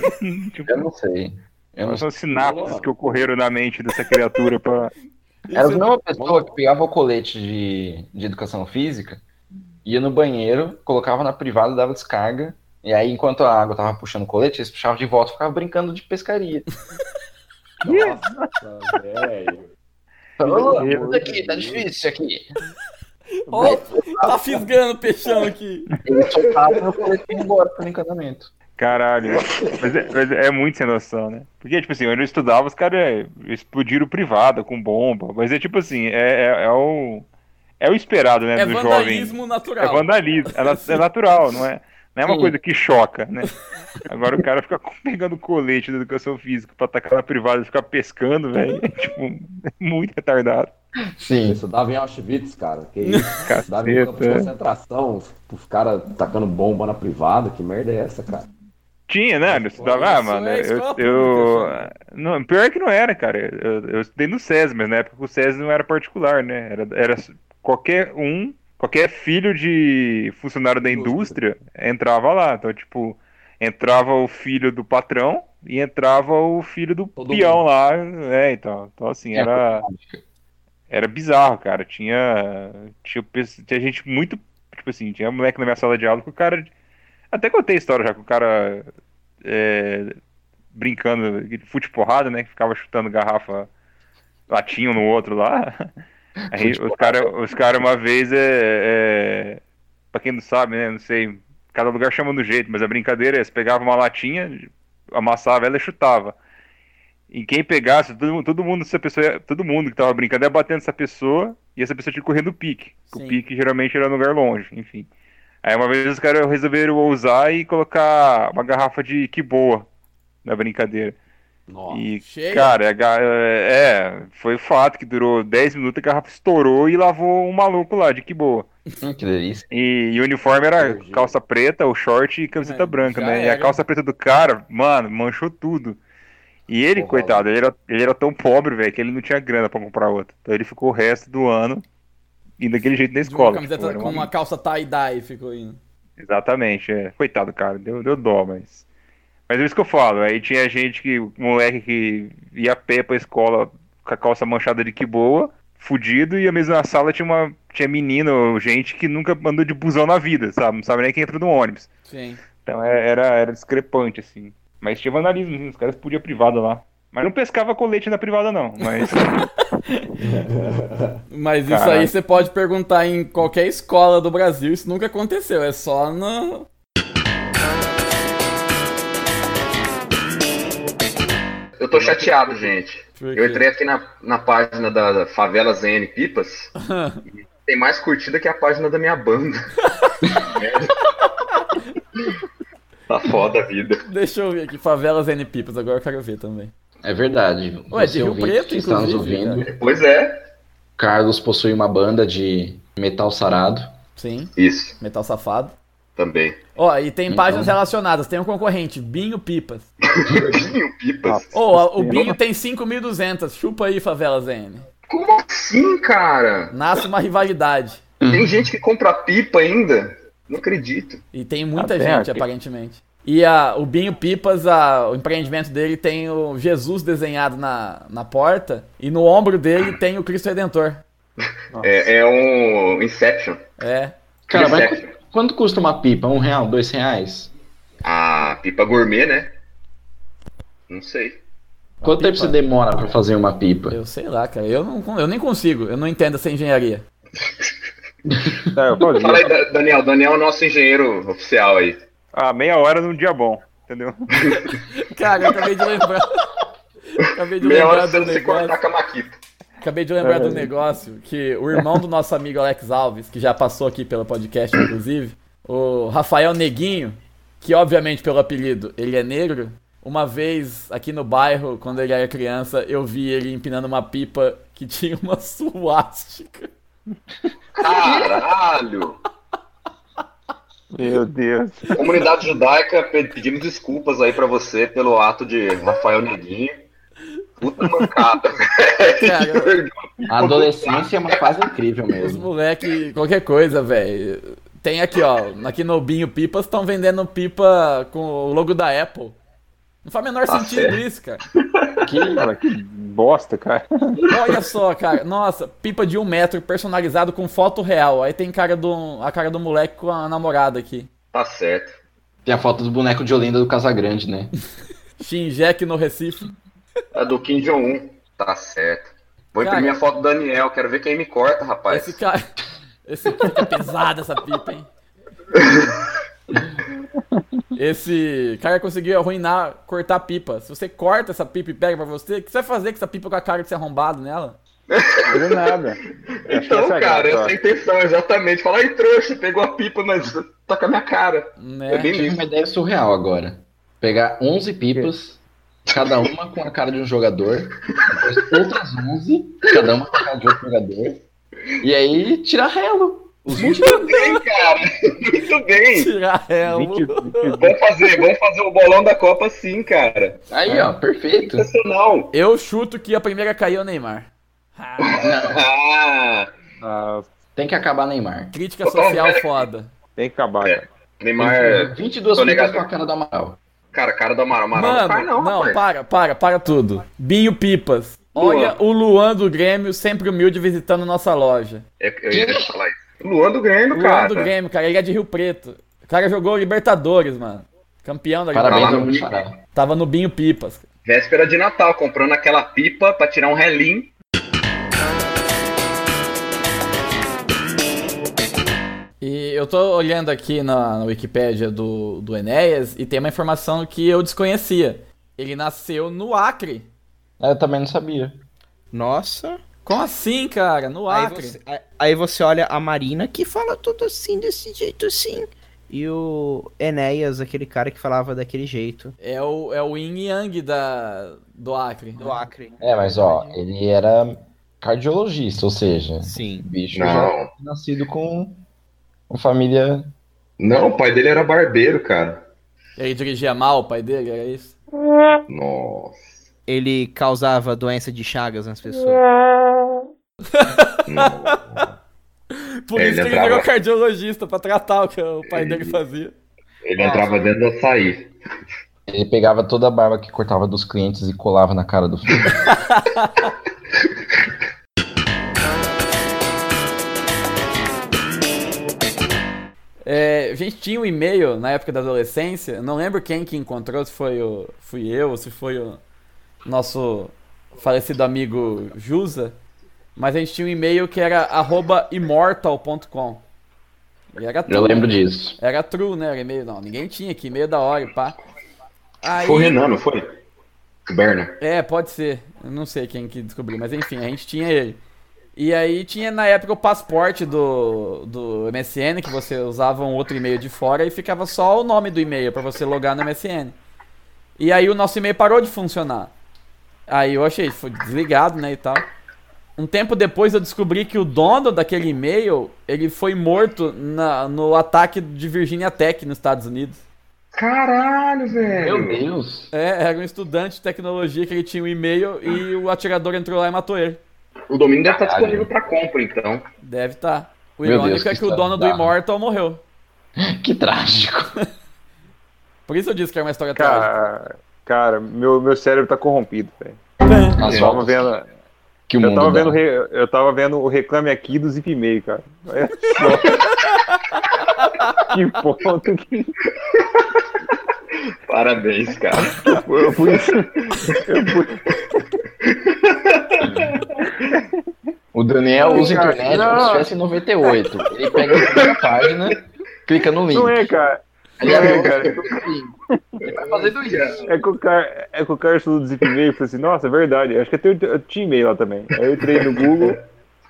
Speaker 9: Tipo,
Speaker 2: Eu não sei. Eu não
Speaker 9: São sinapses que ocorreram na mente dessa criatura pra.
Speaker 2: Era a
Speaker 16: é
Speaker 2: mesma pessoa que pegava o colete de, de educação física, ia no banheiro, colocava na privada, dava descarga, e aí enquanto a água tava puxando o colete, eles puxavam de volta e ficavam brincando de pescaria.
Speaker 16: Nossa, velho.
Speaker 2: Falou,
Speaker 16: Meu
Speaker 2: "Isso aqui, tá difícil isso aqui.
Speaker 9: É
Speaker 1: Ó, tá fisgando o peixão aqui.
Speaker 2: Ele soltava e o colete ia embora pro encantamento.
Speaker 9: Caralho. Mas é, mas é muito sem noção, né? Porque, tipo assim, onde eu estudava, os caras é, explodiram privada com bomba. Mas é tipo assim, é, é, é o. É o esperado, né?
Speaker 1: É
Speaker 9: do
Speaker 1: vandalismo
Speaker 9: jovem.
Speaker 1: natural.
Speaker 9: É vandalismo. É, na- é natural, não é? Não é uma
Speaker 1: Sim.
Speaker 9: coisa que choca, né? Agora o cara fica pegando colete da educação física pra atacar na privada e ficar pescando, velho. É, tipo, muito retardado.
Speaker 2: Sim.
Speaker 16: Isso dava em Auschwitz, cara. Que isso?
Speaker 9: Caceta.
Speaker 16: Dava
Speaker 8: um
Speaker 16: em campo de concentração. Os caras tacando bomba na privada. Que merda é essa, cara?
Speaker 9: Tinha, né? Eu estudava, ah,
Speaker 17: isso
Speaker 9: mano.
Speaker 17: é
Speaker 9: eu,
Speaker 17: escola é.
Speaker 9: eu- não, pior é que não era, cara. Eu, eu estudei no SES, mas na época o SES não era particular, né? Era, era qualquer um, qualquer filho de funcionário da indústria entrava lá. Então, tipo, entrava o filho do patrão e entrava o filho do peão
Speaker 17: mundo.
Speaker 9: lá. É, então, então assim,
Speaker 17: É,
Speaker 9: era. Era bizarro, cara. Tinha, tinha, pe- tinha gente muito. Tipo assim, tinha moleque na minha sala de aula que o cara. Até contei a história já com o cara é, brincando de fute porrada, né? Que ficava chutando garrafa latinho no outro lá. Aí
Speaker 17: Fute porrada.
Speaker 9: os caras os cara uma vez é, é. Pra quem não sabe, né? Não sei. Cada lugar chama do jeito, mas a brincadeira é: eles pegavam uma latinha, amassava ela e chutava. E quem pegasse, todo, mundo- todo mundo, essa pessoa, ia- todo mundo que tava brincando ia batendo essa pessoa e essa pessoa tinha que correr no pique. que O pique geralmente era no lugar longe, enfim. Aí uma vez os caras resolveram ousar e colocar uma garrafa de que boa na brincadeira. e,
Speaker 17: Chega.
Speaker 9: cara, a ga- é, foi o fato que durou 10 minutos, a garrafa estourou e lavou um maluco lá de que boa.
Speaker 2: Hum,
Speaker 7: Que delícia.
Speaker 9: E, e o uniforme era calça preta, o short e camiseta branca,
Speaker 17: já
Speaker 9: né? E a
Speaker 17: era.
Speaker 9: calça preta do cara, mano, manchou tudo. E ele, coitado, ele era, ele era tão pobre, velho, que ele não tinha grana pra comprar outra. Então ele ficou o resto do ano indo daquele jeito na
Speaker 1: Uma
Speaker 9: escola.
Speaker 1: camiseta
Speaker 9: tipo, era
Speaker 1: com
Speaker 9: uma-
Speaker 1: uma calça tie-dye ficou indo.
Speaker 9: Exatamente, é. Coitado, cara, deu, deu dó, mas. Mas é isso que eu falo. Aí tinha gente que, moleque que ia a pé pra escola com a calça manchada de que boa, fudido, e a mesma sala tinha uma. Tinha menino, gente que nunca andou de busão na vida, sabe? Não sabe nem quem entra no ônibus.
Speaker 1: Sim.
Speaker 9: Então é- era, era discrepante, assim. Mas tinha vandalismo, sim, os caras podiam privada lá. Mas não pescava colete na privada, não. Mas.
Speaker 1: Mas isso
Speaker 9: Caraca.
Speaker 1: aí você pode perguntar em qualquer escola do Brasil, isso nunca aconteceu, é só no.
Speaker 8: Eu tô chateado, gente. Eu entrei aqui na, na página da da Favela ZN Pipas. e tem mais curtida que a página da minha banda. tá foda a vida.
Speaker 1: Deixa eu ver aqui, favelas N Pipas, agora eu quero ver também.
Speaker 2: É verdade.
Speaker 1: Ué,
Speaker 2: Você
Speaker 1: de Rio
Speaker 2: ouvinte
Speaker 1: Preto,
Speaker 2: que está nos
Speaker 1: inclusive,
Speaker 2: ouvindo.
Speaker 1: cara.
Speaker 8: Pois é.
Speaker 2: Carlos possui uma banda de metal sarado.
Speaker 1: Sim.
Speaker 8: Isso.
Speaker 1: Metal safado.
Speaker 8: Também.
Speaker 1: Ó, e tem
Speaker 2: Então.
Speaker 1: páginas relacionadas, tem um concorrente, Binho Pipas.
Speaker 8: Binho Pipas?
Speaker 1: Ô, o Binho tem 5.200, chupa aí, favelas N.
Speaker 8: Como assim, cara?
Speaker 1: Nasce uma rivalidade.
Speaker 8: Tem gente que compra pipa ainda? Não acredito.
Speaker 1: E tem muita
Speaker 8: Até
Speaker 1: gente,
Speaker 8: Ah, aqui.
Speaker 1: aparentemente. E a- o Binho Pipas, a- o empreendimento dele tem o Jesus desenhado na, na porta e no ombro dele tem o Cristo Redentor.
Speaker 8: É, é um Inception.
Speaker 1: É.
Speaker 2: Cara, mas
Speaker 8: Inception.
Speaker 2: qu- quanto custa uma pipa? Um real? Dois reais?
Speaker 8: Ah, pipa gourmet, né? Não sei.
Speaker 2: Quanto tempo
Speaker 1: pipa?
Speaker 2: você demora pra fazer uma pipa?
Speaker 1: Eu sei lá, cara. Eu, não, con- eu nem consigo. Eu não entendo essa engenharia.
Speaker 8: Fala aí, Da- Daniel. Daniel é o nosso engenheiro oficial aí.
Speaker 9: Ah, meia hora num dia bom, entendeu?
Speaker 1: Cara, eu acabei de lembrar. acabei de
Speaker 8: Meia hora
Speaker 1: lembrar
Speaker 8: você
Speaker 1: do
Speaker 8: não se cortar com a
Speaker 1: negócio.
Speaker 8: maquita.
Speaker 1: Acabei de lembrar do
Speaker 8: É.
Speaker 1: negócio que o irmão do nosso amigo Alex Alves, que já passou aqui pelo podcast, inclusive, o Rafael Neguinho, que obviamente pelo apelido ele é negro, uma vez aqui no bairro, quando ele era criança, eu vi ele empinando uma pipa que tinha uma suástica.
Speaker 8: Caralho!
Speaker 9: Meu Deus.
Speaker 8: Comunidade judaica, pe- pedimos desculpas aí pra você pelo ato de Rafael Neguinho. Puta mancada. velho.
Speaker 2: A adolescência é uma fase incrível mesmo.
Speaker 1: Moleque, qualquer coisa, velho. Tem aqui, ó. Aqui no Binho Pipas estão vendendo pipa com o logo da Apple. Não faz o menor
Speaker 9: Tá
Speaker 1: sentido
Speaker 9: certo.
Speaker 1: isso, cara.
Speaker 9: Que, cara, que bosta, cara.
Speaker 1: Olha só, cara. Nossa, pipa de um metro personalizado com foto real. Aí tem cara do, a cara do moleque com a namorada aqui.
Speaker 8: Tá certo.
Speaker 2: Tem a foto do boneco de Olinda do Casagrande, né?
Speaker 1: Shinjek no Recife.
Speaker 8: A do Kim Jong-un. Tá certo. Vou imprimir
Speaker 1: Cara.
Speaker 8: a foto do Daniel, quero ver quem me corta, rapaz.
Speaker 1: Esse cara. Esse cara tá pesada essa pipa, hein? Esse cara conseguiu arruinar, cortar a pipa. Se você corta essa pipa e pega pra você, o que você vai fazer com essa pipa com a cara de ser arrombado nela?
Speaker 9: Não nada.
Speaker 8: Então,
Speaker 9: essa é a
Speaker 8: cara,
Speaker 9: graça,
Speaker 8: essa é a intenção, exatamente. Fala aí, trouxa, pegou a pipa, mas tá com a minha cara.
Speaker 1: Né?
Speaker 8: É bem
Speaker 2: Tive
Speaker 8: isso.
Speaker 2: uma ideia surreal agora. Pegar 11 pipas, cada uma com a cara de um jogador, depois outras 11, cada uma com a cara de outro jogador, e aí tirar relo. Os 20
Speaker 8: Muito bem, cara. Muito bem.
Speaker 1: Tirar ela.
Speaker 8: um. Vamos fazer, vamos fazer o bolão da Copa sim, cara.
Speaker 2: Aí, ó, perfeito.
Speaker 8: Sensacional.
Speaker 1: Eu chuto que a primeira caiu é o Neymar. Ah,
Speaker 8: Ah,
Speaker 9: Ah,
Speaker 2: Tem que acabar Neymar.
Speaker 1: Crítica social foda.
Speaker 9: Tem que acabar.
Speaker 8: cara. Neymar.
Speaker 2: 22
Speaker 8: Tô
Speaker 2: minutos
Speaker 8: negado.
Speaker 2: com a cara do Amaral.
Speaker 8: Cara, cara do Amaral. Amaral não
Speaker 1: Mano,
Speaker 8: faz
Speaker 1: não,
Speaker 8: rapaz.
Speaker 1: para, para, para tudo. Binho Pipas. Olha o Luan do Grêmio, sempre humilde, visitando nossa loja.
Speaker 8: Eu, É eu ia te falar isso. Luan do Grêmio,
Speaker 1: Luan
Speaker 8: cara.
Speaker 1: do Grêmio, cara, ele é de Rio Preto. O cara jogou Libertadores, mano. Campeão da
Speaker 2: Parabéns ao
Speaker 1: Libertadores.
Speaker 2: Muxará.
Speaker 1: Tava no Binho Pipas.
Speaker 8: Véspera de Natal, comprando aquela pipa pra tirar um relim.
Speaker 1: E eu tô olhando aqui na, na Wikipédia do, do Enéas e tem uma informação que eu desconhecia. Ele nasceu no Acre.
Speaker 2: Eu também não sabia.
Speaker 4: Nossa.
Speaker 1: Como assim, cara? No
Speaker 4: Aí
Speaker 1: Acre.
Speaker 4: você, aí- aí você olha a Marina que fala tudo assim, desse jeito assim. E o Enéas, aquele cara que falava daquele jeito.
Speaker 1: É o, é o Yin Yang da, do Acre. né?
Speaker 4: Do Acre.
Speaker 2: É, mas ó, ele era cardiologista, ou seja,
Speaker 4: Sim.
Speaker 2: bicho
Speaker 8: Não.
Speaker 2: já nascido com uma família.
Speaker 8: Não, o pai dele era barbeiro, cara.
Speaker 1: Ele dirigia mal o pai dele, era isso?
Speaker 8: Nossa.
Speaker 4: Ele causava doença de chagas nas pessoas.
Speaker 1: Por
Speaker 8: Ele
Speaker 1: isso que ele
Speaker 8: entrava-
Speaker 1: virou cardiologista, pra tratar o que o pai dele fazia.
Speaker 8: Ele entrava dentro do açaí.
Speaker 2: Ele pegava toda a barba que cortava dos clientes e colava na cara do filho.
Speaker 1: É, a gente tinha um e-mail na época da adolescência, não lembro quem que encontrou, se foi o, fui eu, ou se foi o nosso falecido amigo Jusa, mas a gente tinha um e-mail que era arroba immortal.com. E era
Speaker 2: Eu
Speaker 1: true.
Speaker 2: lembro disso.
Speaker 1: Era true, né? Era e-mail, não. Ninguém tinha aqui, e-mail da hora, e pá. Aí,
Speaker 8: Foi o Renan, não foi? O Berna.
Speaker 1: É, pode ser. Eu não sei quem que descobriu, mas enfim, a gente tinha ele. E aí tinha na época o passaporte do, do MSN, que você usava um outro e-mail de fora e ficava só o nome do e-mail pra você logar no MSN. E aí o nosso e-mail parou de funcionar. Aí eu achei, foi desligado, né, e tal. Um tempo depois eu descobri que o dono daquele e-mail, ele foi morto na- no ataque de Virginia Tech nos Estados Unidos.
Speaker 8: Caralho, velho.
Speaker 2: Meu Deus.
Speaker 1: É, era um estudante de tecnologia que ele tinha um e-mail e o atirador entrou lá e matou ele.
Speaker 8: O domínio deve estar
Speaker 2: Caralho.
Speaker 8: disponível pra compra, então.
Speaker 1: Deve estar. O
Speaker 2: Meu
Speaker 1: irônico
Speaker 2: Deus, que
Speaker 1: é que o dono do
Speaker 2: bizarro.
Speaker 1: Immortal morreu.
Speaker 2: Que trágico.
Speaker 1: Por isso eu disse que era uma história trágica.
Speaker 9: Cara, cara meu, meu cérebro tá corrompido, velho.
Speaker 2: As
Speaker 9: Eu tava
Speaker 2: voltas
Speaker 9: vendo.
Speaker 2: que o
Speaker 9: Eu
Speaker 2: mundo
Speaker 9: tava,
Speaker 2: dá.
Speaker 9: vendo, re- eu tava vendo o reclame aqui do Zip Mail, cara. Olha só. que ponto que.
Speaker 8: Parabéns, cara.
Speaker 9: Eu fui. Eu fui, eu fui-
Speaker 2: O Daniel usa a
Speaker 9: Cara,
Speaker 2: internet
Speaker 9: não.
Speaker 2: como se tivesse em 98. Ele pega a primeira página, clica no link.
Speaker 9: Não é, cara.
Speaker 2: Aliás,
Speaker 9: não é,
Speaker 2: eu-
Speaker 9: cara.
Speaker 2: Ele vai Tá fazendo isso.
Speaker 9: É que o cara, é que o cara estudou do Zip Mail e falou assim: Nossa, é verdade. Acho que até eu, eu tinha e-mail lá também. Aí eu entrei no Google,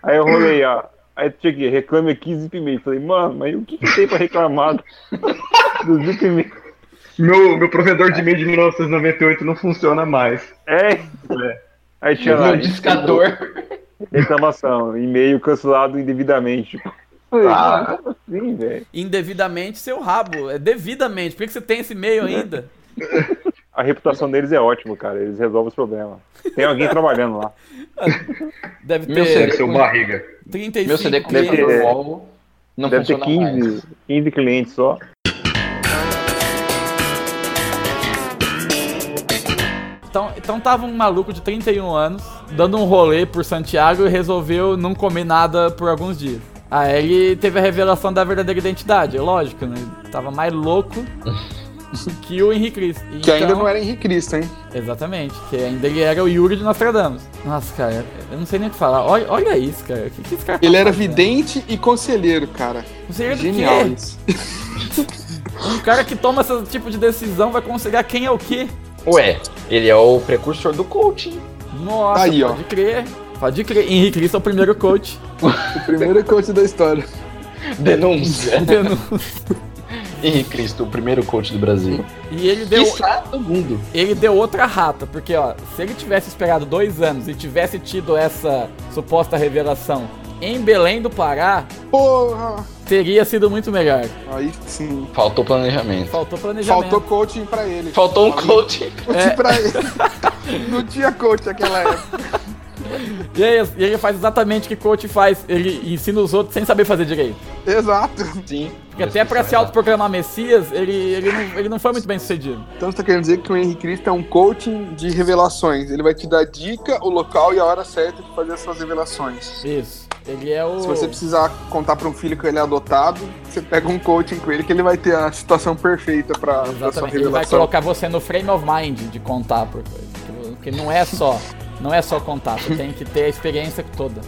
Speaker 9: aí eu rolei, ó. Aí tinha aqui, reclame aqui Zip Mail. Falei, mano, mas o que, que tem pra reclamar do Zip Mail?
Speaker 8: Meu, meu provedor de e-mail de 1998 não funciona mais.
Speaker 9: É. é. Aí tinha lá.
Speaker 2: No discador.
Speaker 9: Reclamação, e-mail cancelado indevidamente. Falei,
Speaker 8: Ah.
Speaker 9: como assim, velho?
Speaker 1: Indevidamente seu rabo. É devidamente. Por que que você tem esse e-mail ainda?
Speaker 9: A reputação deles é ótima, cara. Eles resolvem os problemas. Tem alguém trabalhando lá.
Speaker 1: Deve
Speaker 2: Meu
Speaker 1: ter
Speaker 8: Deve ser o barriga.
Speaker 1: 35
Speaker 2: Meu CD
Speaker 9: Deve
Speaker 2: começou
Speaker 9: ter-
Speaker 2: no UOL. Não
Speaker 9: Deve ter
Speaker 2: funciona
Speaker 9: 15,
Speaker 2: mais.
Speaker 9: 15 clientes só.
Speaker 1: Então, então tava um maluco de 31 anos, dando um rolê por Santiago e resolveu não comer nada por alguns dias. Aí ele teve a revelação da verdadeira identidade, é lógico, né? Tava mais louco que o Henrique Cristo.
Speaker 5: Que ainda
Speaker 1: Então-
Speaker 5: não era Henrique Cristo, hein?
Speaker 1: Exatamente, que ainda ele era o Yuri de Nostradamus. Nossa, cara, eu não sei nem o que falar. Olha, olha isso, cara. O que, que esse cara tá
Speaker 5: Ele era
Speaker 1: fazendo?
Speaker 5: vidente e conselheiro, cara.
Speaker 1: Conselheiro do
Speaker 5: Genial
Speaker 1: quê?
Speaker 5: isso.
Speaker 1: Um cara que toma esse tipo de decisão vai considerar quem é o quê?
Speaker 2: Ué, ele é o precursor do coaching.
Speaker 1: Nossa,
Speaker 5: Tá Aí, ó.
Speaker 1: pode crer. Pode crer. Henrique Cristo é o primeiro coach.
Speaker 5: O primeiro coach da história.
Speaker 2: Denúncia.
Speaker 1: Denúncia.
Speaker 2: Henrique Cristo, o primeiro coach do Brasil.
Speaker 1: E ele deu,
Speaker 2: Quiçá do mundo.
Speaker 1: ele deu outra rata, porque ó, se ele tivesse esperado dois anos e tivesse tido essa suposta revelação em Belém do Pará,
Speaker 5: Porra!
Speaker 1: teria sido muito melhor.
Speaker 5: Aí sim.
Speaker 2: Faltou planejamento.
Speaker 1: Faltou planejamento.
Speaker 5: Faltou coaching pra ele.
Speaker 2: Faltou um coaching.
Speaker 5: Coaching
Speaker 1: É.
Speaker 5: pra ele. Não tinha coach naquela época.
Speaker 1: E aí, e ele faz exatamente o que coach faz. Ele ensina os outros sem saber fazer direito.
Speaker 5: Exato.
Speaker 2: Sim.
Speaker 1: Porque até pra se autoproclamar Messias, ele, ele, não, ele não foi muito bem sucedido.
Speaker 5: Então você tá querendo dizer que o Henrique Cristo é um coaching de revelações. Ele vai te dar a dica, o local e a hora certa de fazer as suas revelações.
Speaker 1: Isso. Ele é o.
Speaker 5: Se você precisar contar pra um filho que ele é adotado, você pega um coaching com ele que ele vai ter a situação perfeita pra, pra sua
Speaker 1: Exatamente. Ele vai
Speaker 5: revelação.
Speaker 1: colocar você no frame of mind de contar por coisa. Porque não é só. Não é só contar, você tem que ter a experiência toda.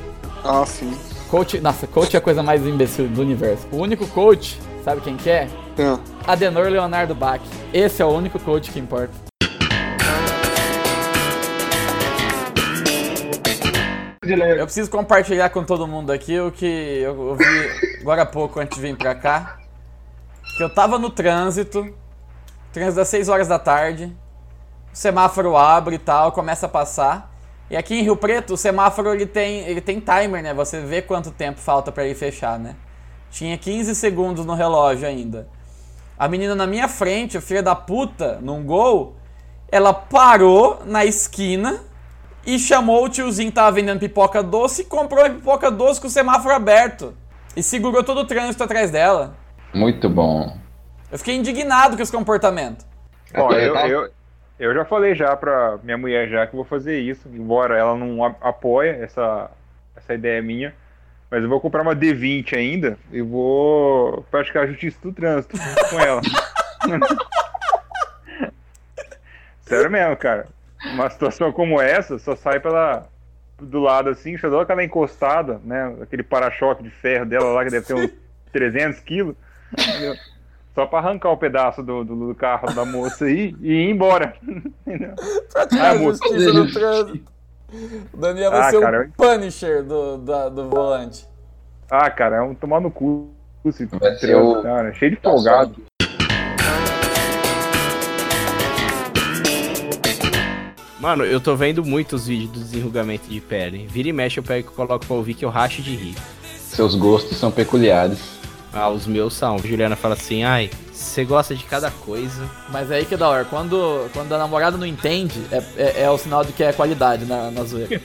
Speaker 5: Ah, sim.
Speaker 1: Coach, nossa, coach é a coisa mais imbecil do universo. O único coach, sabe quem que é?
Speaker 5: Ah.
Speaker 1: Adenor Leonardo Bach. Esse é o único coach que importa. Eu preciso compartilhar com todo mundo aqui o que eu ouvi agora há pouco antes de vir pra cá. Que eu tava no trânsito, trânsito das 6 horas da tarde, o semáforo abre e tal, começa a passar. E aqui em Rio Preto, o semáforo ele tem, ele tem timer, né? Você vê quanto tempo falta pra ele fechar, né? Tinha 15 segundos no relógio ainda. A menina na minha frente, a filha da puta, num gol, ela parou na esquina e chamou o tiozinho que tava vendendo pipoca doce e comprou a pipoca doce com o semáforo aberto. E segurou todo o trânsito atrás dela.
Speaker 2: Muito bom.
Speaker 1: Eu fiquei indignado com esse comportamento.
Speaker 9: Bom, eu, eu, eu já falei já pra minha mulher já que eu vou fazer isso, embora ela não a- apoia essa, essa ideia minha. Mas eu vou comprar uma D20 ainda e vou praticar a justiça do trânsito com ela. Sério mesmo, cara. Uma situação como essa só sai pela do lado assim, só dá aquela encostada, né? Aquele para-choque de ferro dela lá que deve ter uns 300 quilos. entendeu? Só pra arrancar o pedaço do, do- do carro da moça aí e ir embora. entendeu?
Speaker 1: Pra
Speaker 9: Ah, moço.
Speaker 1: justiça no trânsito. O Daniel vai
Speaker 9: Ah,
Speaker 1: ser
Speaker 9: cara,
Speaker 1: o Punisher do, da- do volante.
Speaker 9: Ah, cara, é um tomar no cu. esse
Speaker 2: ser
Speaker 9: trânsito,
Speaker 2: o-
Speaker 9: cara, cheio de folgado.
Speaker 4: Mano, eu tô vendo muitos vídeos do desenrugamento de pele. Vira e mexe, eu pego e coloco pra ouvir que eu racho de rir.
Speaker 2: Seus gostos são peculiares.
Speaker 4: Ah, os meus são. Juliana fala assim, ai, você gosta de cada coisa.
Speaker 1: Mas é aí que é da hora. Quando, quando a namorada não entende, é, é, é o sinal de que é qualidade na, na zoeira.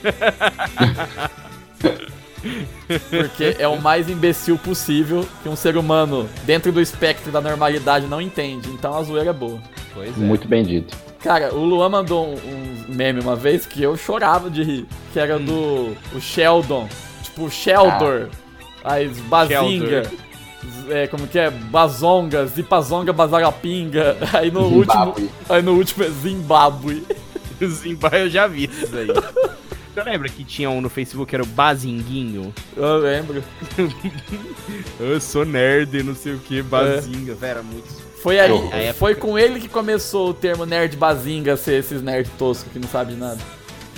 Speaker 1: Porque é o mais imbecil possível que um ser humano, dentro do espectro da normalidade, não entende. Então a zoeira é boa.
Speaker 4: Pois
Speaker 2: Muito bem dito.
Speaker 1: Cara, o Luan mandou um, um meme uma vez que eu chorava de rir. Que era
Speaker 4: Hum.
Speaker 1: do o Sheldon. Tipo, Sheldor. As Bazinga.
Speaker 4: Ah. Sheldor.
Speaker 1: z- É, como que é? Bazonga, Zipazonga, Bazarapinga. Aí no último.
Speaker 2: Zimbábue.
Speaker 1: Aí no último é Zimbábue.
Speaker 4: Zimbabue eu já vi isso aí. Você lembra que tinha um no Facebook que era o Bazinguinho?
Speaker 1: Eu lembro.
Speaker 4: Eu sou nerd, não sei o que, Bazinga. Véi, era muito...
Speaker 1: Foi aí.
Speaker 4: A época-
Speaker 1: Foi com ele que começou o termo nerd bazinga ser esses nerd tosco que não sabe de nada.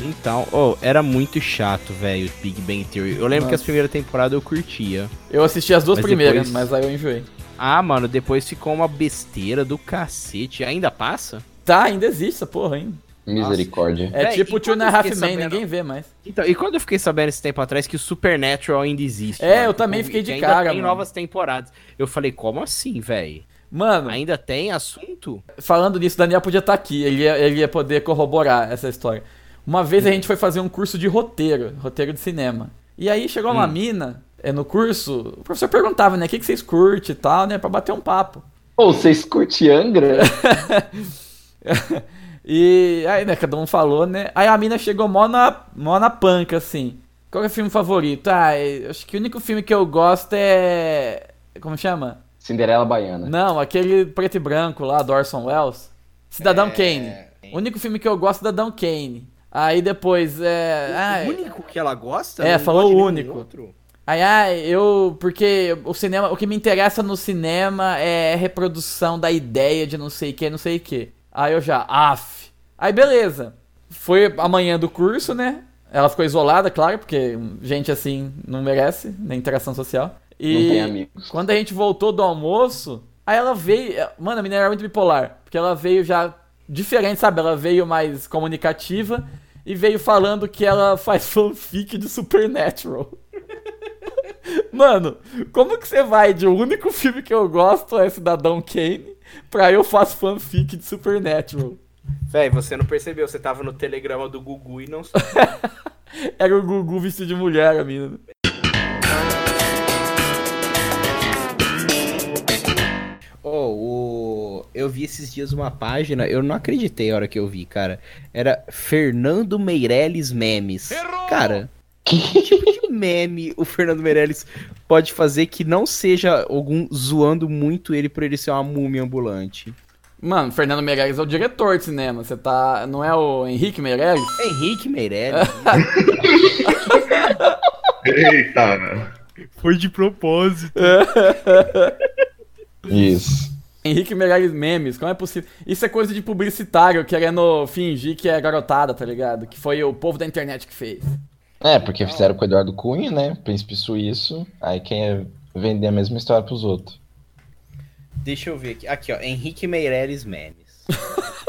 Speaker 4: Então, oh, era muito chato, velho, Big Bang Theory. Eu lembro que
Speaker 1: Nossa.
Speaker 4: as primeiras temporadas eu curtia.
Speaker 1: Eu assisti as duas
Speaker 4: Mas
Speaker 1: primeiras,
Speaker 4: depois-
Speaker 1: mas aí eu enjoei.
Speaker 4: Ah, mano, depois ficou uma besteira do cacete. Ainda passa?
Speaker 1: Tá, ainda existe essa porra ainda.
Speaker 2: Misericórdia.
Speaker 1: É
Speaker 4: Véi,
Speaker 1: tipo
Speaker 4: e
Speaker 1: Two and
Speaker 4: quando
Speaker 1: a
Speaker 4: eu
Speaker 1: Half
Speaker 4: fiquei
Speaker 1: Man,
Speaker 4: sabendo-
Speaker 1: ninguém vê mais.
Speaker 4: Então, e quando eu fiquei sabendo esse tempo atrás que o Supernatural ainda existe?
Speaker 1: É,
Speaker 4: mano,
Speaker 1: eu também
Speaker 4: que
Speaker 1: fiquei de
Speaker 4: que ainda
Speaker 1: cara,
Speaker 4: Tem
Speaker 1: mano.
Speaker 4: novas temporadas. Eu falei, como assim, velho?
Speaker 1: Mano,
Speaker 4: Ainda tem assunto?
Speaker 1: Falando nisso, o Daniel podia estar aqui, ele ia, ele ia poder corroborar essa história. Uma vez a gente foi fazer um curso de roteiro, roteiro de cinema. E aí chegou uma mina é, no curso, o professor perguntava, né, o que, que vocês curtem e tal, né, pra bater um papo.
Speaker 2: Ou vocês curtem Angra?
Speaker 1: E aí, né, cada um falou, né. Aí a mina chegou mó na, mó na panca, assim. Qual que é o filme favorito? Ah, eu acho que o único filme que eu gosto é... Como chama?
Speaker 2: Cinderela Baiana.
Speaker 1: Não, aquele preto e branco lá do Orson Welles. Cidadão Kane. O único filme que eu gosto é Cidadão Kane. Aí depois é. ah,
Speaker 4: o único que ela gosta?
Speaker 1: É,
Speaker 4: Não
Speaker 1: falou
Speaker 4: gosta de nenhum
Speaker 1: o único.
Speaker 4: outro?
Speaker 1: Ai, ai, ah, eu. Porque o cinema. O que me interessa no cinema é reprodução da ideia de não sei o que, não sei o que. Aí eu já. Af. Aí beleza. Foi amanhã do curso, né? Ela ficou isolada, claro, porque gente assim não merece, nem interação social. E
Speaker 2: Não tem amigos.
Speaker 1: quando a gente voltou do almoço, aí ela veio. eh, Mano, a menina era muito bipolar. Porque ela veio já diferente, sabe? Ela veio mais comunicativa e veio falando que ela faz fanfic de Supernatural. Mano, como que você vai de o único filme que eu gosto é Cidadão Kane pra eu faço fanfic de Supernatural?
Speaker 4: Véi, você não percebeu, você tava no telegrama do Gugu e não sabe.
Speaker 1: Era o Gugu vestido de mulher, a mina.
Speaker 4: Oh, o... Eu vi esses dias uma página, eu não acreditei a hora que eu vi, cara. Era Fernando Meirelles Memes. Cara, que tipo de meme o Fernando Meirelles pode fazer que não seja algum zoando muito ele por ele ser uma múmia ambulante?
Speaker 1: Mano, Fernando Meirelles é o diretor de cinema. Você tá. Não é o Henrique Meirelles?
Speaker 4: Henrique Meirelles.
Speaker 7: Tá,
Speaker 8: Eita,
Speaker 7: né?
Speaker 8: mano.
Speaker 4: Foi de propósito.
Speaker 7: Isso.
Speaker 1: Henrique Meirelles memes, como é possível? Isso é coisa de publicitário querendo fingir que é garotada, tá ligado? Que foi o povo da internet que fez.
Speaker 7: É, porque fizeram com o Eduardo Cunha, né? Príncipe suíço. Aí quem é vender a mesma história pros outros.
Speaker 4: Deixa eu ver aqui. Aqui, ó. Henrique Meirelles memes.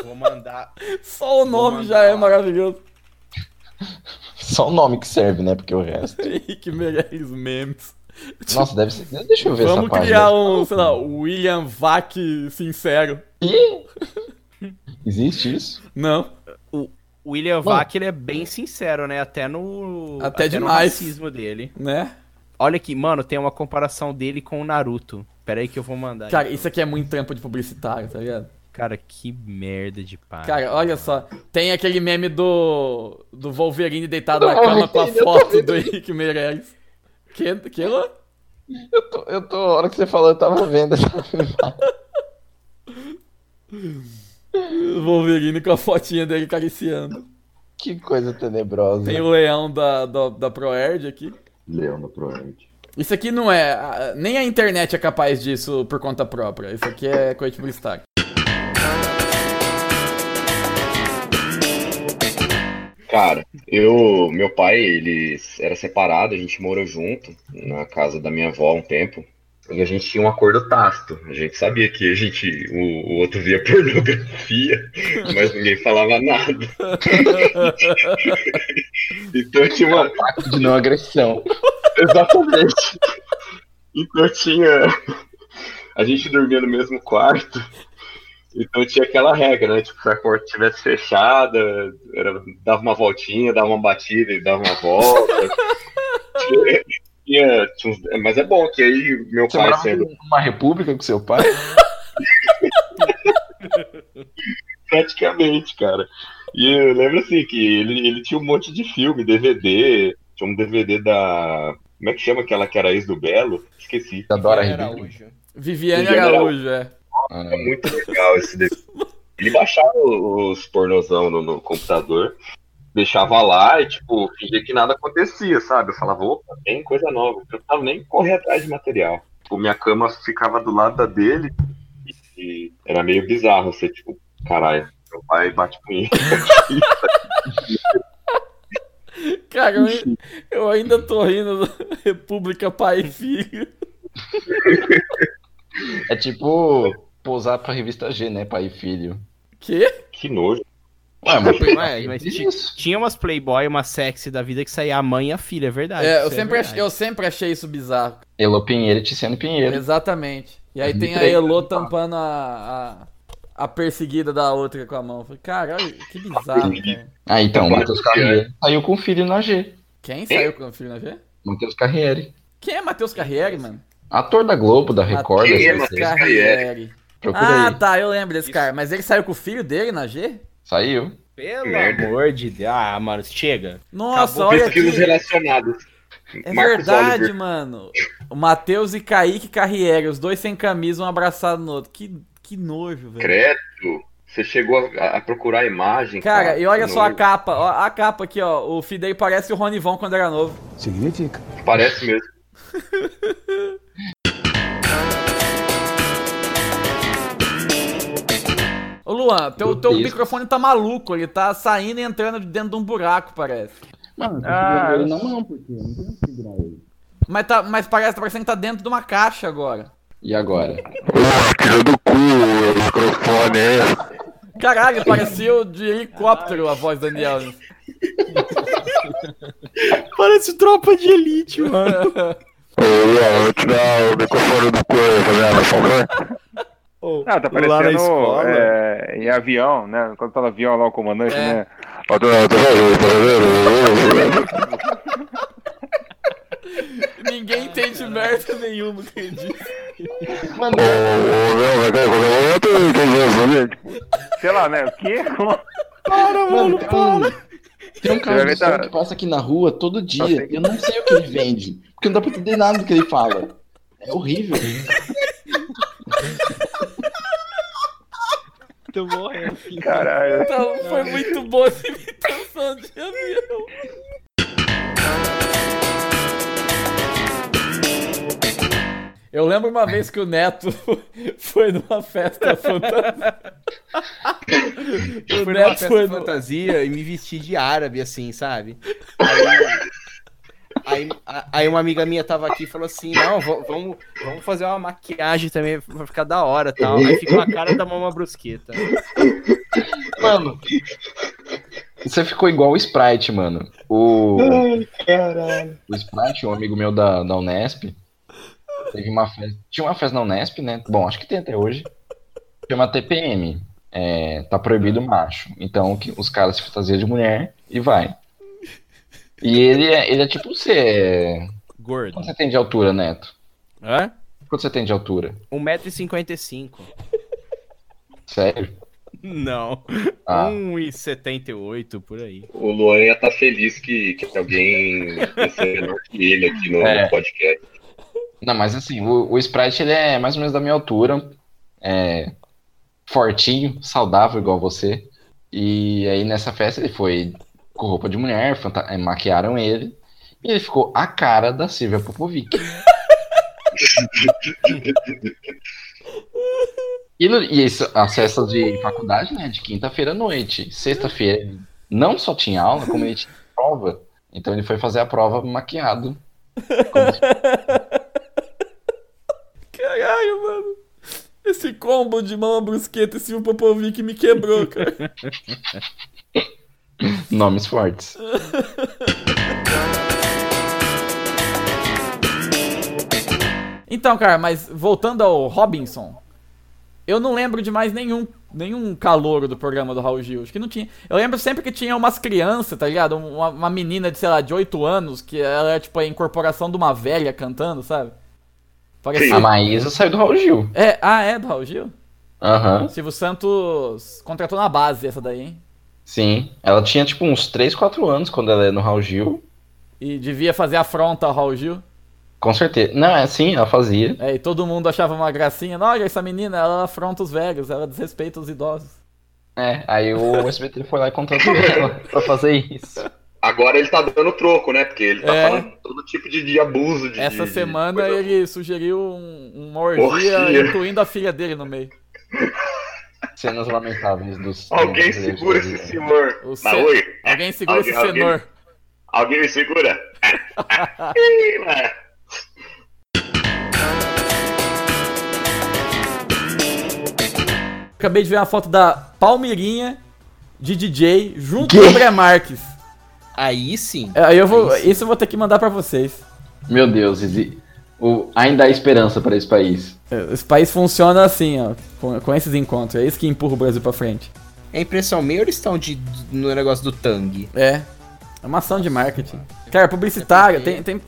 Speaker 4: Vou mandar.
Speaker 1: Só o nome já é maravilhoso.
Speaker 7: Só o nome que serve, né? Porque o resto.
Speaker 1: Henrique Meirelles memes.
Speaker 7: Nossa, deve ser. Deixa eu ver
Speaker 1: Vamos
Speaker 7: essa página.
Speaker 1: criar um, sei lá, William Vac sincero.
Speaker 7: Ih! Existe isso?
Speaker 1: Não.
Speaker 4: O William Vac, ele é bem sincero, né? Até no.
Speaker 1: Até
Speaker 4: no
Speaker 1: demais.
Speaker 4: racismo dele.
Speaker 1: Né?
Speaker 4: Olha aqui, mano, tem uma comparação dele com o Naruto. Pera aí que eu vou mandar.
Speaker 1: Cara, isso aqui é muito trampo de publicitário, tá ligado?
Speaker 4: Cara, que merda de pá.
Speaker 1: Cara, olha só. Tem aquele meme do. do Wolverine deitado na cama com a foto do Henrique Meirelles. Que, que lá?
Speaker 7: Eu tô, eu tô, a hora que você falou, eu tava vendo essa
Speaker 1: Wolverine com a fotinha dele cariciando.
Speaker 7: Que coisa tenebrosa.
Speaker 1: Tem o leão da, da, da ProErd aqui.
Speaker 7: Leão da Proerd.
Speaker 1: Isso aqui não é. a- Nem a internet é capaz disso por conta própria. Isso aqui é coisa de publicitário.
Speaker 8: Cara, eu, meu pai, ele era separado, a gente morou junto na casa da minha avó há um tempo. E a gente tinha um acordo tácito. A gente sabia que a gente, o, o outro via pornografia, mas ninguém falava nada. então tinha uma
Speaker 7: Pacto de não agressão.
Speaker 8: Exatamente. Então tinha. A gente dormia no mesmo quarto. Então tinha aquela regra, né? Tipo, se a porta estivesse fechada, era- dava uma voltinha, dava uma batida e dava uma volta. Tinha- tinha- tinha uns- Mas é bom que aí meu
Speaker 7: Você
Speaker 8: pai
Speaker 7: morava
Speaker 8: sendo.
Speaker 7: numa república com seu pai?
Speaker 8: Praticamente, cara. E eu lembro assim que ele, ele tinha um monte de filme, DVD. Tinha um DVD da. Como é que chama aquela que era ex do Belo? Esqueci.
Speaker 7: Da Dora
Speaker 1: Viviane
Speaker 8: Viviane
Speaker 1: Araújo, é.
Speaker 8: É muito legal esse DVD. Ele baixava os pornozão no, no computador, deixava lá e, tipo, fingia que nada acontecia, sabe? Eu falava, opa, tem coisa nova. Eu não tava nem correr atrás de material. Tipo, minha cama ficava do lado da dele e, e era meio bizarro. Você, tipo, caralho, meu pai bate com ele.
Speaker 1: Cara, eu, eu ainda tô rindo do República Pai e Filho.
Speaker 7: É tipo pousar pra revista G, né? Pai e filho.
Speaker 1: Quê?
Speaker 8: que nojo.
Speaker 7: Ué, mas
Speaker 4: Ué, mas ti- tinha umas Playboy, uma sexy da vida que saía a mãe e a filha, é verdade.
Speaker 1: É, eu
Speaker 4: isso é
Speaker 1: sempre,
Speaker 4: verdade.
Speaker 1: achei, eu sempre achei isso bizarro.
Speaker 7: Elô Pinheiro e Tiziano Pinheiro.
Speaker 1: Exatamente. E aí tem a
Speaker 7: 2003,
Speaker 1: Elô tampando a, a, a perseguida da outra com a mão. Eu Falei, cara, olha, que bizarro, né?" cara.
Speaker 7: Ah, então, Matheus Carriere saiu com o filho na G.
Speaker 1: Quem saiu com o filho na G?
Speaker 7: Matheus Carriere.
Speaker 1: Quem é Matheus Carriere, mano?
Speaker 7: Ator da Globo, da Record.
Speaker 1: Matheus
Speaker 7: da SBT.
Speaker 1: Carriere.
Speaker 7: Procura
Speaker 1: Ah,
Speaker 7: aí.
Speaker 1: tá, eu lembro desse cara. Mas ele saiu com o filho dele na G?
Speaker 7: Saiu.
Speaker 4: Pelo
Speaker 8: Merda.
Speaker 4: amor de Deus. Ah, mano, chega.
Speaker 1: Nossa,
Speaker 4: Acabou.
Speaker 1: olha
Speaker 8: Pesquisas
Speaker 1: aqui.
Speaker 8: relacionadas.
Speaker 1: É
Speaker 8: Marcos
Speaker 1: verdade,
Speaker 8: Oliver.
Speaker 1: mano. O Matheus e Kaique Carriere, os dois sem camisa, um abraçado no outro. Que, que nojo, velho.
Speaker 8: Credo, você chegou a, a procurar a imagem.
Speaker 1: Cara,
Speaker 8: Cara,
Speaker 1: e olha
Speaker 8: que
Speaker 1: só a
Speaker 8: nojo.
Speaker 1: capa. Ó, a capa aqui, ó. O Fidei parece o Ronivon quando era novo.
Speaker 15: Significa.
Speaker 8: Parece mesmo.
Speaker 1: Ô, Luan, teu,
Speaker 7: Meu
Speaker 1: teu
Speaker 7: Deus.
Speaker 1: microfone tá maluco. Ele tá saindo e entrando de dentro de um buraco, parece.
Speaker 7: Mano, eu
Speaker 4: Ah,
Speaker 7: segurando ele na
Speaker 4: eu-
Speaker 7: mão, porque eu não tenho que segurar ele.
Speaker 1: Mas, tá, mas parece, tá parecendo que tá dentro de uma caixa agora.
Speaker 7: E agora?
Speaker 1: Caralho, parecia de helicóptero a voz do Daniel.
Speaker 4: Parece tropa de elite, mano.
Speaker 17: Ô, vou tirar o microfone do coelho, Fabiano, por favor.
Speaker 9: Ah, tá
Speaker 17: Lá na
Speaker 9: parecendo
Speaker 17: escola.
Speaker 9: é, em avião, né? Quando tá no avião lá o comandante, né?
Speaker 17: Ó, tô- tô vendo, tô vendo.
Speaker 1: Ninguém entende merda nenhuma que ele diz.
Speaker 17: Ô, ô, meu, vai cair qualquer momento e tem Deus, sabia?
Speaker 9: Sei lá, né? O quê?
Speaker 1: Para, mano, para.
Speaker 2: Tem um cara
Speaker 9: Você
Speaker 2: de
Speaker 9: vai
Speaker 2: som
Speaker 9: ver, tá?
Speaker 2: que passa aqui na rua todo dia. Eu não sei o que ele vende. Porque não dá pra entender nada do que ele fala. É horrível.
Speaker 4: Muito bom, é assim.
Speaker 9: Caralho.
Speaker 1: Então, foi muito boa essa imitação de avião. Eu lembro uma vez que o Neto foi numa festa fantasia.
Speaker 4: Eu fui numa festa de fantasia e me vesti de árabe, assim, sabe? Aí, aí, a- aí uma amiga minha tava aqui e falou assim, não, va- vamos, vamos fazer uma maquiagem também, vai ficar da hora e tal. Aí ficou a cara da Mama Brusqueta.
Speaker 2: Mano. Você ficou igual o Sprite, mano. O,
Speaker 4: caralho.
Speaker 2: o Sprite, um amigo meu da, da Unesp, teve uma festa. Tinha uma festa na Unesp, né? Bom, acho que tem até hoje. Chama TPM. É, tá proibido macho. Então que os caras se fantasiam de mulher e vai. E ele é, ele é tipo você.
Speaker 4: Gordo.
Speaker 2: Quanto você tem de altura, Neto?
Speaker 4: Hã?
Speaker 2: Quanto você tem de altura?
Speaker 4: 1,55m.
Speaker 2: Sério?
Speaker 4: Não.
Speaker 2: Ah.
Speaker 4: 1,78 por aí.
Speaker 8: O Luan ia estar feliz que, que alguém fosse menor que ele aqui no,
Speaker 2: É.
Speaker 8: no podcast.
Speaker 2: Não, mas assim, o, o Sprite ele é mais ou menos da minha altura. É fortinho, saudável igual você. E aí nessa festa ele foi com roupa de mulher, fanta- eh, maquiaram ele. E ele ficou a cara da Silvia Popovic. e, no- e isso, as festas de faculdade, né? De quinta-feira à noite. Sexta-feira ele não só tinha aula, como ele tinha prova. Então ele foi fazer a prova maquiado.
Speaker 1: Caralho, mano. Esse combo de mama brusqueta e Silvio Popovic me quebrou, cara.
Speaker 2: Nomes fortes.
Speaker 1: Então, cara, mas voltando ao Robinson, eu não lembro de mais nenhum, nenhum calor do programa do Raul Gil. Acho que não tinha. Eu lembro sempre que tinha umas crianças, tá ligado? Uma, uma menina de, sei lá, de 8 anos, que ela era tipo a incorporação de uma velha cantando, sabe?
Speaker 2: A Maísa saiu do Raul Gil.
Speaker 1: É, ah, é do Raul Gil?
Speaker 2: Aham.
Speaker 1: Silvio Santos contratou na base essa daí, hein?
Speaker 2: Sim. Ela tinha tipo uns 3, 4 anos quando ela é no Raul Gil.
Speaker 1: E devia fazer afronta ao Raul Gil.
Speaker 2: Com certeza. Não, é assim, ela fazia.
Speaker 1: É, e todo mundo achava uma gracinha. Olha, essa menina, ela afronta os velhos, ela desrespeita os idosos.
Speaker 2: É, aí o SBT foi lá e contratou ela pra fazer isso.
Speaker 8: Agora ele tá dando troco, né? Porque ele tá
Speaker 1: É.
Speaker 8: falando todo tipo de, de abuso de.
Speaker 1: Essa
Speaker 8: de-
Speaker 1: semana ele sugeriu um- uma orgia,
Speaker 8: Orgia.
Speaker 1: incluindo a filha dele no meio.
Speaker 2: Cenas lamentáveis dos.
Speaker 8: Alguém
Speaker 2: dos-
Speaker 8: segura esse
Speaker 2: né?
Speaker 8: senhor.
Speaker 1: O ce-
Speaker 8: Mas, oi.
Speaker 1: Alguém segura esse
Speaker 8: Alguém-
Speaker 1: senhor.
Speaker 8: Alguém me segura? Ih, mano.
Speaker 1: Acabei de ver uma foto da Palmeirinha de DJ junto com o André Marques.
Speaker 4: Aí sim.
Speaker 1: É, Aí eu vou, isso eu vou ter que mandar pra vocês.
Speaker 2: Meu Deus, exi- o- ainda há esperança pra esse país.
Speaker 1: É, Esse país funciona assim, ó, com, com esses encontros. É isso que empurra o Brasil pra frente.
Speaker 4: É impressão minha ou eles estão de, no negócio do Tang?
Speaker 1: É. É uma ação de marketing. Cara, publicitário, tem, tem,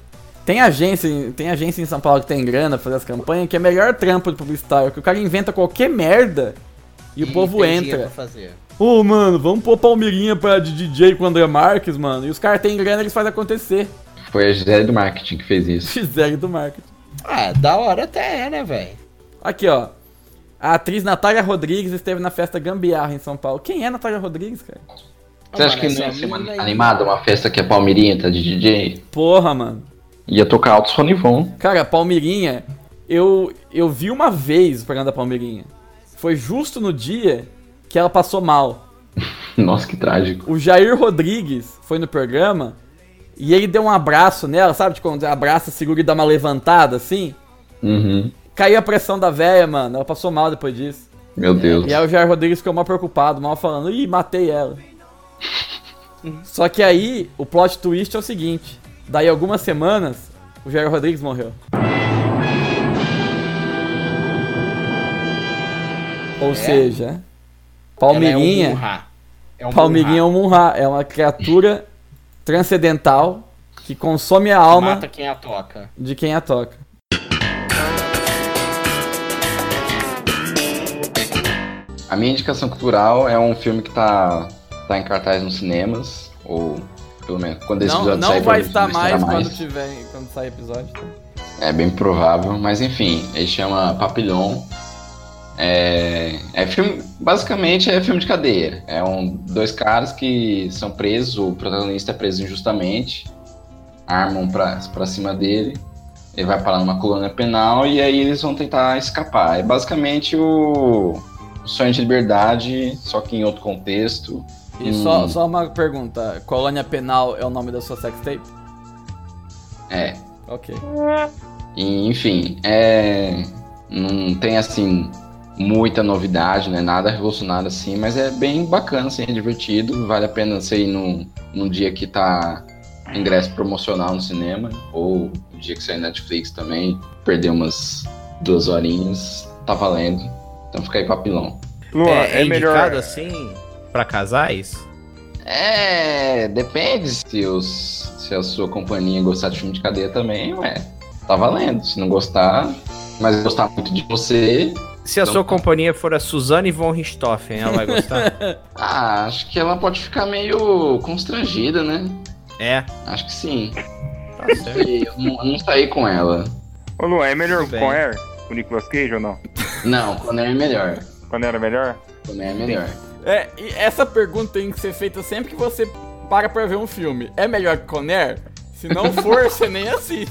Speaker 1: tem, agência, tem agência em São Paulo que tem grana pra fazer as campanhas, que é melhor trampo de publicitário, que o cara inventa qualquer merda e, o povo
Speaker 4: tem dinheiro
Speaker 1: entra.
Speaker 4: pra fazer.
Speaker 1: Ô, mano, vamos pôr Palmeirinha pra de DJ com o André é Marques, mano. E os caras têm grana, eles fazem acontecer.
Speaker 2: Foi a Gisele do marketing que fez isso.
Speaker 1: Gisele do marketing.
Speaker 4: Ah, da hora até é, né, velho?
Speaker 1: Aqui, ó. A atriz Natália Rodrigues esteve na festa Gambiarra em São Paulo. Quem é Natália Rodrigues, cara?
Speaker 2: Você acha que não ia ser uma animada uma festa que é Palmeirinha, tá de DJ?
Speaker 1: Porra, mano.
Speaker 2: Ia tocar altos Ronivon.
Speaker 1: Cara, Palmeirinha, eu, eu vi uma vez o programa da Palmeirinha. Foi justo no dia que ela passou mal.
Speaker 2: Nossa, que trágico.
Speaker 1: O Jair Rodrigues foi no programa e ele deu um abraço nela, sabe? De quando abraça, segura e dá uma levantada assim.
Speaker 2: Uhum.
Speaker 1: Caiu a pressão da véia, mano. Ela passou mal depois disso.
Speaker 2: Meu Deus.
Speaker 1: E aí o Jair Rodrigues ficou mal preocupado, mal falando, ih, matei ela. Uhum. Só que aí, o plot twist é o seguinte. Daí algumas semanas, O Jair Rodrigues morreu. Ou seja, Palmeirinha.
Speaker 4: É um
Speaker 1: Palmeirinha é um Munra, é uma criatura transcendental que consome a
Speaker 18: é
Speaker 1: alma
Speaker 4: Mata quem a toca.
Speaker 1: de quem a toca.
Speaker 2: A minha indicação cultural é um filme que tá, tá em cartaz nos cinemas, ou pelo menos quando esse
Speaker 1: Não,
Speaker 2: episódio
Speaker 1: não
Speaker 2: sair,
Speaker 1: vai
Speaker 2: provavelmente
Speaker 1: estar
Speaker 2: não estará
Speaker 1: mais quando tiver, quando sair episódio.
Speaker 2: É bem provável, mas enfim, ele chama Papillon. É, é filme, basicamente é filme de cadeia. É um, dois caras que são presos, o protagonista é preso injustamente, armam pra, pra cima dele, ele vai parar numa colônia penal e aí eles vão tentar escapar. É basicamente o, o sonho de liberdade, só que em outro contexto.
Speaker 1: E
Speaker 2: Hum,
Speaker 1: só, só uma pergunta: Colônia Penal é o nome da sua sextape?
Speaker 2: É.
Speaker 1: Ok.
Speaker 2: E, enfim, é, não tem assim muita novidade, né? Nada revolucionário assim, mas é bem bacana, assim, é divertido. Vale a pena você ir num, num dia que tá ingresso promocional no cinema, né? ou o dia que sair Netflix também, perder umas duas horinhas, tá valendo. Então fica aí papilão.
Speaker 8: é melhor-
Speaker 18: indicado assim pra casais?
Speaker 2: É, depende se, os, se a sua companhia gostar de filme de cadeia também, ué, tá valendo. Se não gostar, mas gostar muito de você.
Speaker 18: Se a
Speaker 2: então
Speaker 18: sua companhia for a Suzane von Richthofen, ela vai gostar?
Speaker 2: Ah, acho que ela pode ficar meio constrangida, né?
Speaker 18: É.
Speaker 2: Acho que sim.
Speaker 18: Tá certo.
Speaker 2: Eu não, eu não saí com ela.
Speaker 9: Ô Luan, é melhor
Speaker 2: Tudo
Speaker 9: o
Speaker 2: bem.
Speaker 9: Conair? O Nicolas Cage ou não?
Speaker 2: Não, Conair é melhor.
Speaker 9: Conair é melhor?
Speaker 2: Conair é melhor.
Speaker 1: É, e essa pergunta tem que ser feita sempre que você para pra ver um filme. É melhor que Conair? Se não for, você nem assiste.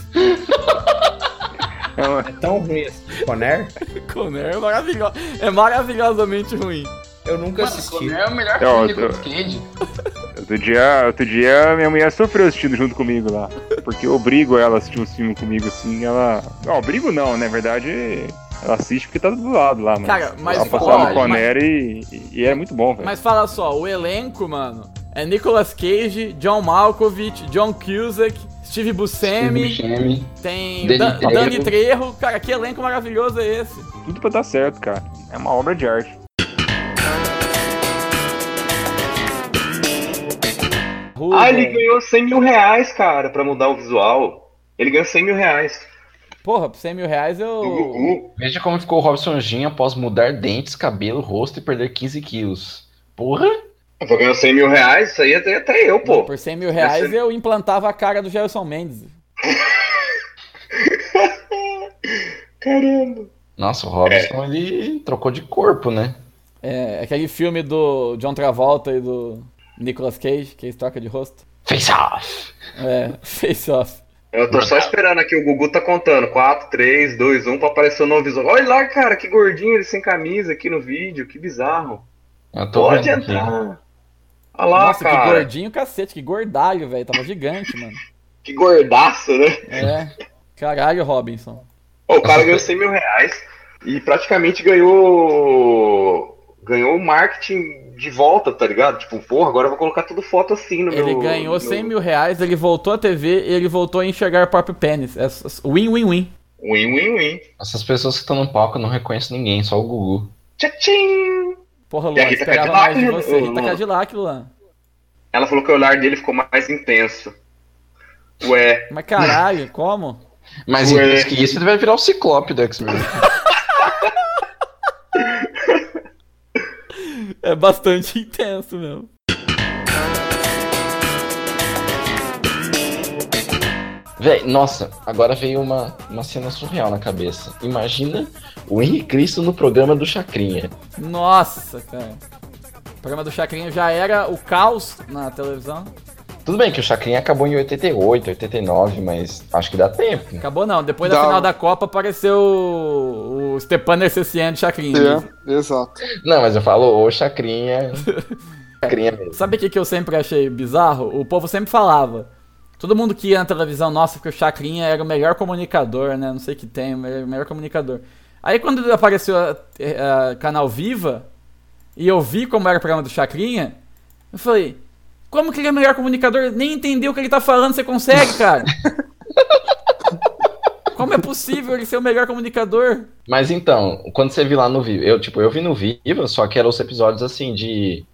Speaker 18: É tão ruim assim. Conair?
Speaker 1: Conair é maravilhoso. É maravilhosamente ruim.
Speaker 18: Eu nunca
Speaker 2: Mano, assisti. Conair é o melhor
Speaker 9: Não, filme do eu- Nicolas Outro dia, outro dia minha mulher sofreu assistindo junto comigo lá. Porque eu obrigo ela a assistir uns filmes comigo assim, ela. Não, obrigo não, né? na verdade. Ela assiste porque tá do lado lá, mano.
Speaker 1: Cara, mas
Speaker 9: Ela
Speaker 1: o-
Speaker 9: passava
Speaker 1: mas-
Speaker 9: no Conair e, e é muito bom, velho.
Speaker 1: Mas fala só, o elenco, mano, é Nicolas Cage, John Malkovich, John Cusack, Steve Buscemi,
Speaker 2: Steve Buscemi,
Speaker 1: tem
Speaker 9: Danny
Speaker 1: Dan-
Speaker 9: Trejo.
Speaker 1: Danny Trejo. Cara, que elenco maravilhoso é esse?
Speaker 9: Tudo pra dar certo, cara. É uma obra de arte.
Speaker 8: Ah, ele ganhou 100 mil reais, cara, pra mudar o visual. Ele ganhou 100 mil reais.
Speaker 1: Porra, por 100 mil reais eu.
Speaker 2: Veja como ficou o Robson Jean após mudar dentes, cabelo, rosto e perder 15 quilos. Porra!
Speaker 8: Vou ganhar 100 mil reais, isso aí até, até eu, pô.
Speaker 1: Por 100 mil reais
Speaker 8: Essa-
Speaker 1: eu implantava a cara do Gerson Mendes.
Speaker 8: Caramba.
Speaker 2: Nossa, o Robson
Speaker 8: É.
Speaker 2: ele trocou de corpo, né?
Speaker 1: É, aquele filme do John Travolta e do Nicolas Cage, que eles trocam de rosto.
Speaker 2: Face Off!
Speaker 1: É, Face Off.
Speaker 8: Eu tô só esperando aqui, o Gugu tá contando. 4, 3, 2, 1 pra aparecer o novo visual. Olha lá, cara, que gordinho ele sem camisa aqui no vídeo, que bizarro.
Speaker 2: Eu tô
Speaker 8: Pode
Speaker 2: vendo aqui.
Speaker 8: entrar. Olha lá,
Speaker 1: Nossa,
Speaker 8: cara.
Speaker 1: que gordinho, cacete, que gordalho, velho. Tava gigante, mano.
Speaker 8: Que gordaço, né?
Speaker 1: É. Caralho, Robinson.
Speaker 8: Ô, o cara ganhou 100 mil reais e praticamente ganhou. Ganhou o marketing de volta, tá ligado? Tipo, porra, agora eu vou colocar tudo foto assim no meu.
Speaker 1: Ele ganhou
Speaker 8: no-
Speaker 1: 100 mil reais, ele voltou à TV e ele voltou a enxergar o próprio pênis. É s- s- Win-win-win.
Speaker 8: Win, win, win.
Speaker 2: Essas pessoas que estão no palco eu não reconheço ninguém, só o Gugu.
Speaker 8: Tchim!
Speaker 1: Porra, Luan,
Speaker 8: E a Rita
Speaker 1: esperava
Speaker 8: Cadillac,
Speaker 1: mais de
Speaker 8: né,
Speaker 1: você. Rita
Speaker 8: Luan?
Speaker 1: Cadillac, Luan.
Speaker 8: Ela falou que o olhar dele ficou mais intenso. Ué.
Speaker 1: Mas caralho, como?
Speaker 2: Mas
Speaker 8: Ué.
Speaker 2: em que isso ele vai virar o Ciclope do X-Men.
Speaker 1: É bastante intenso mesmo.
Speaker 2: Véi, nossa, agora veio uma, uma cena surreal na cabeça. Imagina o Henrique Cristo no programa do Chacrinha.
Speaker 1: Nossa, cara. O programa do Chacrinha já era o caos na televisão.
Speaker 2: Tudo bem que o Chacrinha acabou em 88, 89, mas acho que dá tempo.
Speaker 1: Acabou não, depois da
Speaker 2: Dá. um-
Speaker 1: final da Copa apareceu o, o Stepan Ercecian de Chacrinha.
Speaker 2: É, exato. Não, mas eu falo, ô Chacrinha. Chacrinha mesmo.
Speaker 1: Sabe o que, que eu sempre achei bizarro? O povo sempre falava. Todo mundo que ia na televisão, nossa, que o Chacrinha era o melhor comunicador, né? Não sei o que tem, o melhor, o melhor comunicador. Aí quando apareceu a, a- a Canal Viva, e eu vi como era o programa do Chacrinha, eu falei, como que ele é o melhor comunicador? Nem entendeu o que ele tá falando, você consegue, cara? Como é possível ele ser o melhor comunicador?
Speaker 2: Mas então, quando você viu lá no vivo, eu, tipo, eu vi no vivo, só que eram os episódios assim de.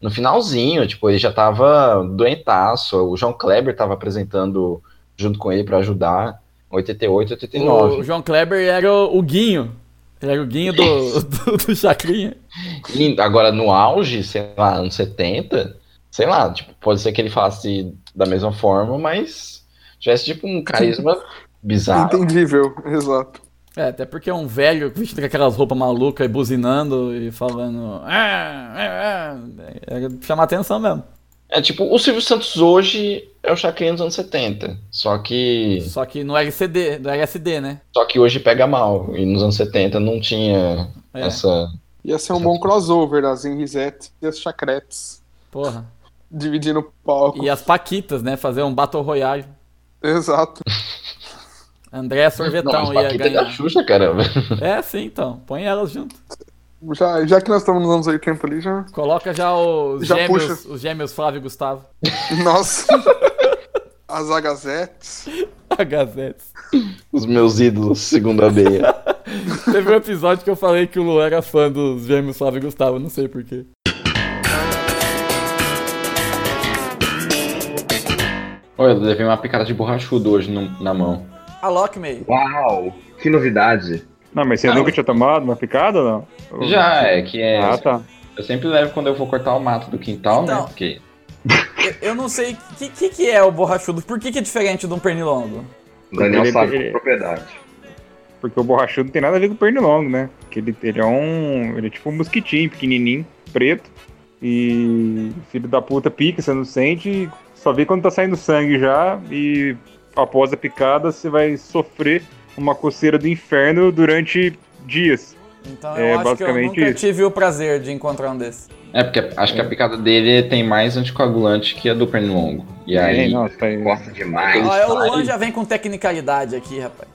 Speaker 2: No finalzinho, tipo, ele já tava doentaço. O João Kleber tava apresentando junto com ele pra ajudar. 88,
Speaker 1: O,
Speaker 2: 89.
Speaker 1: João Kleber era o, o Guinho. Ele era o Guinho do, do, do Chacrinha.
Speaker 2: E agora, no auge, sei lá, anos 70, sei lá, tipo, pode ser que ele falasse da mesma forma, mas tivesse, tipo, um carisma bizarro.
Speaker 5: Entendível, exato.
Speaker 1: É, até porque é um velho vestido com aquelas roupas malucas e buzinando e falando. "Ah, ah, ah", é, é chamar atenção mesmo.
Speaker 2: É tipo, o Silvio Santos hoje é o Chacrinha dos anos 70. Só que.
Speaker 1: Só que no LCD, do LSD, né?
Speaker 2: Só que hoje pega mal. E nos anos 70 não tinha
Speaker 1: É.
Speaker 2: essa.
Speaker 5: Ia ser um bom crossover, as Henrisettes e as Chacretes.
Speaker 1: Porra.
Speaker 5: Dividindo o palco.
Speaker 1: E as Paquitas, né? Fazer um Battle Royale.
Speaker 5: Exato.
Speaker 1: André Sorvetão
Speaker 2: Não, mas
Speaker 1: ia
Speaker 2: Paquita é
Speaker 1: ganhar.
Speaker 2: da Xuxa, caramba.
Speaker 1: É, sim, então. Põe elas junto.
Speaker 5: Já, já que nós estamos nos anos 80 ali, já.
Speaker 1: Coloca já os
Speaker 5: Já
Speaker 1: gêmeos,
Speaker 5: puxa.
Speaker 1: os gêmeos Flávio e Gustavo.
Speaker 5: Nossa. As Agazettes.
Speaker 1: Agazettes.
Speaker 2: Os meus ídolos, segunda beia.
Speaker 1: Teve um episódio que eu falei que o Lu era fã dos gêmeos Flávio e Gustavo, não sei porquê.
Speaker 2: Olha, eu levei uma picada de borrachudo hoje no- na mão.
Speaker 1: Alok May.
Speaker 8: Uau, que novidade.
Speaker 9: Não, mas você nunca tinha tomado uma picada ou não? Ou-
Speaker 2: Já, é que é.
Speaker 9: Ah, tá.
Speaker 2: Eu sempre levo quando eu vou cortar o mato do quintal, né?
Speaker 1: Então.
Speaker 2: Porque.
Speaker 1: Eu, eu não sei o que, que, que é o borrachudo. Por que, que é diferente de um pernilongo?
Speaker 8: O Daniel
Speaker 9: Ele-
Speaker 8: sabe
Speaker 9: ele-
Speaker 8: com propriedade.
Speaker 9: Porque o borrachudo não tem nada a ver com o pernilongo, né? Que ele, ele é um. Ele é tipo um mosquitinho pequenininho, preto. E filho da puta pica, você não sente. e Só vê quando tá saindo sangue já. E após a picada, você vai sofrer uma coceira do inferno durante dias.
Speaker 1: Então eu
Speaker 9: É,
Speaker 1: acho que eu
Speaker 9: basicamente
Speaker 1: nunca
Speaker 9: isso.
Speaker 1: tive o prazer de encontrar um desses.
Speaker 2: É, porque acho que a picada dele tem mais anticoagulante que a do pernilongo. E
Speaker 9: É,
Speaker 2: aí.
Speaker 9: nossa, aí-
Speaker 8: Gosta demais.
Speaker 1: Ó, é, o Luan
Speaker 2: sai.
Speaker 1: já vem com tecnicalidade aqui, rapaz.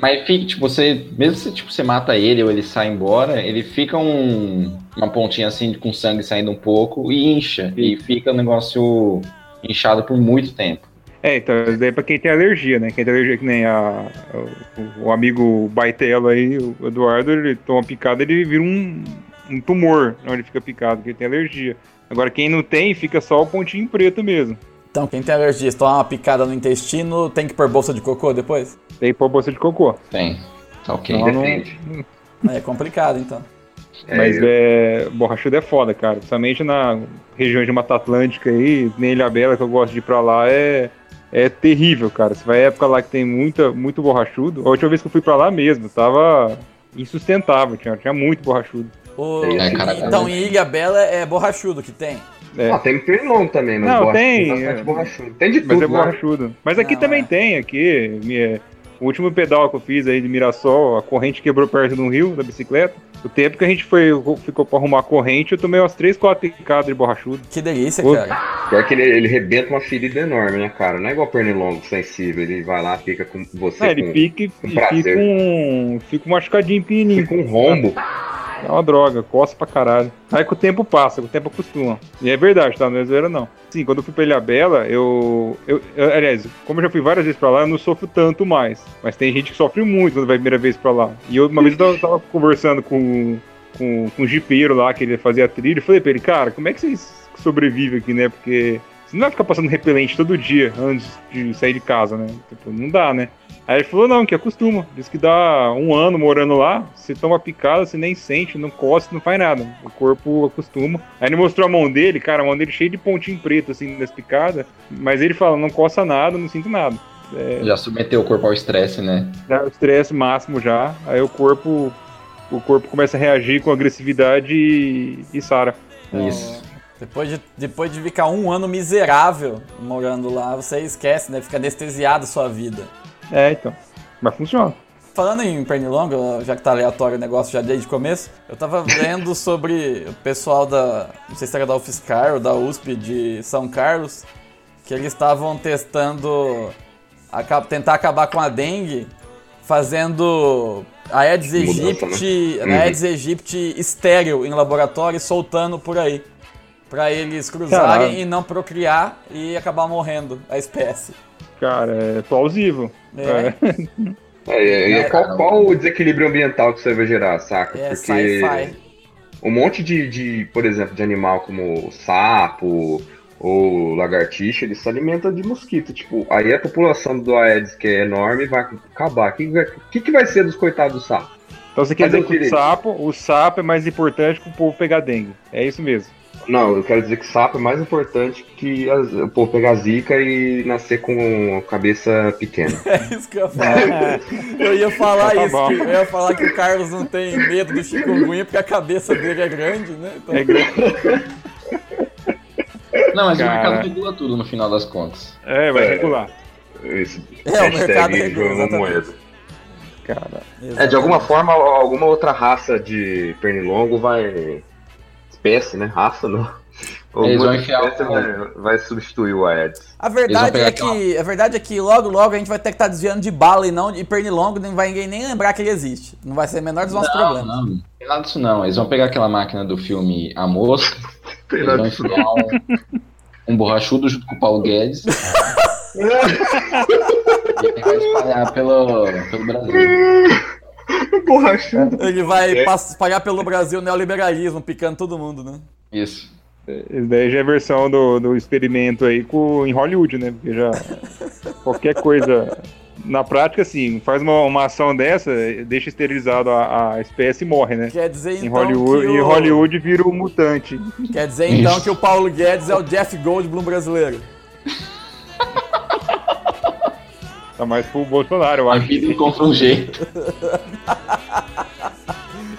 Speaker 2: Mas fica, tipo, você. Mesmo se tipo, você mata ele ou ele sai embora, ele fica um. Uma pontinha assim com sangue saindo um pouco e incha. E fica o negócio inchado por muito tempo.
Speaker 9: É, então, isso daí é pra quem tem alergia, né? Quem tem alergia, que nem a, o, o amigo Baitelo aí, o Eduardo, ele toma picada, ele vira um, um tumor onde fica picado, porque ele tem alergia. Agora, quem não tem, fica só o pontinho preto mesmo.
Speaker 1: Então, quem tem alergia, se tomar uma picada no intestino, tem que pôr bolsa de cocô depois?
Speaker 9: Tem que pôr bolsa de cocô.
Speaker 2: Tem. Tá ok.
Speaker 9: Não, não-
Speaker 1: É complicado, então.
Speaker 9: Mas é, borrachudo é foda, cara. Principalmente na região de Mata Atlântica aí, nem Ilha Bela, que eu gosto de ir pra lá, é, é terrível, cara. Você vai época lá que tem muita, muito borrachudo. A última vez que eu fui pra lá mesmo, tava insustentável, tinha, tinha muito borrachudo.
Speaker 1: O-
Speaker 9: É, cara,
Speaker 1: então,
Speaker 9: é.
Speaker 1: em Ilha Bela é borrachudo que tem.
Speaker 9: É.
Speaker 8: Ah, tem pernilongo também, mas
Speaker 9: Não,
Speaker 8: borrachudo
Speaker 9: tem,
Speaker 8: bastante
Speaker 9: é.
Speaker 8: borrachudo. Tem de
Speaker 9: Mas
Speaker 8: tudo,
Speaker 9: é
Speaker 8: né?
Speaker 9: borrachudo. Mas aqui também tem, aqui. minha- o último pedal que eu fiz aí de Mirassol, a corrente quebrou perto de um rio da bicicleta. O tempo que a gente foi, ficou pra arrumar a corrente, eu tomei umas 3, 4 picadas de borrachudo.
Speaker 1: Que delícia,
Speaker 9: Pô.
Speaker 1: cara.
Speaker 8: Pior que ele, ele rebenta uma ferida enorme, né, cara? Não é igual pernilongo sensível, ele vai lá, pica com você.
Speaker 9: É,
Speaker 8: com-
Speaker 9: ele pica e
Speaker 8: com
Speaker 9: e
Speaker 8: prazer.
Speaker 9: fica um. Fica um machucadinho pequenininho. Fica
Speaker 8: um rombo.
Speaker 9: É uma droga, coça pra caralho. Aí com o tempo passa, com o tempo acostuma. E é verdade, tá? Não é zoeira, não. Sim, quando eu fui pra Ilha Bela, eu, eu, eu- Aliás, como eu já fui várias vezes pra lá, eu não sofro tanto mais. Mas tem gente que sofre muito quando vai a primeira vez pra lá. E eu, uma vez eu tava- tava conversando com, com, com um jipeiro lá, que ele fazia trilha, eu falei pra ele, cara, como é que vocês sobrevivem aqui, né? Porque você não vai ficar passando repelente todo dia antes de sair de casa, né? Tipo, não dá, né? Aí ele falou, não, que acostuma. Diz que dá um ano morando lá, você toma picada, você nem sente, não coça, não faz nada. O corpo acostuma. Aí ele mostrou a mão dele, cara, a mão dele cheia de pontinho preto, assim, das picadas. Mas ele fala, não coça nada, não sinto nada. É,
Speaker 2: Já submeteu o corpo ao estresse, né?
Speaker 9: dá o estresse máximo já, aí o corpo o corpo começa a reagir com agressividade e, e sara.
Speaker 2: Isso.
Speaker 1: Depois de, depois de ficar um ano miserável morando lá, você esquece, né? Fica anestesiado a sua vida.
Speaker 9: É, então. Mas funciona.
Speaker 1: Falando em pernilongo, já que tá aleatório o negócio já desde o começo, eu tava vendo sobre o pessoal da. Não sei se era da UFSCar ou da USP de São Carlos, que eles estavam testando aca- tentar acabar com a dengue fazendo a Aedes
Speaker 2: Mudança,
Speaker 1: aegypti,
Speaker 2: né?
Speaker 1: a Aedes aegypti estéril em laboratório e soltando por aí. Pra eles cruzarem
Speaker 9: Caralho.
Speaker 1: e não procriar e acabar morrendo a espécie.
Speaker 9: Cara, é plausível.
Speaker 1: É.
Speaker 8: É, é,
Speaker 1: É,
Speaker 8: qual,
Speaker 1: cara,
Speaker 8: qual o desequilíbrio ambiental que isso aí vai gerar, saca?
Speaker 1: É,
Speaker 8: Porque
Speaker 1: sci-fi.
Speaker 8: um monte de, de, por exemplo, de animal como sapo ou lagartixa, ele se alimenta de mosquito. Tipo, aí a população do Aedes, que é enorme, vai acabar. O que, vai- que, que vai ser dos coitados do sapo?
Speaker 9: Então você quer
Speaker 8: Cadê
Speaker 9: dizer
Speaker 8: o
Speaker 9: que o
Speaker 8: direito?
Speaker 9: sapo, o sapo é mais importante que o povo pegar dengue. É isso mesmo.
Speaker 8: Não, eu quero dizer que sapo é mais importante que as- o povo pegar zika e nascer com cabeça pequena.
Speaker 1: É isso que eu ia falar. Eu ia falar
Speaker 8: Tá
Speaker 1: isso.
Speaker 8: bom.
Speaker 1: que- Eu ia falar que o Carlos não tem medo do chikungunya porque a cabeça dele é grande, né? Então-
Speaker 9: É grande.
Speaker 2: Não, mas
Speaker 9: Cara.
Speaker 2: o mercado regula tudo no final das contas.
Speaker 9: É, vai regular.
Speaker 8: Esse
Speaker 2: É, o mercado
Speaker 8: hashtag
Speaker 2: regula,
Speaker 8: jogando
Speaker 2: exatamente.
Speaker 8: moeda.
Speaker 9: Cara.
Speaker 8: É, de alguma forma, alguma outra raça de pernilongo vai. Espécie, né? Raça, não.
Speaker 2: Eles
Speaker 8: Alguma
Speaker 2: vão enfiar um
Speaker 8: espécie
Speaker 2: o-
Speaker 8: vai, vai substituir o Aedes.
Speaker 1: A verdade, é que, a verdade é que logo, logo a gente vai ter que estar desviando de bala e não de pernilongo, nem vai ninguém nem lembrar que ele existe. Não vai ser o menor dos nossos problemas.
Speaker 2: Não, tem nada disso não. Eles vão pegar aquela máquina do filme A Mosca, eles
Speaker 1: nada
Speaker 2: vão
Speaker 1: disso
Speaker 2: enfiar um, um borrachudo junto com o Paulo Guedes e ele vai espalhar pelo, pelo Brasil.
Speaker 8: Borrachudo.
Speaker 1: Ele vai
Speaker 9: É.
Speaker 1: pas- espalhar pelo Brasil o neoliberalismo, picando todo mundo, né?
Speaker 2: Isso.
Speaker 9: Isso daí já é a versão do, do experimento aí com, em Hollywood, né? Porque já. qualquer coisa. Na prática, assim, faz uma, uma ação dessa, deixa esterilizado a, a espécie e morre, né?
Speaker 1: Quer dizer,
Speaker 9: em
Speaker 1: então,
Speaker 9: Hollywood,
Speaker 1: que o-
Speaker 9: Em Hollywood vira um mutante.
Speaker 1: Quer dizer então que o Paulo Guedes é o Jeff Goldblum brasileiro.
Speaker 9: Tá mais pro Bolsonaro, eu
Speaker 2: A
Speaker 9: acho.
Speaker 2: vida encontra um jeito.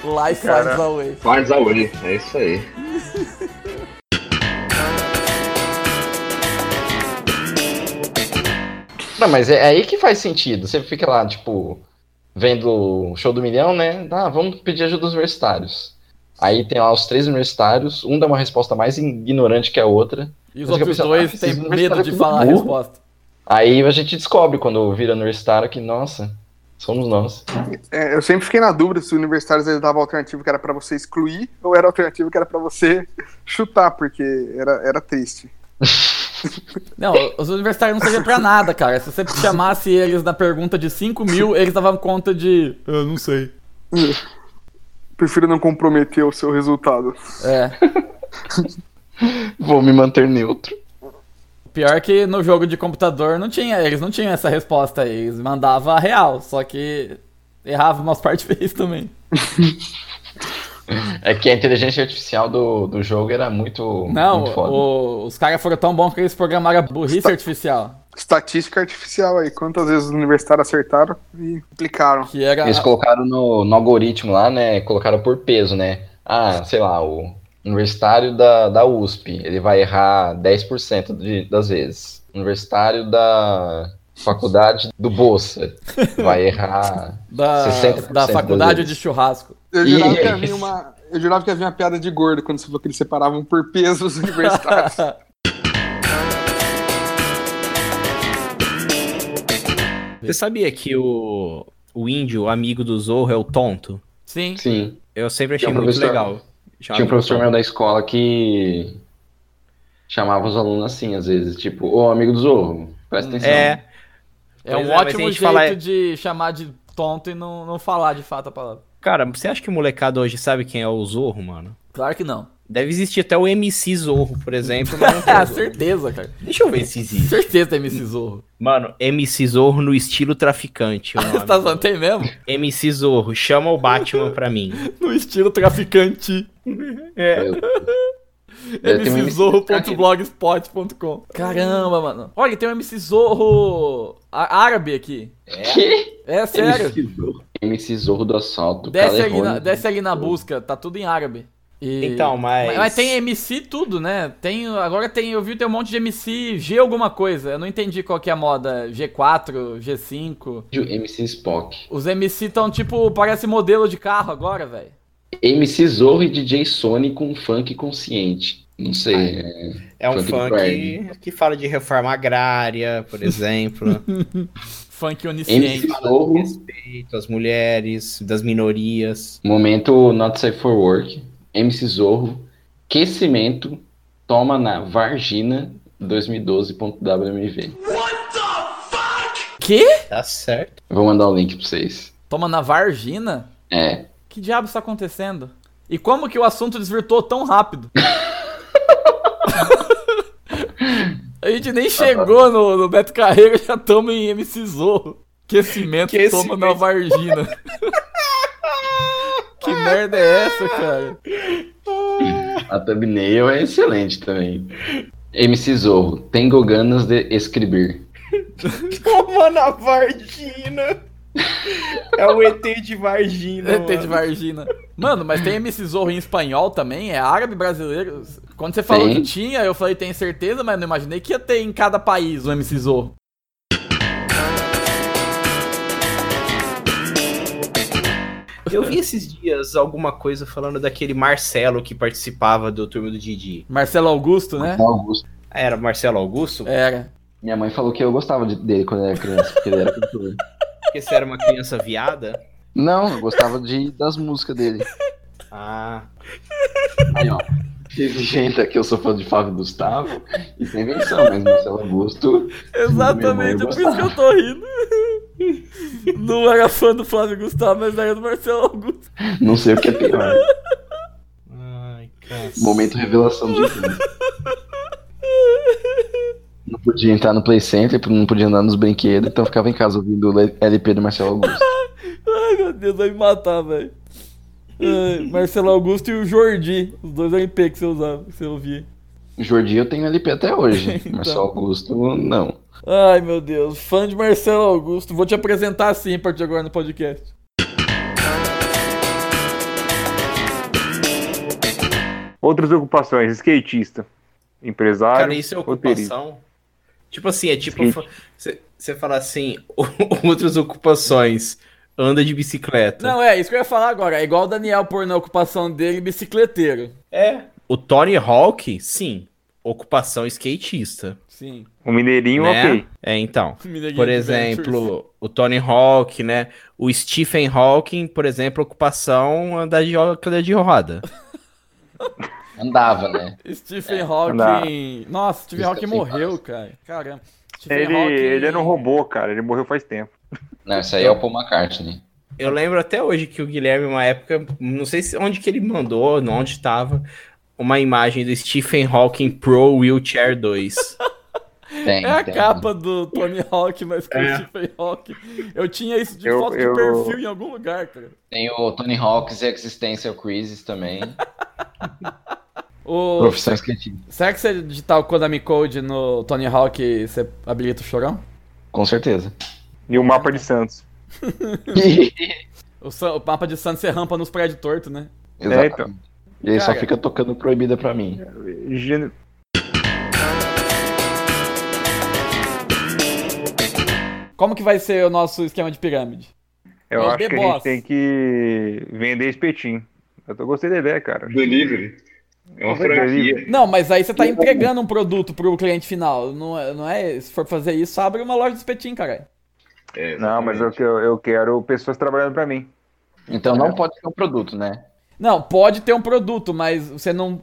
Speaker 1: Life
Speaker 8: Cara,
Speaker 1: finds a way.
Speaker 8: Finds a way, é isso aí.
Speaker 2: Não, mas é aí que faz sentido. Você fica lá, tipo, vendo o show do milhão, né? Ah, vamos pedir ajuda dos universitários. Aí tem lá os três universitários, um dá uma resposta mais ignorante que a outra.
Speaker 1: E os
Speaker 2: Você fica
Speaker 1: outros
Speaker 2: pensando,
Speaker 1: dois
Speaker 2: "Ah,
Speaker 1: têm
Speaker 2: esses
Speaker 1: medo
Speaker 2: universitários
Speaker 1: de
Speaker 2: são
Speaker 1: falar a
Speaker 2: burros".
Speaker 1: resposta.
Speaker 2: Aí a gente descobre quando vira universitário que, nossa, somos nós.
Speaker 5: É, eu sempre fiquei na dúvida se os universitários eles davam alternativa que era pra você excluir ou era alternativa que era pra você chutar, porque era, era triste.
Speaker 1: Não, os universitários não serviam pra nada, cara. Se você chamasse eles na pergunta de 5 mil, eles davam conta de. Eu não sei.
Speaker 5: Prefiro não comprometer o seu resultado.
Speaker 1: É.
Speaker 2: Vou me manter neutro.
Speaker 1: Pior que no jogo de computador não tinha, eles não tinham essa resposta aí. Eles mandavam a real, só que errava umas partes feias também.
Speaker 2: É que a inteligência artificial do, do jogo era muito,
Speaker 1: Não,
Speaker 2: muito foda.
Speaker 1: o- os caras foram tão bons que eles programaram a burrice artificial.
Speaker 5: Estatística artificial aí, quantas vezes os universitários acertaram e aplicaram.
Speaker 1: Que era
Speaker 2: Eles colocaram no, no algoritmo lá, né? Colocaram por peso, né? Ah, sei lá, o universitário da, da USP, ele vai errar 10% de, das vezes. Universitário da faculdade do Bolsa vai errar
Speaker 1: da,
Speaker 2: 60%
Speaker 1: da
Speaker 2: das
Speaker 1: faculdade de
Speaker 2: vezes.
Speaker 1: churrasco.
Speaker 5: Eu jurava, que
Speaker 2: Isso.
Speaker 5: havia uma, eu jurava que havia uma piada de gordo quando você falou que eles separavam por peso os universitários.
Speaker 18: Você sabia que o, o índio, amigo do Zorro, é o tonto?
Speaker 1: Sim.
Speaker 2: Sim.
Speaker 18: Eu sempre achei
Speaker 2: Tinha um
Speaker 18: muito
Speaker 2: professor-
Speaker 18: legal.
Speaker 2: Tinha um professor meu da escola que chamava os alunos assim, às vezes, tipo, ô amigo do Zorro, presta atenção.
Speaker 18: É.
Speaker 1: Hum, É
Speaker 18: Pois
Speaker 1: um
Speaker 18: é, mas
Speaker 1: ótimo
Speaker 18: a
Speaker 1: jeito
Speaker 18: gente fala-
Speaker 1: de chamar de tonto e não, não falar de fato a palavra.
Speaker 18: Cara, você acha que o molecado hoje sabe quem é o Zorro, mano?
Speaker 1: Claro que não.
Speaker 18: Deve existir até o MC Zorro, por exemplo. mas não tem o
Speaker 1: Ah,
Speaker 18: Zorro.
Speaker 1: certeza, Hum. cara.
Speaker 18: Deixa eu ver se existe.
Speaker 1: Certeza tem MC Zorro.
Speaker 18: Mano, MC Zorro no estilo traficante. o nome.
Speaker 1: Você tá zoando, tem mesmo?
Speaker 18: MC Zorro, chama o Batman pra mim.
Speaker 1: No estilo traficante.
Speaker 18: É.
Speaker 2: Eu tenho um MC
Speaker 1: mczorro.blogspot.com Caramba, mano. Olha, tem um MC Zorro á- árabe aqui.
Speaker 2: Que?
Speaker 1: É sério.
Speaker 2: MC Zorro. MC Zorro do assalto. o
Speaker 1: Desce
Speaker 2: cara
Speaker 1: ali,
Speaker 2: errou,
Speaker 1: na,
Speaker 2: né?
Speaker 1: desce ali na busca, tá tudo em árabe. E-
Speaker 18: Então, mas-
Speaker 1: mas. tem MC tudo, né? Tem, agora tem, eu vi tem um monte de MC G alguma coisa. Eu não entendi qual que é a moda. G4, G5.
Speaker 2: MC Spock.
Speaker 1: Os MC estão tipo, parece modelo de carro agora, velho.
Speaker 2: MC Zorro e DJ Sony com funk consciente. Não sei. né?
Speaker 18: É um
Speaker 2: pride.
Speaker 18: funk que fala de reforma agrária, por exemplo.
Speaker 1: Funk
Speaker 2: MC
Speaker 1: onisciente.
Speaker 2: Zorro.
Speaker 18: Respeito às mulheres, das minorias.
Speaker 2: Momento not safe for work. MC Zorro. Aquecimento. Toma na Vargina 2012.wmv.
Speaker 1: Quê?
Speaker 2: Tá certo. Vou mandar o link pra vocês.
Speaker 1: Toma na Vargina?
Speaker 2: É.
Speaker 1: Que diabo está acontecendo? E como que o assunto desvirtuou tão rápido? A gente nem chegou no, no Beto Carreiro, já estamos em MC Zorro. Aquecimento
Speaker 4: Que
Speaker 1: toma
Speaker 4: esse
Speaker 1: na
Speaker 4: mesmo-
Speaker 1: Vargina. que merda é essa, cara?
Speaker 2: A thumbnail é excelente também. MC Zorro, tenho ganas de escrever.
Speaker 4: Toma na Vargina. É o ET de Vargina.
Speaker 1: ET de
Speaker 4: mano.
Speaker 1: Vargina. Mano, mas tem MC Zorro em espanhol também? É árabe brasileiro? Quando você falou
Speaker 2: Tem.
Speaker 1: que tinha, eu falei, tenho certeza, mas não imaginei que ia ter em cada país o MC Zorro.
Speaker 4: Eu vi esses dias alguma coisa falando daquele Marcelo que participava do Turma do Didi.
Speaker 1: Marcelo Augusto, né?
Speaker 2: Tá, Augusto.
Speaker 4: Era Marcelo Augusto?
Speaker 1: Era.
Speaker 2: Minha mãe falou que eu gostava de- dele quando eu era criança, porque ele era cantor.
Speaker 4: Porque você era uma criança viada?
Speaker 2: Não, eu gostava de, das músicas dele.
Speaker 4: Ah.
Speaker 2: Aí, ó. Teve gente aqui, eu sou fã de Fábio Gustavo, e sem invenção, mas Marcelo Augusto.
Speaker 1: Exatamente, é por isso que eu tô rindo. Não era fã do Flávio Gustavo, mas era do Marcelo Augusto.
Speaker 2: Não sei o que é pior.
Speaker 4: Ai, cara.
Speaker 2: Momento revelação de tudo. Não podia entrar no Play Center, não podia andar nos brinquedos, então eu ficava em casa ouvindo o LP do Marcelo Augusto.
Speaker 1: Ai, meu Deus, vai me matar, velho. Ai, Marcelo Augusto e o Jordi, os dois LP que você usava, que você ouvia.
Speaker 2: O Jordi eu tenho LP até hoje,
Speaker 1: Então.
Speaker 2: Marcelo Augusto não.
Speaker 1: Ai, meu Deus, fã de Marcelo Augusto. Vou te apresentar assim a partir de agora no podcast.
Speaker 9: Outras ocupações, skatista, empresário,
Speaker 4: Cara, isso é
Speaker 9: roteirista.
Speaker 4: ocupação. Tipo assim, é tipo.
Speaker 9: Sim.
Speaker 4: Você fala assim, outras ocupações. Anda de bicicleta.
Speaker 1: Não, é, isso que eu ia falar agora. É igual o Daniel pôr na ocupação dele bicicleteiro.
Speaker 4: É. O Tony Hawk, sim. Ocupação skatista.
Speaker 1: Sim.
Speaker 9: O um Mineirinho,
Speaker 4: né?
Speaker 9: ok.
Speaker 4: É, então.
Speaker 1: Mineirinho
Speaker 4: Por
Speaker 1: Adventures.
Speaker 4: exemplo, o Tony Hawk, né? O Stephen Hawking, por exemplo, ocupação andar de ro- cadeira de roda.
Speaker 2: Andava, né?
Speaker 1: Stephen
Speaker 9: dá.
Speaker 1: Hawking. Nossa, Stephen
Speaker 2: Isso
Speaker 1: Hawking
Speaker 2: assim
Speaker 1: morreu, cara. Caramba. Stephen
Speaker 9: Ele,
Speaker 1: Hawking-
Speaker 9: ele era um robô, cara, ele morreu faz tempo.
Speaker 2: Não, isso aí é o
Speaker 1: Então.
Speaker 2: Paul McCartney.
Speaker 4: Eu lembro até hoje que o Guilherme, uma época, não sei se onde que ele mandou, não onde estava, uma imagem do Stephen Hawking Pro Wheelchair 2.
Speaker 2: Tem,
Speaker 1: É a
Speaker 2: tem.
Speaker 1: capa do Tony Hawk, mas com
Speaker 4: É.
Speaker 1: o Stephen Hawk. Eu tinha isso de
Speaker 2: Eu-
Speaker 1: foto de
Speaker 2: eu-
Speaker 1: perfil em algum lugar, cara.
Speaker 2: Tem o Tony Hawk's Existential Crisis também.
Speaker 1: O...
Speaker 2: Profissão skatista.
Speaker 1: Será que você digitar o Konami Code no Tony Hawk e você habilita o chorão?
Speaker 2: Com certeza.
Speaker 4: É.
Speaker 9: E o mapa de Santos.
Speaker 1: O, Sa- o mapa de Santos você rampa nos prédios tortos, né?
Speaker 9: É,
Speaker 2: Exatamente.
Speaker 9: então,
Speaker 2: E ele só
Speaker 1: Cara.
Speaker 2: fica tocando proibida pra mim.
Speaker 9: Gênero-
Speaker 1: Como que vai ser o nosso esquema de pirâmide?
Speaker 9: Eu
Speaker 1: Os
Speaker 9: acho que a
Speaker 1: deboches.
Speaker 9: gente tem que vender espetinho. Eu tô gostei da ideia, cara.
Speaker 8: Delivery. É uma franquia.
Speaker 1: Não, mas aí você tá entregando um produto pro cliente final. Não é, não é- se for fazer isso, abre uma loja de espetinho, cara.
Speaker 9: Não, mas eu, eu, eu quero pessoas trabalhando pra mim.
Speaker 2: Então não pode ser um produto, né?
Speaker 1: Não, pode ter um produto, mas você não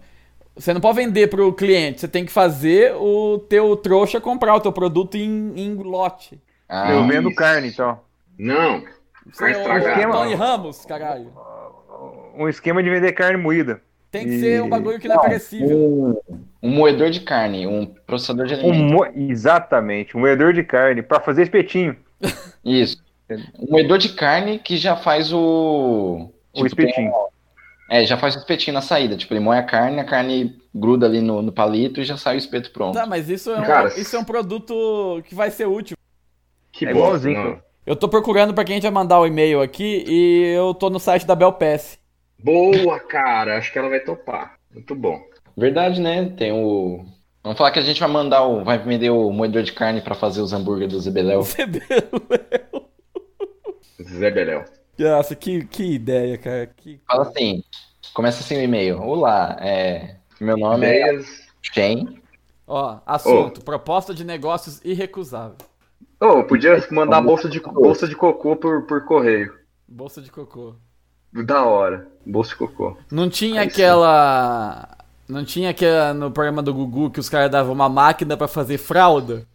Speaker 1: você não pode vender pro cliente. Você tem que fazer o teu trouxa comprar o teu produto em, em lote.
Speaker 2: Ah, um-
Speaker 9: eu vendo carne, então.
Speaker 8: Não.
Speaker 1: Você é
Speaker 9: estragado.
Speaker 1: o Tony Ramos, caralho.
Speaker 9: Um esquema de vender carne moída.
Speaker 1: Tem que ser um bagulho que não é
Speaker 2: Não,
Speaker 1: perecível.
Speaker 2: Um, um moedor de carne, um processador de
Speaker 9: Um
Speaker 2: alimentos.
Speaker 9: mo- Exatamente, um moedor de carne pra fazer espetinho.
Speaker 2: Isso.
Speaker 1: É.
Speaker 2: Um moedor de carne que já faz o.
Speaker 9: O espetinho.
Speaker 2: tem um- É, já faz o espetinho na saída. Tipo, ele moe a carne, a carne gruda ali no, no palito e já sai o espeto pronto.
Speaker 1: Tá, mas isso é, um,
Speaker 2: Cara,
Speaker 1: isso é um produto que vai ser útil.
Speaker 8: Que
Speaker 9: É igualzinho.
Speaker 8: bosta, não.
Speaker 1: Eu tô procurando pra quem a gente vai mandar o e-mail aqui e eu tô no site da Belpass.
Speaker 8: Boa, cara. Acho que ela vai topar. Muito bom.
Speaker 2: Verdade, né? Tem o. Vamos falar que a gente vai mandar o. Vai vender o moedor de carne pra fazer os hambúrguer do Zebeléu.
Speaker 8: Zé Beléu.
Speaker 1: Nossa, que, que ideia, cara. Que...
Speaker 2: Fala assim. Começa assim o e-mail. Olá, é. Meu nome é Shen.
Speaker 1: Ó, assunto, proposta de negócios irrecusável.
Speaker 8: Ô, podia mandar bolsa de, bolsa de cocô por, por correio.
Speaker 1: Bolsa de cocô.
Speaker 8: Da hora. Bolsa de cocô.
Speaker 1: Não tinha aquela. Não tinha aquela no programa do Gugu que os caras davam uma máquina pra fazer fralda?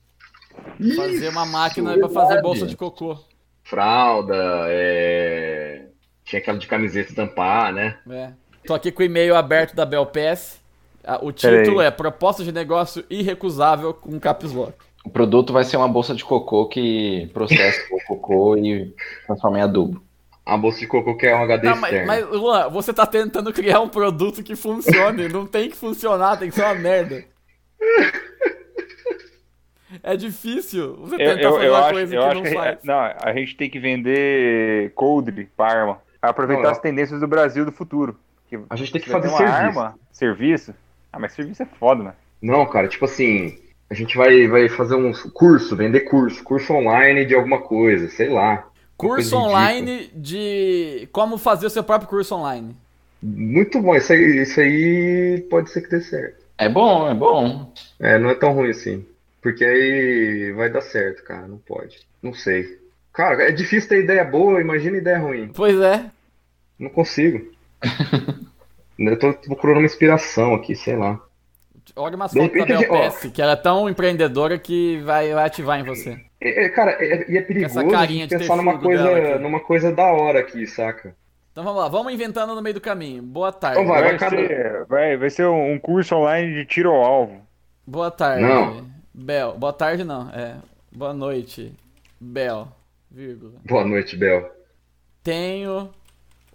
Speaker 1: Fazer uma máquina pra fazer
Speaker 8: verdade.
Speaker 1: bolsa de cocô.
Speaker 8: Fralda, é... tinha aquela de camiseta estampar, né?
Speaker 1: É. Tô aqui com o e-mail aberto da Belpass. Ah, O título
Speaker 8: Peraí.
Speaker 1: é Proposta de Negócio Irrecusável com Caps Lock.
Speaker 7: O produto vai ser uma bolsa de cocô que processa o cocô e transforma em adubo.
Speaker 8: A bolsa de cocô que é um HD
Speaker 1: Tá, mas, mas, Luan, você tá tentando criar um produto que funcione. não tem que funcionar, tem que ser uma merda. É difícil você
Speaker 9: Eu,
Speaker 1: tentar
Speaker 9: eu-
Speaker 1: fazer
Speaker 9: eu
Speaker 1: uma
Speaker 9: acho,
Speaker 1: coisa
Speaker 9: eu
Speaker 1: que
Speaker 9: acho
Speaker 1: não
Speaker 9: que é a,
Speaker 1: faz.
Speaker 9: gente- não, a gente tem que vender coldre pra arma. Aproveitar
Speaker 1: Não,
Speaker 9: as tendências do Brasil do futuro.
Speaker 8: a gente tem que fazer
Speaker 9: uma
Speaker 8: serviço.
Speaker 9: arma, serviço. Ah, mas serviço é foda, né?
Speaker 8: Não, cara, tipo assim, a gente vai, vai fazer um curso, vender curso, curso online de alguma coisa, sei lá.
Speaker 1: Curso
Speaker 8: Coisa
Speaker 1: online de como fazer o seu próprio curso online.
Speaker 8: ridícula. Muito bom, isso aí, isso aí pode ser que dê certo.
Speaker 7: É bom, é bom.
Speaker 8: É, não é tão ruim assim. Porque aí vai dar certo, cara, não pode. Não sei. Cara, é difícil ter ideia boa, imagina ideia ruim.
Speaker 1: Pois é.
Speaker 8: Não consigo. Eu tô procurando uma inspiração aqui, sei lá.
Speaker 1: Olha umas
Speaker 8: De
Speaker 1: fotos da
Speaker 8: repente,
Speaker 1: Belpass, que ela é tão empreendedora que vai, vai ativar em você.
Speaker 8: É, é, cara, é- e é perigoso a
Speaker 1: carinha
Speaker 8: gente
Speaker 1: de
Speaker 8: pensar numa
Speaker 1: texugo dela
Speaker 8: coisa,
Speaker 1: aqui.
Speaker 8: numa coisa da hora aqui, saca?
Speaker 1: Então vamos lá, vamos inventando no meio do caminho. Boa tarde.
Speaker 8: Então vai, vai, cada-
Speaker 9: ser, vai, vai ser um um curso online de tiro ao alvo.
Speaker 1: Boa tarde.
Speaker 9: Não.
Speaker 1: Bel. Boa tarde não, é. Boa noite. Bel. Vírgula.
Speaker 8: Boa noite, Bel.
Speaker 1: Tenho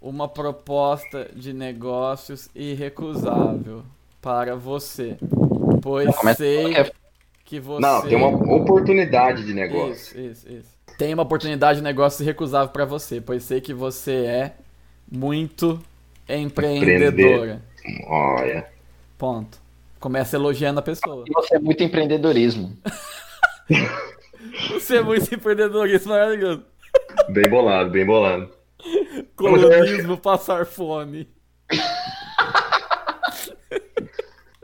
Speaker 1: uma proposta de negócios irrecusável para você. Pois
Speaker 8: Começa-
Speaker 1: sei que você
Speaker 8: Não, tem uma oportunidade de
Speaker 1: Isso,
Speaker 8: negócio.
Speaker 1: isso, isso. Tem uma oportunidade de negócio irrecusável para você, pois sei que você é muito empreendedora.
Speaker 8: Olha.
Speaker 1: Ponto. Começa elogiando a pessoa.
Speaker 7: Você é muito empreendedorismo.
Speaker 1: Você é muito empreendedorismo, maravilhoso.
Speaker 8: Bem bolado, bem bolado.
Speaker 1: Colonismo, passar fome.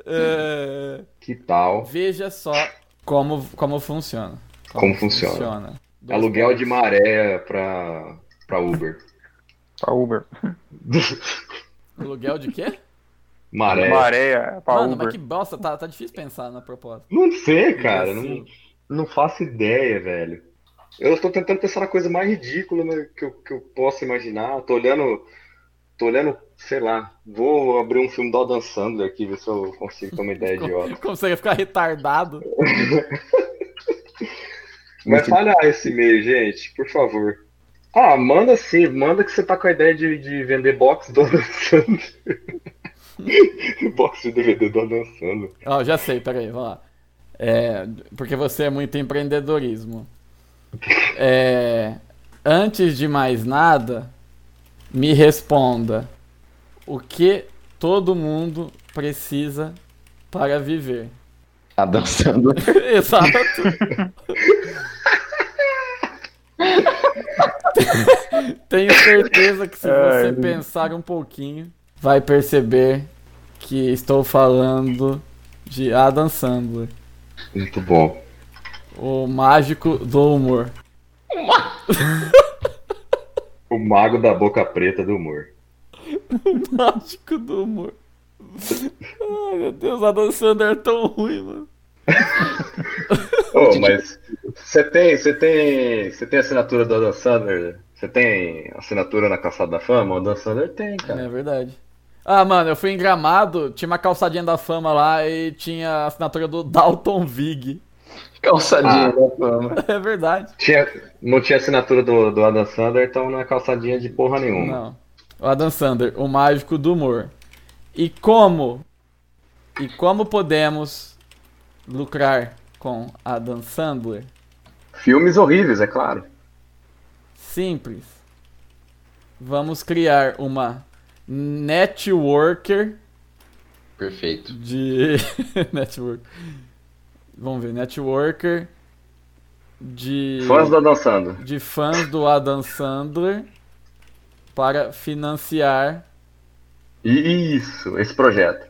Speaker 1: É,
Speaker 8: Que tal?
Speaker 1: Veja só como, como funciona.
Speaker 8: Como, funciona?
Speaker 1: Dois
Speaker 8: Aluguel
Speaker 1: pontos.
Speaker 8: de maré pra, pra Uber.
Speaker 9: Pra Uber.
Speaker 1: Aluguel de quê?
Speaker 8: Maré.
Speaker 9: Maré pra
Speaker 1: Mano,
Speaker 9: Uber.
Speaker 1: mas que bosta, tá, tá difícil pensar na proposta.
Speaker 8: Não sei, cara. Não,
Speaker 1: Imbecil.
Speaker 8: não faço ideia, velho. Eu tô tentando pensar na coisa mais ridícula né, que, eu, que eu posso imaginar. Tô olhando. Tô olhando, sei lá. Vou abrir um filme do Adam Sandler aqui, ver se eu consigo ter uma ideia idiota.
Speaker 1: Consegue ficar retardado?
Speaker 8: Vai falhar esse e-mail, gente, por favor. Ah, manda sim, manda que você tá com a ideia de, de vender box do Adam Sandler. box de DVD do Adam Sandler.
Speaker 1: Ó, já sei, peraí, vamos lá. É, porque você é muito empreendedorismo. É, antes de mais nada, me responda: o que todo mundo precisa para viver?
Speaker 7: Tá dançando.
Speaker 1: Exato. Tenho certeza que se você
Speaker 9: Ai.
Speaker 1: pensar um pouquinho, vai perceber que estou falando de Adam Sandler,
Speaker 8: Muito bom.
Speaker 1: o mágico do humor.
Speaker 8: O mago da boca preta do humor.
Speaker 1: O mágico do humor. Ai, meu Deus, Adam Sandler é tão ruim, mano.
Speaker 8: Ô, mas você tem, você tem, você tem assinatura do Adam Sandler? Você tem assinatura na Caçada da Fama? O Adam Sandler tem, cara.
Speaker 1: É verdade. Ah, mano, eu fui em Gramado, tinha uma calçadinha da fama lá e tinha a assinatura do Dalton Vig.
Speaker 7: Calçadinha
Speaker 8: Ah.
Speaker 7: da fama.
Speaker 1: É verdade.
Speaker 8: Tinha, não tinha assinatura do, do Adam Sandler, então não é calçadinha de porra nenhuma.
Speaker 1: Não. O Adam Sandler, o mágico do humor. E como? E como podemos lucrar com Adam Sandler?
Speaker 8: Filmes horríveis, é claro.
Speaker 1: Simples. Vamos criar uma networker
Speaker 7: Perfeito.
Speaker 1: de network. Vamos ver, networker de
Speaker 8: Fãs do Adam Sandler.
Speaker 1: de fãs do Adam Sandler para financiar
Speaker 8: Isso, esse projeto.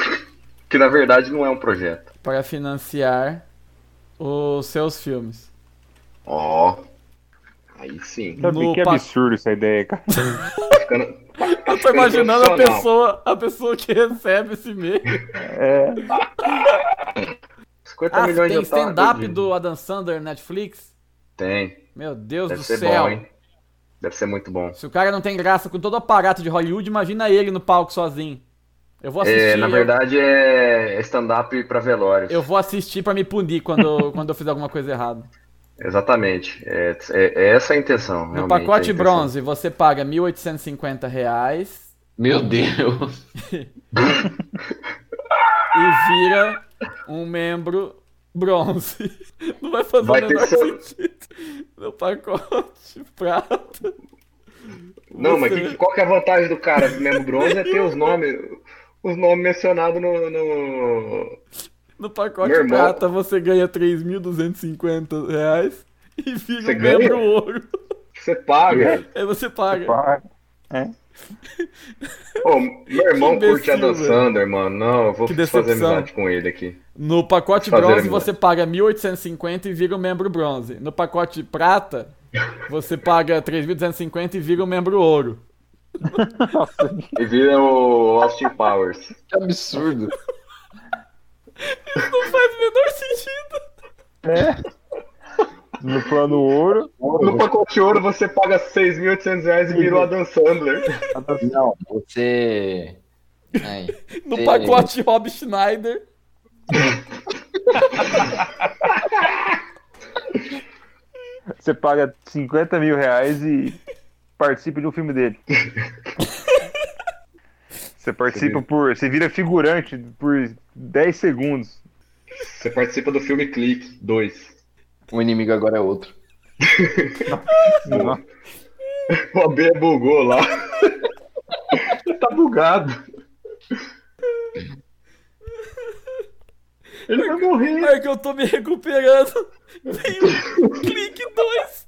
Speaker 8: que na verdade não é um projeto.
Speaker 1: para financiar os seus filmes.
Speaker 8: Ó. Aí sim.
Speaker 9: Sabe
Speaker 1: No
Speaker 9: que
Speaker 1: pa-
Speaker 9: absurdo essa ideia, cara.
Speaker 1: Eu tô imaginando a pessoa, a pessoa que recebe esse e-mail.
Speaker 9: É.
Speaker 8: Os 50
Speaker 1: Ah,
Speaker 8: milhões
Speaker 1: tem
Speaker 8: de otários.
Speaker 1: stand-up do Adam Sandler na Netflix?
Speaker 8: Tem.
Speaker 1: Meu Deus
Speaker 8: Deve
Speaker 1: do
Speaker 8: ser
Speaker 1: céu.
Speaker 8: bom, hein? Deve ser muito bom.
Speaker 1: Se o cara não tem graça com todo o aparato de Hollywood, imagina ele no palco sozinho. Eu vou assistir.
Speaker 8: É, na
Speaker 1: eu-
Speaker 8: verdade, é stand-up pra velório.
Speaker 1: Eu vou assistir pra me punir quando, quando eu fiz alguma coisa errada.
Speaker 8: Exatamente. É, é- é essa a intenção.
Speaker 1: No
Speaker 8: realmente,
Speaker 1: pacote
Speaker 8: a intenção.
Speaker 1: bronze, você paga 1.850 reais
Speaker 2: Meu Deus.
Speaker 1: e vira um membro bronze. Não vai fazer
Speaker 8: Vai
Speaker 1: o
Speaker 8: ter
Speaker 1: menor
Speaker 8: seu-
Speaker 1: sentido. No pacote prata.
Speaker 8: Não, mas
Speaker 1: Você-
Speaker 8: que- qual que é a vantagem do cara mesmo bronze é ter os nomes, os nomes mencionados no, no-
Speaker 1: No pacote
Speaker 8: Meu irmão-
Speaker 1: prata você ganha 3.250 reais e vira
Speaker 8: Você
Speaker 1: um membro
Speaker 8: ganha?
Speaker 1: ouro.
Speaker 8: Você paga.
Speaker 1: Aí você paga.
Speaker 8: Ô, meu irmão
Speaker 1: Que
Speaker 8: curte Adam
Speaker 1: imbecil,
Speaker 8: Sandler, mano. Não, eu vou
Speaker 1: Que
Speaker 8: fazer
Speaker 1: decepção.
Speaker 8: amizade com ele aqui.
Speaker 1: No pacote
Speaker 8: Fazer
Speaker 1: bronze
Speaker 8: amizade.
Speaker 1: você paga 1.850 e vira um membro bronze. No pacote prata você paga 3.250 e vira um membro ouro.
Speaker 8: E vira o Austin Powers.
Speaker 2: Que absurdo.
Speaker 1: Não faz o menor sentido.
Speaker 8: No plano ouro. No pacote ouro você paga 6.800 reais e virou Adam Sandler.
Speaker 2: Não, você. Ai,
Speaker 1: No
Speaker 2: você-
Speaker 1: pacote Rob Schneider.
Speaker 9: Você paga 50 mil reais e participe de um filme dele. Você participa por. Você vira figurante por 10 segundos.
Speaker 8: Você participa do filme Clique 2.
Speaker 2: O inimigo agora é outro.
Speaker 8: O AB bugou lá. tá bugado.
Speaker 1: Ele vai morrer. É que eu tô me recuperando. Vem o clique 2.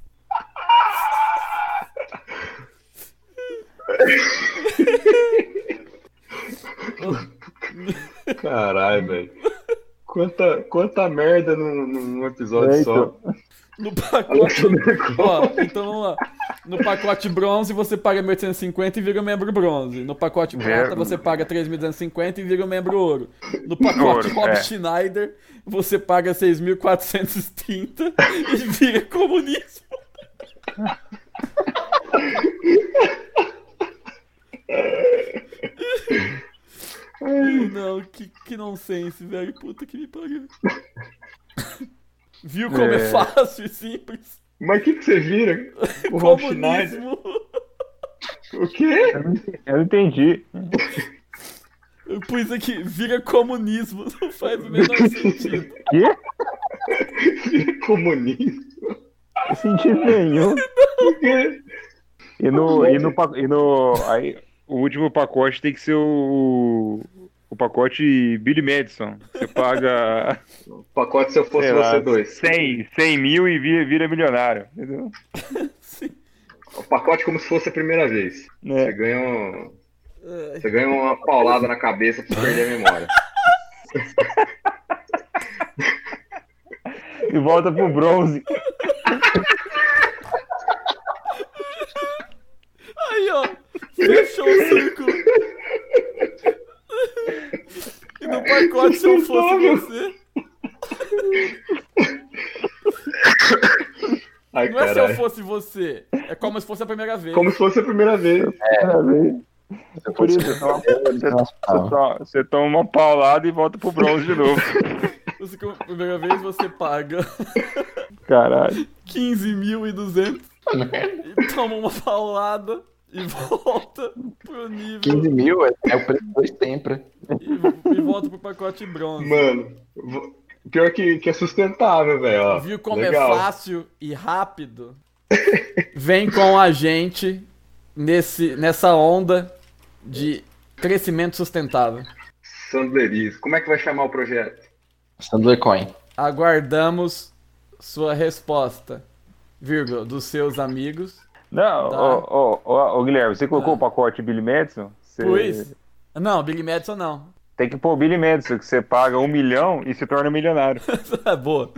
Speaker 8: Caralho, velho. Quanta, quanta merda num, num episódio
Speaker 9: É,
Speaker 8: só.
Speaker 1: No pacote. Ó, então vamos lá. No pacote bronze você paga 1.850 e vira um membro bronze. No pacote prata
Speaker 9: Ver-
Speaker 1: você paga 3.250 e vira um membro ouro. No pacote
Speaker 9: Ouro,
Speaker 1: Rob
Speaker 9: é.
Speaker 1: Schneider você paga 6.430 e vira comunismo. Ai, Não, que, que nonsense, velho. Puta que me pariu. Viu como é,
Speaker 8: É.
Speaker 1: fácil e simples?
Speaker 8: Mas o que, que você vira? O Rob Schneider?
Speaker 1: Comunismo.
Speaker 8: O quê?
Speaker 9: Eu não entendi.
Speaker 1: Eu pus aqui, vira comunismo. Não faz o menor sentido.
Speaker 8: Vira comunista.
Speaker 9: sentido nenhum.
Speaker 8: O quê?
Speaker 9: E no, e no, pa- e no aí, o último pacote tem que ser o, o pacote Billy Madison. Você paga. O
Speaker 8: pacote se eu fosse você dois.
Speaker 9: 100, 100 mil e vira, vira milionário. Entendeu?
Speaker 8: O pacote como se fosse a primeira vez. Você ganha um.
Speaker 1: Ai.
Speaker 8: Você ganha uma paulada na cabeça pra perder a memória.
Speaker 9: E volta pro bronze.
Speaker 1: Aí, ó. Fechou o círculo. E no pacote, se eu fosse você.
Speaker 8: Ai,
Speaker 1: Não é se eu
Speaker 8: caralho.
Speaker 1: fosse você. É como se fosse a primeira vez.
Speaker 8: Como se fosse a primeira vez.
Speaker 9: Por isso, você toma- você, você toma- você toma uma paulada e volta pro bronze de novo.
Speaker 1: Você, como é primeira vez você paga
Speaker 9: Caralho.
Speaker 1: 15.200 e toma uma paulada e volta pro nível.
Speaker 2: 15 mil é, é o preço de sempre.
Speaker 1: E volta pro pacote bronze.
Speaker 8: Mano, vo- pior que, que é sustentável, velho. ó.
Speaker 1: Viu como
Speaker 8: Legal.
Speaker 1: é fácil e rápido? Vem com a gente nesse, nessa onda de crescimento sustentável.
Speaker 8: Sandleriz. Como é que vai chamar o projeto?
Speaker 2: Sandler Coin.
Speaker 1: Aguardamos sua resposta, vírgula, dos seus amigos.
Speaker 9: Não,
Speaker 1: Tá.
Speaker 9: ô, ô, ô, ô, Guilherme, você colocou o pacote Billy Madison? Você
Speaker 1: Pois. Não, Billy Madison não.
Speaker 9: Tem que pôr o Billy Madison, que você paga um milhão e se torna milionário.
Speaker 1: Boa.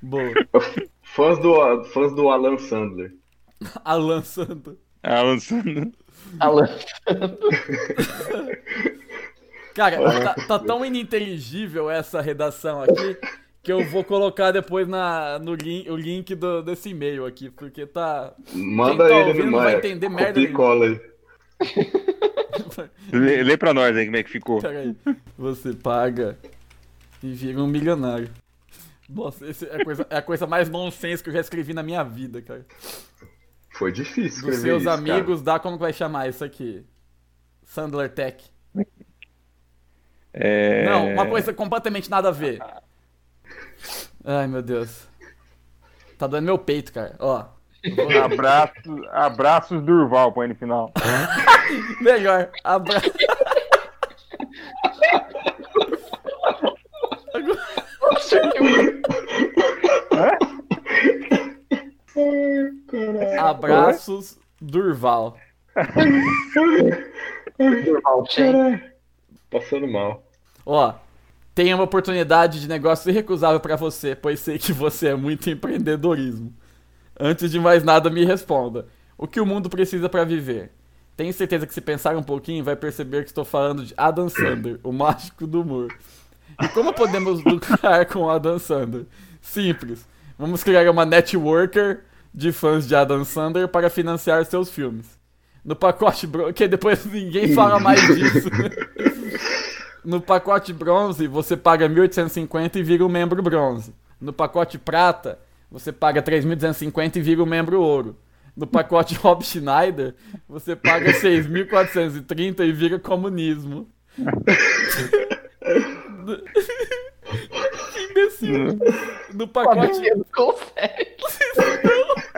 Speaker 1: Boa.
Speaker 8: Fãs do, fãs do Alan Sandler.
Speaker 1: Alan Santo.
Speaker 9: Alan Sandler.
Speaker 2: Alan.
Speaker 1: Cara, tá, tá tão ininteligível essa redação aqui que eu vou colocar depois na, no link, o link do- desse e-mail aqui, porque tá.
Speaker 8: Manda
Speaker 1: quem tá
Speaker 8: ele
Speaker 1: ouvindo
Speaker 8: no
Speaker 1: não vai
Speaker 8: Maia.
Speaker 1: entender
Speaker 8: Copia
Speaker 1: merda
Speaker 8: e cola aí.
Speaker 9: Lê, lê pra nós aí como é que ficou.
Speaker 1: Pera aí. Você paga e vira um milionário. Nossa, esse é, a coisa, é a coisa mais nonsense que eu já escrevi na minha vida, cara.
Speaker 8: Foi difícil
Speaker 1: Dos
Speaker 8: escrever
Speaker 1: seus
Speaker 8: isso,
Speaker 1: amigos, dá como que vai chamar isso aqui? Sandler Tech.
Speaker 9: É...
Speaker 1: Não, uma coisa completamente nada a ver. Ai, meu Deus. Tá doendo meu peito, cara. Ó.
Speaker 9: Abraço, abraços Durval, põe no final.
Speaker 1: Melhor. Abraço. Abraços, Durval.
Speaker 8: Durval, cara. Passando mal.
Speaker 1: Ó, tem uma oportunidade de negócio irrecusável pra você, pois sei que você é muito empreendedorismo. Antes de mais nada, me responda. O que o mundo precisa pra viver? Tenho certeza que se pensar um pouquinho, vai perceber que estou falando de Adam Sandler, o mágico do humor. E como podemos lucrar com Adam Sandler? Simples. Vamos criar uma networker de fãs de Adam Sandler para financiar seus filmes. No pacote bronze, que depois ninguém fala mais disso. No pacote bronze, você paga 1.850 e vira um membro bronze. No pacote prata, você paga 3.250 e vira um membro ouro. No pacote Rob Schneider, você paga 6.430 e vira comunismo. Que imbecil. No pacote.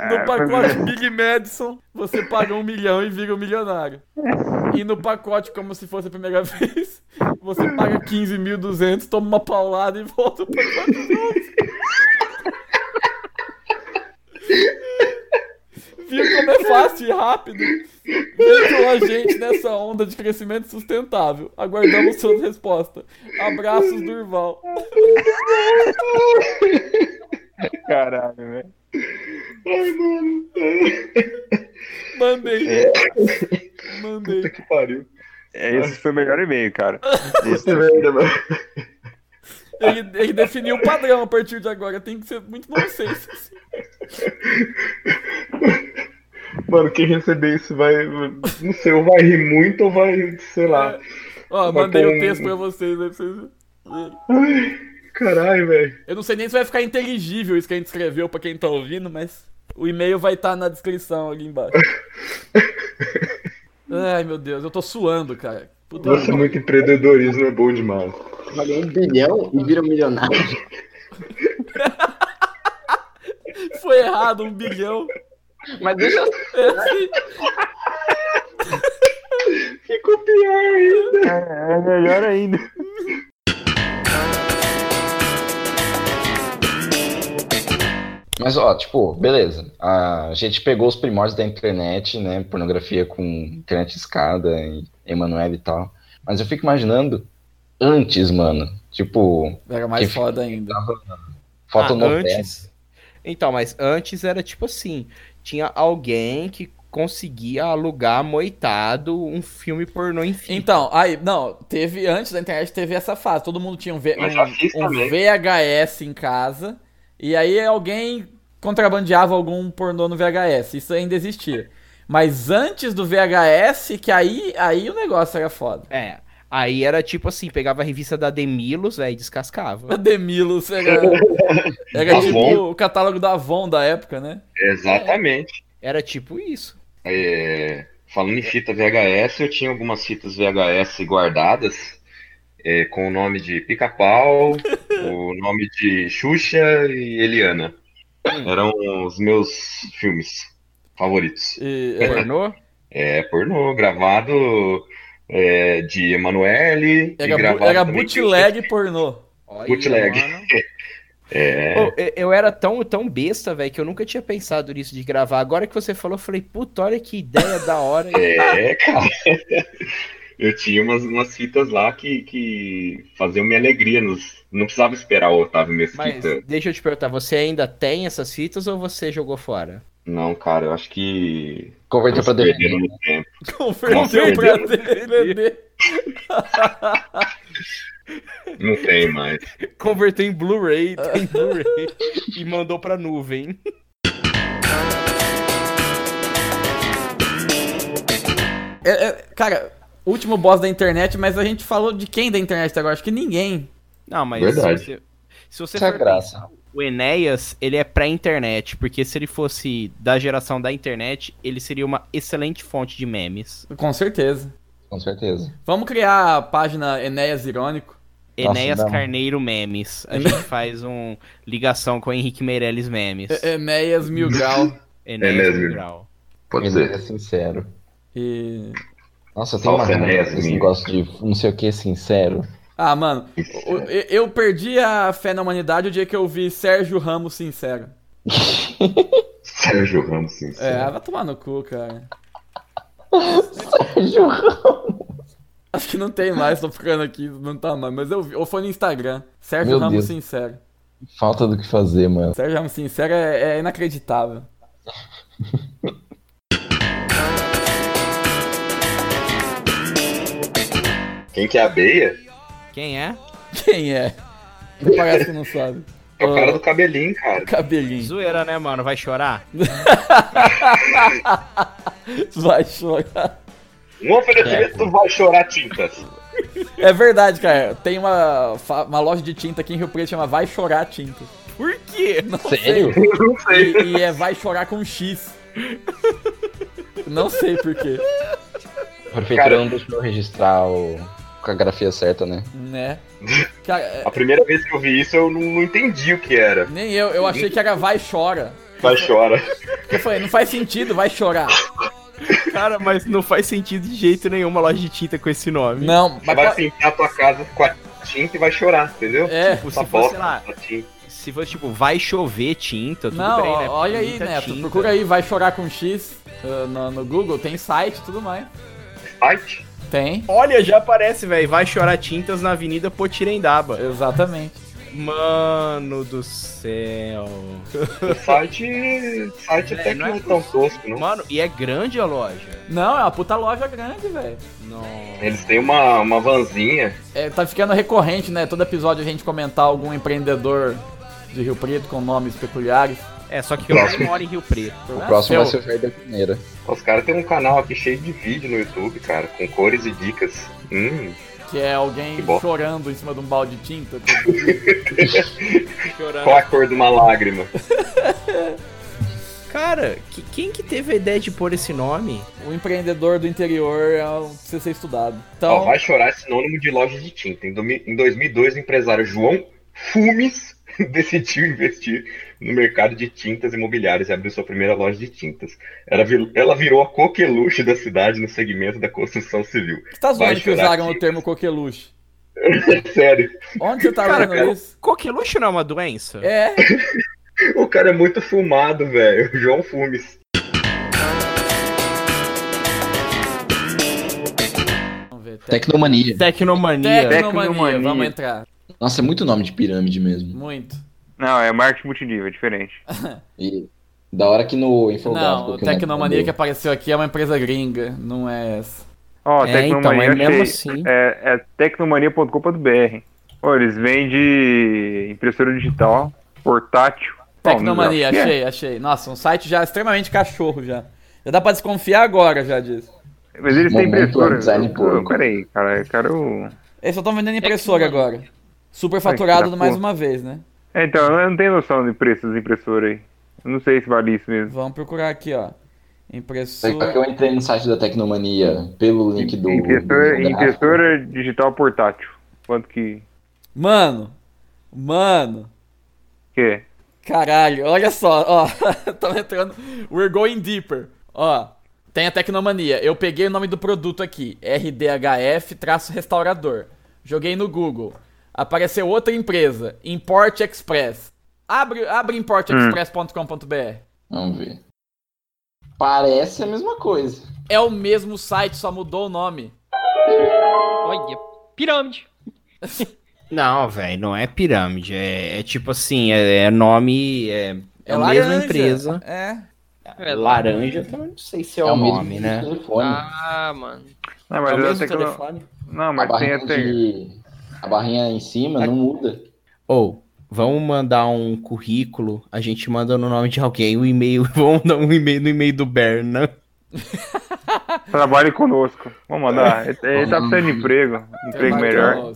Speaker 1: No pacote Big Madison, você paga um milhão e vira um milionário. E no pacote, como se fosse a primeira vez, você paga 15.200, toma uma paulada e volta pro pacote novo. Viu como é fácil e rápido? Vem com a gente nessa onda de crescimento sustentável. Aguardamos sua resposta. Abraços, Durval.
Speaker 9: Caralho, velho.
Speaker 8: Ai, mano.
Speaker 1: Mandei.
Speaker 9: É.
Speaker 1: Mandei.
Speaker 8: Que pariu.
Speaker 9: É, Esse foi o melhor e-mail, cara.
Speaker 8: Esse merda, mano.
Speaker 1: Ele, ele definiu o padrão a partir de agora. Tem que ser muito nonsense. assim.
Speaker 8: Mano, quem receber isso vai. Não sei, ou vai rir muito ou vai, sei lá.
Speaker 1: É. Ó,
Speaker 8: Vai
Speaker 1: mandei
Speaker 8: pôr
Speaker 1: o
Speaker 8: um-
Speaker 1: texto pra vocês, né? pra vocês-
Speaker 8: Caralho, velho.
Speaker 1: Eu não sei nem se vai ficar inteligível isso que a gente escreveu pra quem tá ouvindo, mas o e-mail vai estar na descrição ali embaixo. Ai, meu Deus, eu tô suando, cara. Puta
Speaker 8: Nossa,
Speaker 1: merda.
Speaker 8: muito empreendedorismo é bom demais.
Speaker 2: Valeu um bilhão e vira um milionário.
Speaker 1: Foi errado, um bilhão.
Speaker 2: Mas deixa eu.
Speaker 1: É assim.
Speaker 8: Ficou pior ainda.
Speaker 9: É melhor ainda.
Speaker 2: Mas, ó, tipo, beleza. A gente pegou os primórdios da internet, né? Pornografia com internet de escada, e Emanuel e tal. Mas eu fico imaginando antes, mano. Tipo,
Speaker 1: Era mais foda ainda.
Speaker 2: foto
Speaker 4: Ah,
Speaker 2: no
Speaker 4: antes? Então, mas antes era tipo assim, tinha alguém que conseguia alugar moitado um filme pornô em fita.
Speaker 1: Então, aí, não, teve, antes da internet teve essa fase, todo mundo tinha um, V-
Speaker 4: Eu já fiz
Speaker 1: um- um
Speaker 4: também.
Speaker 1: VHS em casa, e aí alguém contrabandeava algum pornô no VHS, isso ainda existia. Mas antes do VHS, que aí, aí o negócio era foda.
Speaker 4: É, aí era tipo assim, pegava a revista da Demilos, velho, e descascava.
Speaker 1: A Demilos era, era
Speaker 4: Avon.
Speaker 1: tipo o catálogo da Avon da época, né?
Speaker 8: Exatamente.
Speaker 4: Era tipo isso.
Speaker 8: É, falando em fita VHS, eu tinha algumas fitas VHS guardadas é, com o nome de Pica-Pau, o nome de Xuxa e Eliana. Eram os meus filmes favoritos.
Speaker 1: é
Speaker 4: pornô?
Speaker 8: É, pornô, gravado é, de Emanuele. e
Speaker 1: Era, bu-
Speaker 8: gravado
Speaker 1: era
Speaker 8: também de-
Speaker 1: bootleg pornô.
Speaker 8: Bootleg. É.
Speaker 4: Ô, eu- eu era tão, tão besta, velho, que eu nunca tinha pensado nisso de gravar. Agora que você falou, eu falei, puta, olha que ideia da hora.
Speaker 8: É, cara. Eu tinha umas, umas fitas lá que, que faziam minha alegria. Nos... Não precisava esperar o Otávio
Speaker 4: Mas
Speaker 7: É.
Speaker 8: Mesquita.
Speaker 4: deixa eu te perguntar, você ainda tem essas fitas ou você jogou fora?
Speaker 8: Não, cara, eu acho que.
Speaker 2: Converteu
Speaker 8: Elas
Speaker 2: pra DVD,
Speaker 8: perderam
Speaker 1: Um
Speaker 8: no tempo.
Speaker 1: Converteu
Speaker 8: Nossa,
Speaker 1: pra
Speaker 8: perdeu.
Speaker 1: DVD.
Speaker 8: Não tem mais.
Speaker 4: Converteu em Blu-ray, tem Blu-ray e mandou pra nuvem.
Speaker 1: É, é, cara, último boss da internet, mas a gente falou de quem da internet até agora? Acho que ninguém.
Speaker 4: Não, mas
Speaker 7: Verdade.
Speaker 4: se você, se você
Speaker 7: Essa é a
Speaker 4: for
Speaker 7: graça.
Speaker 4: pensar, o Enéas, ele é pré-internet, porque se ele fosse da geração da internet, ele seria uma excelente fonte de memes.
Speaker 1: Com certeza.
Speaker 7: Com certeza.
Speaker 1: Vamos criar a página Enéas Irônico.
Speaker 4: Enéas
Speaker 1: não.
Speaker 4: Carneiro Memes. A gente faz um ligação com o Henrique Meirelles Memes.
Speaker 1: E- É, Enéas Mil Grau.
Speaker 4: é.
Speaker 7: É
Speaker 4: Enéas Grau.
Speaker 8: Pode
Speaker 7: ser. É sincero.
Speaker 1: E...
Speaker 7: Nossa, tem uma
Speaker 8: Falsa
Speaker 7: raiva
Speaker 8: Enéas,
Speaker 7: desse
Speaker 8: amigo.
Speaker 7: negócio de não sei o que sincero.
Speaker 1: Ah, mano, o- eu, eu perdi a fé na humanidade o dia que eu vi Sérgio Ramos sincero.
Speaker 8: Sérgio Ramos, sim.
Speaker 1: É, ah, vai tomar no cu, cara.
Speaker 7: Sérgio
Speaker 1: Ramos. Acho que não tem mais, tô ficando aqui, não tá mais. Mas eu vi, ou foi no Instagram. Sérgio
Speaker 7: Meu Deus.
Speaker 1: Ramos sincero.
Speaker 7: Falta do que fazer, mano.
Speaker 1: Sérgio Ramos sincero é, é inacreditável.
Speaker 8: Quem que é a Beia?
Speaker 4: Quem é?
Speaker 1: Quem é? Ele parece que não sabe.
Speaker 8: É o cara do cabelinho, cara.
Speaker 1: Cabelinho.
Speaker 4: Zoeira, né, mano? Vai chorar?
Speaker 1: Vai chorar.
Speaker 8: Um oferecimento do vai chorar tintas.
Speaker 1: É verdade, cara. Tem uma, fa- uma loja de tinta aqui em Rio Preto que chama Vai Chorar Tinta.
Speaker 4: Por quê?
Speaker 1: Não
Speaker 7: Sério?
Speaker 1: sei.
Speaker 8: Eu não sei.
Speaker 1: E, e é Vai Chorar com X. Não sei porquê.
Speaker 7: A prefeitura
Speaker 8: Cara-
Speaker 7: não deixou eu registrar o... com a grafia certa, né?
Speaker 1: Né? Cara, é-
Speaker 8: A primeira vez que eu vi isso, eu não, não entendi o que era.
Speaker 1: nem eu. Eu achei que era Vai Chora.
Speaker 8: Vai chora.
Speaker 1: Eu falei, não faz sentido, vai chorar.
Speaker 4: Cara, mas não faz sentido de jeito nenhum uma loja de tinta com esse nome.
Speaker 1: Não, mas
Speaker 8: Você
Speaker 1: tá-
Speaker 8: vai
Speaker 1: pode-
Speaker 8: pintar a tua casa com a tinta e vai chorar, entendeu?
Speaker 1: É.
Speaker 4: Tipo,
Speaker 8: Essa
Speaker 4: se fosse,
Speaker 8: bosta,
Speaker 4: sei lá,
Speaker 8: essa tinta.
Speaker 4: se fosse tipo, vai chover tinta, tudo
Speaker 1: Não,
Speaker 4: bem, né?
Speaker 1: ó, olha aí,
Speaker 4: Muita
Speaker 1: Neto.
Speaker 4: tinta.
Speaker 1: Procura aí, vai chorar com X uh, no, no Google. Tem site e tudo mais.
Speaker 8: Site?
Speaker 1: Tem,
Speaker 4: Olha, já aparece, velho. Vai chorar tintas na Avenida Potirendaba.
Speaker 1: exatamente.
Speaker 4: Mano do céu.
Speaker 8: O site, site até
Speaker 4: É,
Speaker 8: que
Speaker 4: não
Speaker 8: não
Speaker 4: é
Speaker 8: é, tão tosco, não.
Speaker 4: Mano, e é grande a loja.
Speaker 1: Não, é uma puta loja grande, velho.
Speaker 4: Não.
Speaker 8: Eles têm uma, uma vanzinha.
Speaker 1: É, tá ficando recorrente, né? Todo episódio a gente comentar algum empreendedor de Rio Preto com nomes peculiares.
Speaker 4: É, só que eu
Speaker 8: Próximo.
Speaker 4: nem moro em Rio Preto.
Speaker 7: O
Speaker 1: Problema
Speaker 7: próximo vai
Speaker 1: seu.
Speaker 7: ser o Jair da Primeira.
Speaker 8: Os caras têm um canal aqui cheio de vídeo no YouTube, cara, com cores e dicas. Hum,
Speaker 1: Que é alguém
Speaker 8: Que bom.
Speaker 1: chorando em cima de um balde de tinta. Tá.
Speaker 4: Chorando.
Speaker 8: qual é a cor de uma lágrima?
Speaker 4: Cara, que- quem que teve a ideia de pôr esse nome?
Speaker 1: o empreendedor do interior é um- precisa ser estudado.
Speaker 8: Ó,
Speaker 1: Então,
Speaker 8: vai chorar é sinônimo de loja de tinta. Em, domi- em 2002, o empresário João Fumes decidiu investir no mercado de tintas imobiliárias e abriu sua primeira loja de tintas. Ela, vi- ela virou a coqueluche da cidade no segmento da construção civil.
Speaker 1: você tá
Speaker 8: vai
Speaker 1: zoando que
Speaker 8: chorar
Speaker 1: usaram o
Speaker 8: tinta.
Speaker 1: termo coqueluche?
Speaker 8: Sério,
Speaker 1: Onde você tá
Speaker 4: Cara,
Speaker 1: vendo isso?
Speaker 4: Coqueluche não é uma doença?
Speaker 1: É,
Speaker 8: o cara é muito fumado, velho. João Fumes.
Speaker 1: Vamos ver. Tec-
Speaker 7: Tecnomania.
Speaker 4: Tecnomania.
Speaker 1: Tecnomania,
Speaker 9: Tecnomania.
Speaker 1: vamos entrar.
Speaker 7: Nossa, é muito nome de pirâmide mesmo.
Speaker 1: Muito.
Speaker 9: Não, é marketing multinível, é diferente.
Speaker 7: E da hora que no infográfico...
Speaker 1: Não, o
Speaker 7: que é o Neto
Speaker 1: Tecnomania que
Speaker 7: mandou-
Speaker 1: apareceu aqui é uma empresa gringa, não é essa.
Speaker 9: Ó,
Speaker 4: É,
Speaker 9: Tecnomania
Speaker 4: então, é
Speaker 9: achei-
Speaker 4: mesmo assim.
Speaker 9: É, é tecnomania.com.br. Ó, eles vendem impressora digital, portátil. Ó,
Speaker 1: Tecnomania,
Speaker 9: não, que é?
Speaker 1: achei, achei. Nossa, um site já extremamente cachorro já. Já dá pra desconfiar agora já disso.
Speaker 9: Mas eles têm
Speaker 7: Momento
Speaker 9: impressora.
Speaker 7: design
Speaker 9: Eu- eu-
Speaker 7: público.
Speaker 9: Peraí, cara, eu quero.
Speaker 1: Eles só estão vendendo impressora agora. Superfaturado
Speaker 9: Ai, filha da
Speaker 1: mais
Speaker 9: puta.
Speaker 1: uma vez, né?
Speaker 9: É, então, eu não tenho noção de preço das impressoras aí. Eu não sei se vale isso mesmo.
Speaker 1: Vamos procurar aqui, ó.
Speaker 7: Só que
Speaker 1: Impressora.
Speaker 7: eu entrei no site da Tecnomania pelo link do...
Speaker 9: Impressora,
Speaker 7: do infográfico.
Speaker 9: impressora digital portátil. Quanto que,
Speaker 1: Mano! Mano!
Speaker 9: que é?
Speaker 1: Caralho, olha só, ó. Tamo entrando. We're going deeper. Ó. Tem a Tecnomania. Eu peguei o nome do produto aqui. RDHF-restaurador. Joguei no Google. Apareceu outra empresa. Import Express. Abre, abre importexpress.com.br.
Speaker 7: Vamos ver. Parece a mesma coisa.
Speaker 1: É o mesmo site, só mudou o nome.
Speaker 19: Olha, pirâmide.
Speaker 4: Não, velho, não é pirâmide. É, é tipo assim, é, é nome. É, é a mesma empresa.
Speaker 1: É.
Speaker 19: É,
Speaker 4: Laranja, então eu não sei se é, o
Speaker 7: um mesmo
Speaker 4: nome, né?
Speaker 7: telefone.
Speaker 19: Ah, mano.
Speaker 9: Não,
Speaker 7: é
Speaker 9: mas
Speaker 7: o
Speaker 9: eu
Speaker 7: mesmo
Speaker 9: até que eu não-
Speaker 7: telefone.
Speaker 9: Não,
Speaker 7: A
Speaker 9: mas tem
Speaker 7: barrinha
Speaker 9: até.
Speaker 7: de...
Speaker 2: A barrinha em cima não muda.
Speaker 18: Ou, vamos mandar um currículo, a gente manda no nome de alguém, o e-mail, vamos dar um e-mail no e-mail do Berna.
Speaker 9: Trabalhe conosco. Vamos mandar. Ele, ele tá precisando de emprego. Emprego melhor.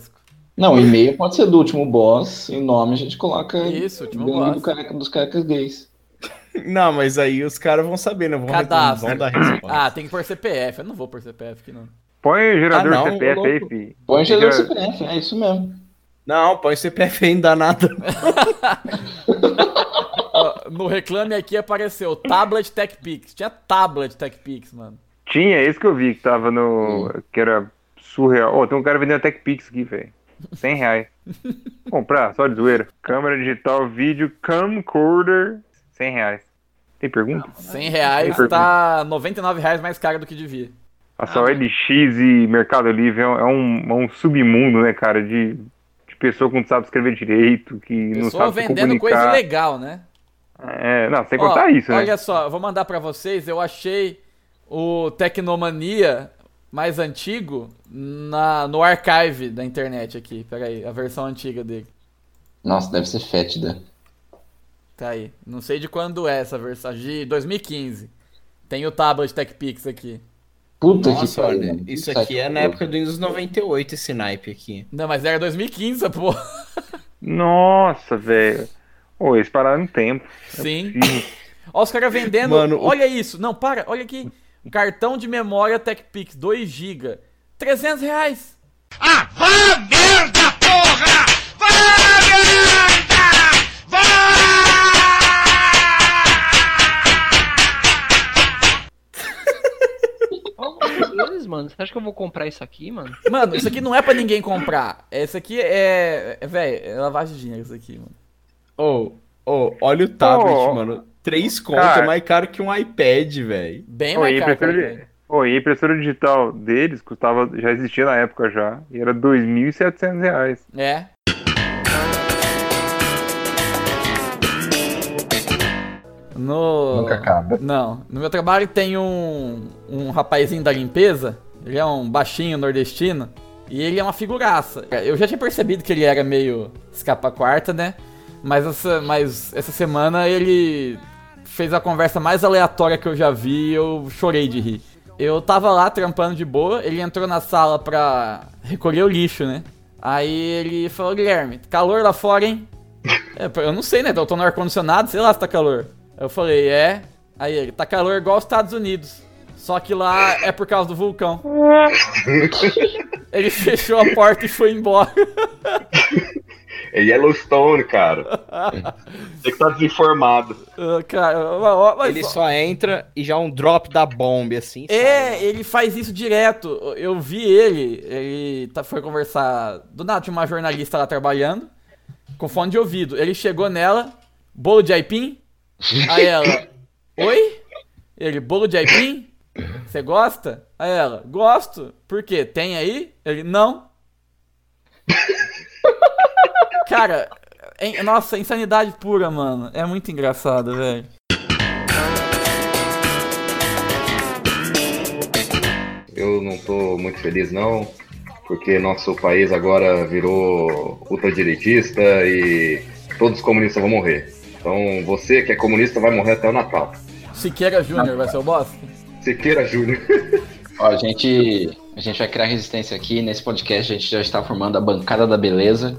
Speaker 2: Não, o e-mail pode ser do último boss, e o nome a gente coloca
Speaker 1: Isso, último
Speaker 2: do nome
Speaker 1: boss.
Speaker 2: do careca- dos carecas gays.
Speaker 18: Não, mas aí os caras vão saber, né? Vão,
Speaker 1: Cadastro.
Speaker 18: vão dar resposta.
Speaker 1: Ah, tem que pôr CPF. Eu não vou pôr CPF aqui, não.
Speaker 9: Põe gerador
Speaker 18: Ah, não,
Speaker 9: CPF aí,
Speaker 18: louco.
Speaker 9: fi.
Speaker 2: Põe o
Speaker 9: Gera-
Speaker 2: gerador CPF, é isso mesmo.
Speaker 18: Não, põe CPF aí, não dá nada.
Speaker 1: Ó, no Reclame Aqui apareceu Tablet Tech Pix. Tinha Tablet Tech Pix, mano.
Speaker 9: Tinha, esse que eu vi que tava no. que era surreal. Ô, tem um cara vendendo Tech Pix aqui, velho. 100 reais. Comprar, só de zoeira. Câmera digital, vídeo, camcorder, 100 reais. Tem pergunta?
Speaker 1: 100 reais
Speaker 9: Tem
Speaker 1: tá 99 reais mais caro do que devia.
Speaker 9: Nossa, o LX e Mercado Livre é um, é um- é um submundo, né, cara? De, de pessoa que não sabe escrever direito, que não
Speaker 1: Pessoa
Speaker 9: sabe se
Speaker 1: vendendo
Speaker 9: comunicar.
Speaker 1: coisa ilegal, né?
Speaker 9: É, não, sem
Speaker 1: Ó,
Speaker 9: contar isso, né?
Speaker 1: Olha só, eu vou mandar pra vocês. Eu achei o Tecnomania mais antigo na, no archive da internet aqui. Pera aí, a versão antiga dele.
Speaker 2: Nossa, deve ser fétida.
Speaker 1: Tá aí. Não sei de quando é essa versão. De 2015. Tem o tablet TechPix aqui.
Speaker 2: Puta
Speaker 18: Nossa,
Speaker 2: que pariu.
Speaker 18: olha,
Speaker 2: mano.
Speaker 18: isso
Speaker 2: Puta
Speaker 18: aqui
Speaker 2: que
Speaker 18: é na
Speaker 2: pariu.
Speaker 18: época do Windows 98, esse naipe aqui.
Speaker 1: Não, mas era 2015, pô.
Speaker 9: Nossa, velho. Ô, eles pararam um tempo.
Speaker 1: Sim. Ó, os caras vendendo.
Speaker 9: Mano, o-
Speaker 1: olha isso. Não, para, olha aqui. Cartão de memória TechPix 2GB. 300 reais.
Speaker 19: Deus, mano. Você acha que eu vou comprar isso aqui, mano?
Speaker 1: Mano, isso aqui não é pra ninguém comprar. Isso aqui é. é Véi, é lavagem de dinheiro isso aqui, mano.
Speaker 18: Ô, ô, olha o tablet,
Speaker 9: Ô,
Speaker 18: mano. Três conto
Speaker 9: cara.
Speaker 18: é mais caro que um iPad, velho.
Speaker 1: Bem
Speaker 9: Ô, e
Speaker 1: mais
Speaker 9: a
Speaker 1: caro. que
Speaker 9: impressora
Speaker 1: o
Speaker 9: de-
Speaker 1: iPhone.
Speaker 9: ô, e a impressora digital deles custava, já existia na época já, e era R$ 2.700 reais.
Speaker 1: É. No...
Speaker 7: Nunca acaba.
Speaker 1: Não. No meu trabalho tem um, um rapazinho da limpeza. Ele é um baixinho nordestino. E ele é uma figuraça. Eu já tinha percebido que ele era meio escapa quarta, né? Mas essa, mas essa semana ele fez a conversa mais aleatória que eu já vi e eu chorei de rir. Eu tava lá trampando de boa, ele entrou na sala pra recolher o lixo, né? Aí ele falou, Guilherme, calor lá fora, hein? É, pô, eu não sei, né? Eu tô no ar-condicionado, sei lá se tá calor. Eu falei, é. Aí ele, tá calor igual os Estados Unidos. Só que lá é por causa do vulcão. ele fechou a porta e foi embora.
Speaker 8: É Yellowstone, cara. Tem que estar desinformado.
Speaker 1: Ah, Cara, ó, ó, mas
Speaker 18: Ele
Speaker 1: ó,
Speaker 18: só entra e já um drop da bomba, assim.
Speaker 1: É, ele faz isso direto. Eu vi ele, ele tá- foi conversar. Do nada tinha uma jornalista lá trabalhando, com fone de ouvido. Ele chegou nela, bolo de aipim. Aí ela, oi? Ele, bolo de aipim? Você gosta? Aí ela, gosto. Por quê? Tem aí? Ele, não. Cara, é- nossa, insanidade pura, mano. É muito engraçado, velho.
Speaker 8: Eu não tô muito feliz, não, porque nosso país agora virou ultradireitista e todos os comunistas vão morrer. Então você que é comunista vai morrer até o Natal.
Speaker 1: Siqueira Júnior vai ser o boss?
Speaker 8: Siqueira Júnior.
Speaker 2: Ó, a gente, a gente vai criar resistência aqui. Nesse podcast a gente já está formando a bancada da beleza.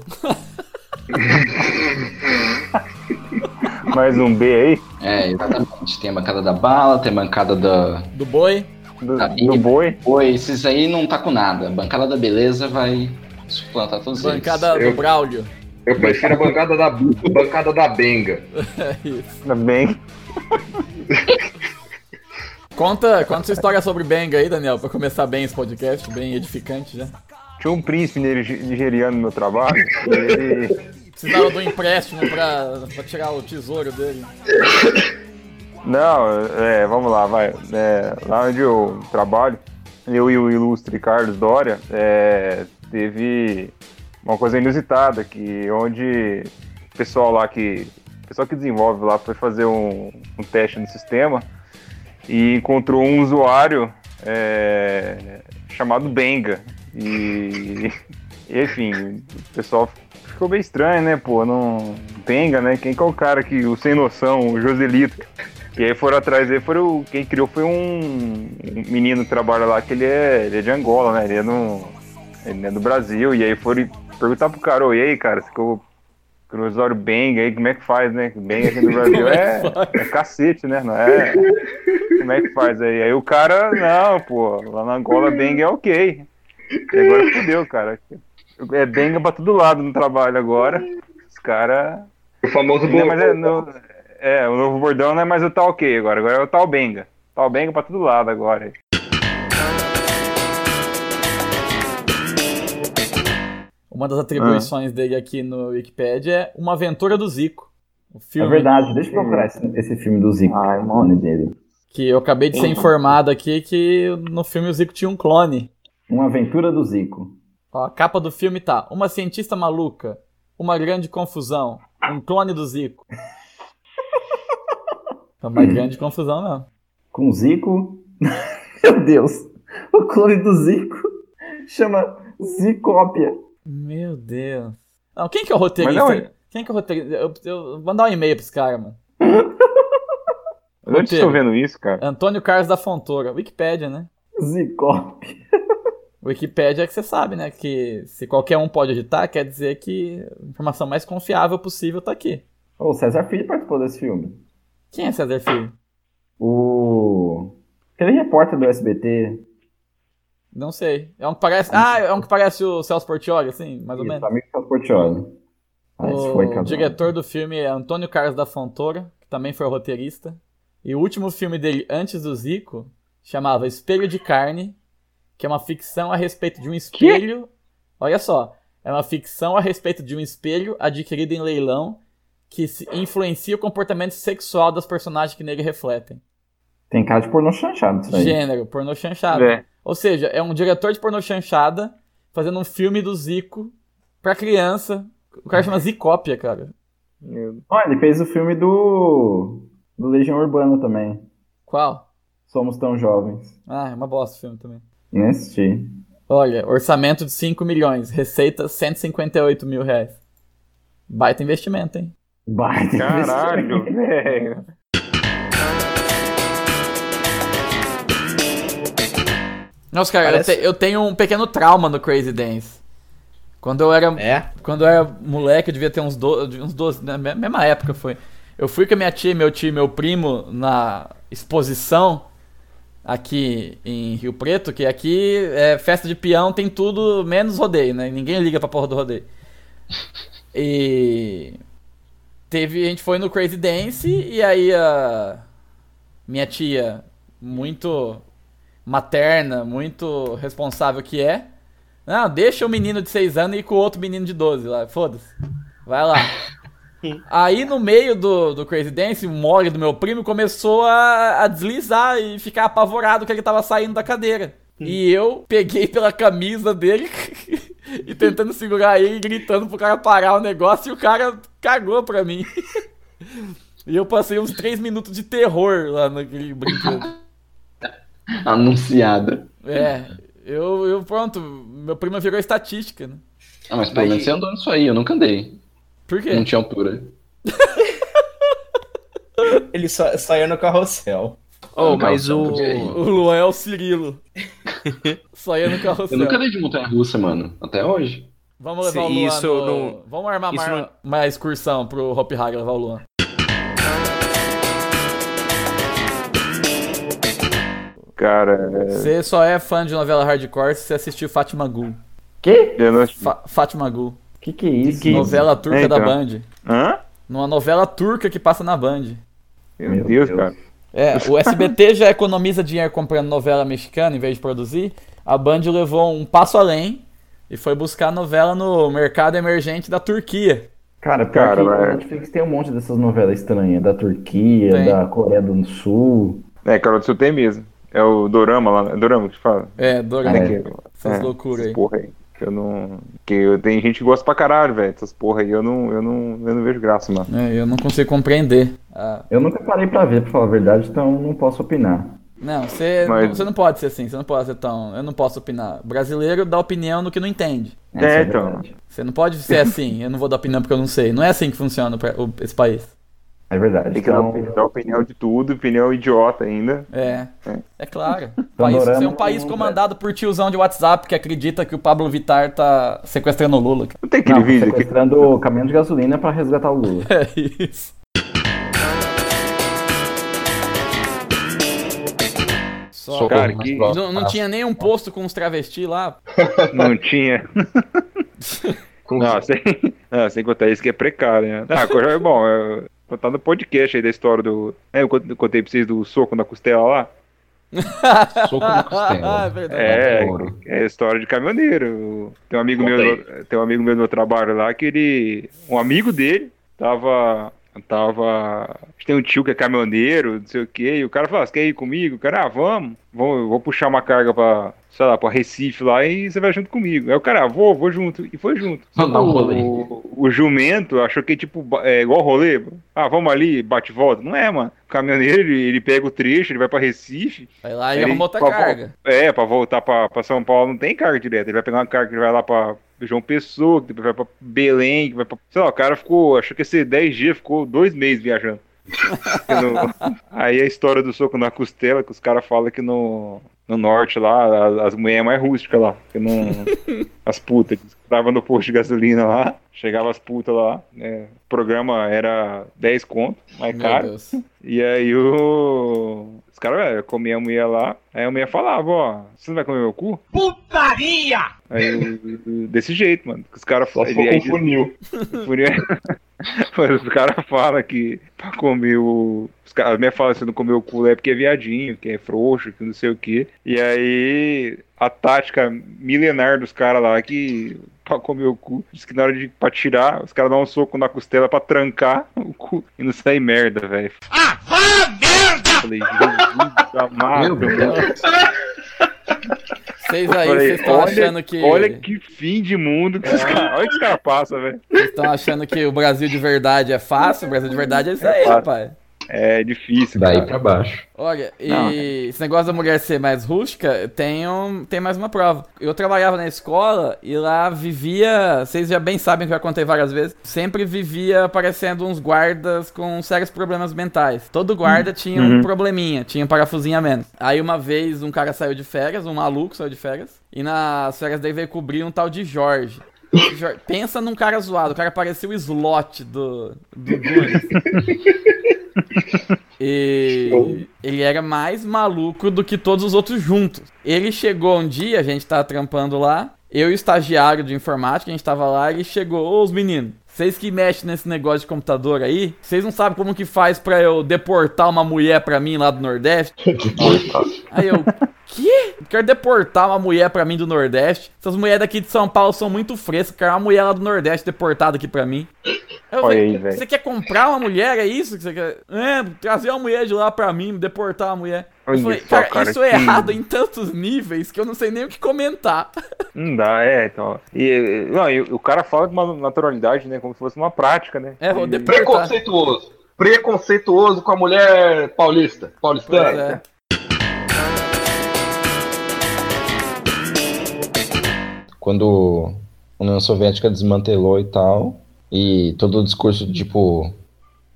Speaker 9: Mais um B
Speaker 2: É, exatamente. Tem a bancada da bala, tem a bancada da.
Speaker 1: Do boi?
Speaker 9: Do,
Speaker 2: do
Speaker 9: boi?
Speaker 2: Boi, esses aí não tá com nada. A bancada da beleza vai suplantar todos
Speaker 1: Bancada
Speaker 20: É
Speaker 2: eles.
Speaker 1: do Braulio.
Speaker 8: Eu prefiro a bancada da bancada da Benga.
Speaker 1: É isso.
Speaker 9: aí. Bem.
Speaker 1: Conta, conta sua história sobre Bang aí, Daniel, pra começar bem esse podcast, bem edificante já.
Speaker 9: Tinha um príncipe nige- nigeriano no meu trabalho. e ele-
Speaker 1: Precisava do empréstimo pra, pra tirar o tesouro dele.
Speaker 9: Não, é, vamos lá, vai. É, lá onde eu trabalho, eu e o ilustre Carlos Dória, é, teve uma coisa inusitada, que onde o pessoal lá que. O pessoal que desenvolve lá foi fazer um, um teste no sistema e encontrou um usuário é, chamado Benga. E Enfim, o pessoal ficou bem estranho, né, pô? Não tenga, né? Quem que é o cara que, o sem noção, o Joselito. E aí foram atrás dele, foram, o- quem criou foi um um menino que trabalha lá, que ele é, ele é de Angola, né? Ele é, no, ele é do Brasil. E aí foram perguntar pro cara, "Ô, e aí, cara, se que eu Cruzório Bang aí, como é que faz, né? Bang aqui no Brasil
Speaker 17: Como é que
Speaker 9: é, é cacete, né? Não é. Como é que faz aí? Aí o cara, não, pô, lá na Angola Bang é ok. E agora fudeu, cara. É Bang pra todo lado no trabalho agora. Os caras.
Speaker 8: O famoso
Speaker 9: não, é mais- é,
Speaker 8: bordão.
Speaker 9: no- é, o novo bordão não é mais o tal ok agora, agora é o tal Benga. Tal Benga pra todo lado agora.
Speaker 1: Uma das atribuições
Speaker 20: Ah.
Speaker 1: dele aqui no Wikipedia é Uma Aventura do Zico. O
Speaker 20: É
Speaker 1: filme
Speaker 20: verdade, deixa eu procurar esse, esse filme do Zico. Ah, é o nome dele.
Speaker 1: Que eu acabei de ser informado aqui que no filme o Zico tinha um clone.
Speaker 20: Uma aventura do Zico.
Speaker 1: Ó, a capa do filme tá: Uma cientista maluca, uma grande confusão, um clone do Zico. É uma grande confusão mesmo.
Speaker 20: Com Zico. Meu Deus! O clone do Zico chama Zicópia.
Speaker 1: Meu Deus. Não, quem que é o roteirista?
Speaker 20: Mas não,
Speaker 1: quem que é o roteirista? Eu, eu vou mandar um e-mail pros caras, mano.
Speaker 9: Eu não estou
Speaker 1: Roteiro.
Speaker 9: vendo isso, cara.
Speaker 1: Antônio Carlos da Fontoura. Wikipédia, né?
Speaker 20: Zicópia.
Speaker 1: Wikipédia é que você sabe, né? Que se qualquer um pode editar, quer dizer que a informação mais confiável possível tá aqui.
Speaker 20: O César Filho participou desse filme.
Speaker 1: Quem é César Filho?
Speaker 20: O. Aquele repórter do SBT.
Speaker 1: Não sei. É um que parece. Ah, é um que parece o Celso Portioli, assim, mais ou menos.
Speaker 20: Amigo Celso Portioli. Ah, esse foi,
Speaker 1: O
Speaker 20: cara.
Speaker 1: diretor do filme é Antônio Carlos da Fontoura, que também foi roteirista. E o último filme dele, antes do Zico, chamava Espelho de Carne, que é uma ficção a respeito de um espelho. Olha só, é uma ficção a respeito de um espelho adquirido em leilão que se- influencia o comportamento sexual das personagens que nele refletem.
Speaker 20: Tem cara de pornô chanchado isso aí.
Speaker 1: Gênero, pornô chanchada.
Speaker 20: É.
Speaker 1: Ou seja, é um diretor de pornô chanchada fazendo um filme do Zico pra criança. O cara chama Zicópia, cara.
Speaker 20: Ó, Ah, ele fez o filme do. do Legião Urbana também.
Speaker 1: Qual?
Speaker 20: Somos tão jovens.
Speaker 1: Ah, é uma bosta o filme também.
Speaker 20: Nem assisti.
Speaker 1: Olha, orçamento de 5 milhões, receita 158 mil reais. Baita investimento, hein?
Speaker 20: Baita
Speaker 9: Caralho, velho.
Speaker 1: Nossa, cara, eu,
Speaker 18: Parece-
Speaker 1: te- eu tenho um pequeno trauma no Crazy Dance. Quando eu era,
Speaker 18: É?
Speaker 1: quando eu era moleque, eu devia ter uns, do, de uns 12, na me- mesma época foi. Eu fui com a minha tia, meu tio e meu primo na exposição aqui em Rio Preto, que aqui é festa de peão, tem tudo menos rodeio, né? Ninguém liga pra porra do rodeio. E teve, a gente foi no Crazy Dance e aí a minha tia, muito materna, muito responsável que é. Não, deixa o menino de 6 anos ir com o outro menino de 12 lá, foda-se. Vai lá. Aí no meio do, do Crazy Dance, o Mori do meu primo começou a, a deslizar e ficar apavorado que ele tava saindo da cadeira. E eu peguei pela camisa dele e tentando segurar ele, gritando pro cara parar o negócio e o cara cagou pra mim. E eu passei uns 3 minutos de terror lá naquele brinquedo.
Speaker 2: Anunciada.
Speaker 1: É, eu, eu pronto, meu primo virou estatística, né?
Speaker 2: Ah, mas É. pelo menos você andou nisso aí, eu nunca andei.
Speaker 1: Por quê?
Speaker 2: Não tinha altura.
Speaker 18: Ele sa- saiu no carrossel.
Speaker 2: Oh, mas o-
Speaker 1: O Luan é o Cirilo. Só ia no carrossel.
Speaker 2: Eu nunca andei de montanha russa, mano. Até hoje.
Speaker 1: Vamos levar
Speaker 2: Se
Speaker 1: o Luan.
Speaker 2: isso
Speaker 1: no-
Speaker 2: não-
Speaker 1: Vamos armar
Speaker 2: isso
Speaker 1: uma,
Speaker 2: não- é-
Speaker 1: uma excursão pro Hopi Hari levar o Luan.
Speaker 9: Cara, é...
Speaker 1: Você só é fã de novela hardcore se você assistiu Fátima Gul.
Speaker 9: Que? é, Eu não...
Speaker 1: Fa- Fátima Gul.
Speaker 20: Que que é isso?
Speaker 1: Novela turca
Speaker 9: É,
Speaker 1: da
Speaker 9: então.
Speaker 1: Band.
Speaker 9: Hã?
Speaker 1: Numa novela turca que passa na Band.
Speaker 9: Meu, Deus, cara.
Speaker 1: É, o SBT já economiza dinheiro comprando novela mexicana em vez de produzir. A Band levou um passo além e foi buscar novela no mercado emergente da Turquia.
Speaker 20: Cara, pior
Speaker 1: Cara,
Speaker 20: que
Speaker 1: mas-
Speaker 20: o Netflix tem um monte dessas novelas estranhas, da Turquia,
Speaker 1: Tem.
Speaker 20: da Coreia do Sul.
Speaker 9: É, cara, do Sul tem mesmo. É o Dorama lá, é Dorama que te fala?
Speaker 1: É, Dorama.
Speaker 9: É, que-
Speaker 1: Essas loucuras aí.
Speaker 9: Porra aí. Que eu não. Que eu... tem gente que gosta pra caralho, velho. Essas porra aí. Eu não, eu não, eu não vejo graça, mano.
Speaker 1: É, eu não né? consigo compreender.
Speaker 20: Eu nunca parei pra ver, pra falar a verdade, então não posso opinar.
Speaker 1: Não, você,
Speaker 9: Mas-
Speaker 1: você não pode ser assim, você não pode ser tão. Eu não posso opinar. Brasileiro dá opinião no que não entende.
Speaker 9: É, É, então. verdade.
Speaker 1: Você não pode ser assim, eu não vou dar opinião porque eu não sei. Não é assim que funciona o pra- o- esse país.
Speaker 20: É verdade.
Speaker 9: Tem que dar, dar opinião de tudo, opinião idiota ainda.
Speaker 1: É. É claro.
Speaker 9: Tô
Speaker 1: País-
Speaker 9: adorando
Speaker 1: você é um país comandado por tiozão de WhatsApp que acredita que o Pablo Vittar tá sequestrando o Lula. Não
Speaker 9: tem
Speaker 20: Não, sequestrando caminhão de gasolina pra resgatar o Lula.
Speaker 1: É isso. Só,
Speaker 9: Cara, que-
Speaker 1: não, não tinha nenhum posto com os travestis lá?
Speaker 9: Não tinha. Não,
Speaker 2: Ah,
Speaker 9: sem, não, sem contar isso que é precário, né? Ah, coisa é bom. é- Contar no podcast aí da história do. É, eu cont- eu contei pra vocês do soco na costela lá.
Speaker 1: Soco na costela. é verdade.
Speaker 9: É, é história de caminhoneiro. Tem um amigo
Speaker 17: Conta
Speaker 9: meu, tem um amigo meu no trabalho lá que ele, um amigo dele tava tava, acho que tem um tio que é caminhoneiro, não sei o quê, e o cara falou: "Ah, "Você quer ir comigo?" O cara: "Ah, vamos. Vou, eu vou puxar uma carga pra, sei lá, pra Recife lá e você vai junto comigo". Aí o cara: ah, "Vou, vou junto". E foi junto.
Speaker 17: Só dá um rolê.
Speaker 9: O, o jumento achou que tipo ba- é igual rolê. Ah, vamos ali, bate e volta. Não é, mano. O caminhoneiro, ele, ele pega o trecho, ele vai pra Recife,
Speaker 1: Vai lá e
Speaker 9: ele-
Speaker 1: arruma outra
Speaker 9: pra-
Speaker 1: carga.
Speaker 9: É, pra voltar pra, pra São Paulo não tem carga direta. Ele vai pegar uma carga que vai lá pra João Pessoa, que depois vai pra Belém, que vai pra. Sei lá, o cara ficou. Achou que ia ser 10 dias, ficou dois meses viajando. Que no- Aí a história do soco na costela, que os caras falam que no, no norte lá, as, as mulheres é mais rústicas lá. Que não. As putas, que tava no posto de gasolina lá, chegava as putas lá, né? O programa era 10 conto, mais
Speaker 1: Meu
Speaker 9: é caro.
Speaker 1: Deus.
Speaker 9: E aí o. Os caras, velho, eu comia a mulher lá, aí a mulher falava, ó, você não vai comer meu cu?
Speaker 15: Putaria!
Speaker 9: Aí eu- desse jeito, mano. que Os caras
Speaker 17: Só
Speaker 9: falam.
Speaker 17: se for com funil.
Speaker 9: é funil. Mas os caras falam que pra comer o. Os caras me falam assim, não comer o cu é porque é viadinho, que é frouxo, que não sei o quê. E aí a tática milenar dos caras lá que pra comer o cu, diz que na hora de pra tirar, os caras dão um soco na costela pra trancar o cu e não sai merda, velho. Ah, vá merda! Falei, Jesus amado, mano.
Speaker 1: Vocês
Speaker 9: Eu
Speaker 1: aí,
Speaker 9: falei,
Speaker 1: vocês estão
Speaker 9: olha-
Speaker 1: achando que.
Speaker 9: Olha que fim de mundo que
Speaker 17: É.
Speaker 9: esses caras. Olha que os caras passam, velho.
Speaker 1: Vocês estão achando que o Brasil de verdade é fácil? O Brasil de verdade é isso aí,
Speaker 9: fácil.
Speaker 1: rapaz.
Speaker 9: É difícil.
Speaker 17: Daí
Speaker 9: cara.
Speaker 17: pra baixo.
Speaker 1: Olha, e
Speaker 9: Não,
Speaker 1: esse negócio da mulher ser mais rústica, tem, um, tem mais uma prova. Eu trabalhava na escola e lá vivia, vocês já bem sabem que eu já contei várias vezes, sempre vivia aparecendo uns guardas com sérios problemas mentais. Todo guarda tinha um
Speaker 19: Uhum.
Speaker 1: probleminha, tinha um parafusinho a menos. Aí uma vez um cara saiu de férias, um maluco saiu de férias, e nas férias daí veio cobrir um tal de Jorge. Esse Jorge- Pensa num cara zoado, o cara parecia o slot do, do Goonies. E ele era mais maluco do que todos os outros juntos. Ele chegou um dia, a gente tava trampando lá, eu e o estagiário de informática, a gente tava lá, ele chegou, ô os meninos, vocês que mexem nesse negócio de computador aí, vocês não sabem como que faz pra eu deportar uma mulher pra mim lá do Nordeste? Aí eu, que? Quero deportar uma mulher pra mim do Nordeste? Essas mulheres daqui de São Paulo são muito frescas, quero uma mulher lá do Nordeste deportada aqui pra mim. Eu
Speaker 9: Olha
Speaker 1: falei,
Speaker 9: aí, velho.
Speaker 1: Você quer comprar uma mulher, é isso que você quer? É, trazer uma mulher de lá pra mim, deportar uma mulher. Eu
Speaker 9: Olha
Speaker 1: falei,
Speaker 9: só,
Speaker 1: cara,
Speaker 9: cara,
Speaker 1: isso é
Speaker 9: que-
Speaker 1: errado em tantos níveis que eu não sei nem o que comentar.
Speaker 9: Não dá, é, então. E, não, e o cara fala de uma naturalidade, né? Como se fosse uma prática, né?
Speaker 1: É, vou
Speaker 9: E-
Speaker 8: Preconceituoso. Preconceituoso com a mulher paulista.
Speaker 1: é.
Speaker 8: Paulistana.
Speaker 7: Quando a União Soviética desmantelou e tal, e todo o discurso, tipo,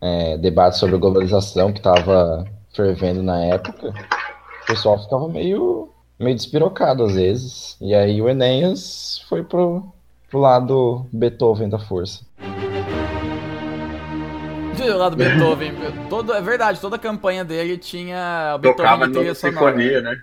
Speaker 7: é, debate sobre globalização que tava fervendo na época, o pessoal ficava meio, meio despirocado às vezes. E aí o Enéas foi pro, pro lado Beethoven da força.
Speaker 1: Diz lá do Beethoven. Todo, é verdade, toda a campanha dele tinha o Beethoven
Speaker 8: Tocava
Speaker 1: na trilha
Speaker 8: toda
Speaker 1: sonora.
Speaker 8: sinfonia, né?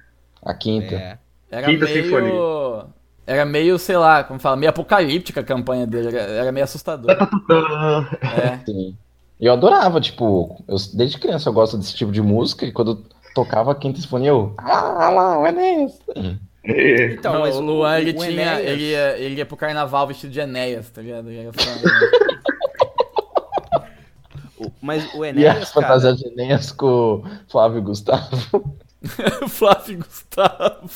Speaker 7: A quinta.
Speaker 18: É.
Speaker 1: Era
Speaker 8: Quinta
Speaker 1: meio...
Speaker 8: sinfonia.
Speaker 1: Era meio, sei lá, como fala, meio apocalíptica a campanha dele, era, era meio assustador. É.
Speaker 7: Sim. Eu adorava, tipo, eu, desde criança eu gosto desse tipo de música, e quando eu tocava a quinta sinfonia, eu. Ah, lá, o Enéas.
Speaker 1: Então,
Speaker 18: Não, mas
Speaker 1: o Luan,
Speaker 18: o-
Speaker 1: ele
Speaker 18: o
Speaker 1: tinha.
Speaker 18: Enéas-
Speaker 1: Ele ia, ele ia pro carnaval vestido de Enéas, tá ligado? Ele ia falar,
Speaker 18: Mas o
Speaker 7: E a
Speaker 18: Enéas, cara...
Speaker 7: fantasia de Enéas com o Flávio Gustavo.
Speaker 1: "Não, Flávio Gustavo.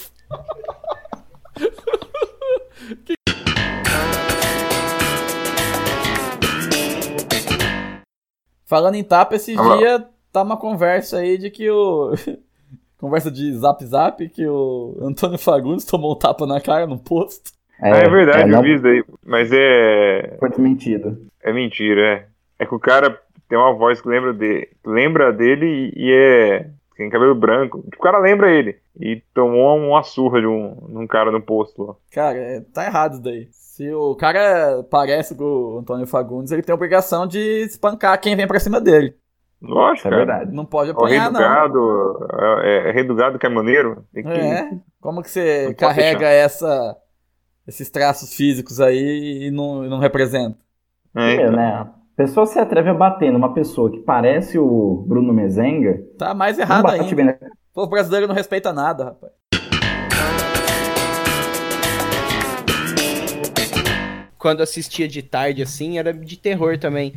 Speaker 1: Falando em tapa, esses
Speaker 9: Agora-
Speaker 1: dias tá uma conversa aí de que o. Conversa de zap zap que o Antônio Fagundes tomou um tapa na cara no posto.
Speaker 9: É, ah, é verdade, eu vi isso daí. Mas é.
Speaker 20: Foi desmentido.
Speaker 9: É mentira, é. É que o cara tem uma voz que lembra, de... lembra dele e é. Tem cabelo branco. Tipo, O cara lembra ele. E tomou uma surra de um, de um cara no posto lá.
Speaker 1: Cara, é- tá errado isso daí. Se o cara parece com o Antônio Fagundes, ele tem a obrigação de espancar quem vem pra cima dele.
Speaker 9: Lógico, cara.
Speaker 1: Ah, Não pode
Speaker 9: O rei
Speaker 1: apanhar,
Speaker 9: do
Speaker 1: não.
Speaker 9: gado, é, é rei do gado caminhoneiro. Tem que...
Speaker 1: É. Como que você
Speaker 9: Não pode
Speaker 1: carrega
Speaker 9: deixar.
Speaker 1: essa, esses traços físicos aí e não, e não representa?
Speaker 9: É,
Speaker 20: Primeiro, né? A pessoa se atreve a bater numa pessoa que parece o Bruno Mezenga.
Speaker 1: Tá mais
Speaker 20: não
Speaker 1: errado
Speaker 20: bate bem,
Speaker 1: ainda.
Speaker 20: né?
Speaker 1: O povo brasileiro não respeita nada, rapaz.
Speaker 4: quando assistia de tarde, assim, era de terror também.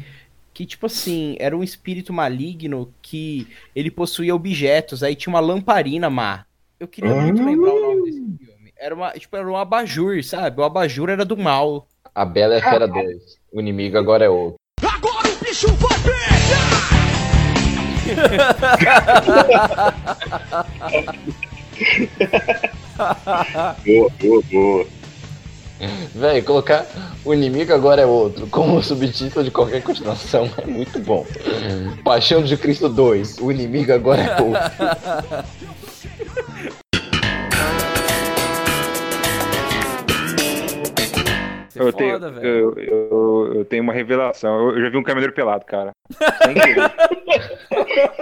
Speaker 4: Que, tipo assim, era um espírito maligno que ele possuía objetos, aí tinha uma lamparina má. Eu queria muito lembrar o nome desse filme. Era uma, tipo, era um abajur, sabe? O abajur era do mal.
Speaker 2: A Bela é a Fera 2. O inimigo agora é outro.
Speaker 13: Agora o bicho vai pegar!
Speaker 8: Boa, boa,
Speaker 9: é.
Speaker 8: boa.
Speaker 2: Véi, colocar o inimigo agora é outro como subtítulo de qualquer continuação é muito bom. Paixão de Cristo 2. O inimigo agora é outro.
Speaker 9: Eu tenho,
Speaker 1: foda, velho.
Speaker 9: eu, eu, eu tenho uma revelação. Eu, eu já vi um caminhoneiro pelado, cara. Sem querer.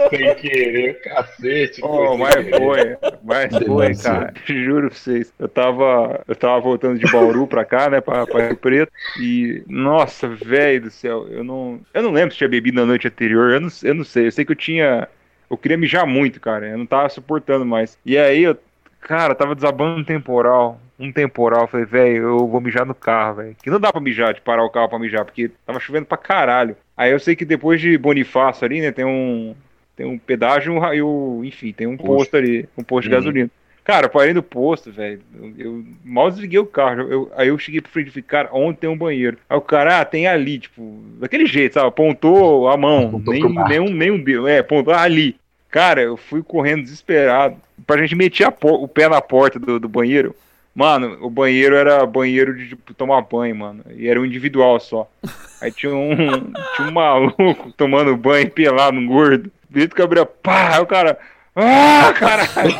Speaker 8: Sem querer, cacete.
Speaker 9: Oh,
Speaker 8: sem
Speaker 9: mas
Speaker 8: querer.
Speaker 9: foi, mas foi,
Speaker 8: Denúncia.
Speaker 9: cara. Juro pra vocês. Eu tava, eu tava voltando de Bauru pra cá, né, pra, pra Rio Preto. E, nossa, velho do céu. Eu não, eu não lembro se tinha bebido na noite anterior. Eu não, eu não sei. Eu sei que eu tinha. Eu queria mijar muito, cara. Eu não tava suportando mais. E aí, eu, cara, tava desabando um temporal. Um temporal. Eu Falei, velho, eu vou mijar no carro, velho. Que não dá pra mijar, de parar o carro pra mijar, porque tava chovendo pra caralho. Aí eu sei que depois de Bonifácio ali, né, tem um. Tem um pedágio e um ra- e o. Enfim, tem um posto ali, um posto de
Speaker 17: Uhum.
Speaker 9: gasolina. Cara, eu parei no posto, velho. Eu, eu mal desliguei o carro. Eu- aí eu cheguei pro frente e falei, cara, onde tem um banheiro? Aí o cara, ah, tem ali, tipo, daquele jeito, sabe? Apontou a mão. Nem,
Speaker 17: pro mato.
Speaker 9: nem um, nem um dedo. É, apontou ah, ali. Cara, eu fui correndo desesperado. Pra gente meter a po- o pé na porta do, do banheiro. Mano, o banheiro era banheiro de tipo, tomar banho, mano. E era um individual só. Aí tinha um, tinha um maluco tomando banho pelado, um gordo. Dito que abriu, pá, aí o cara. Ah, caralho!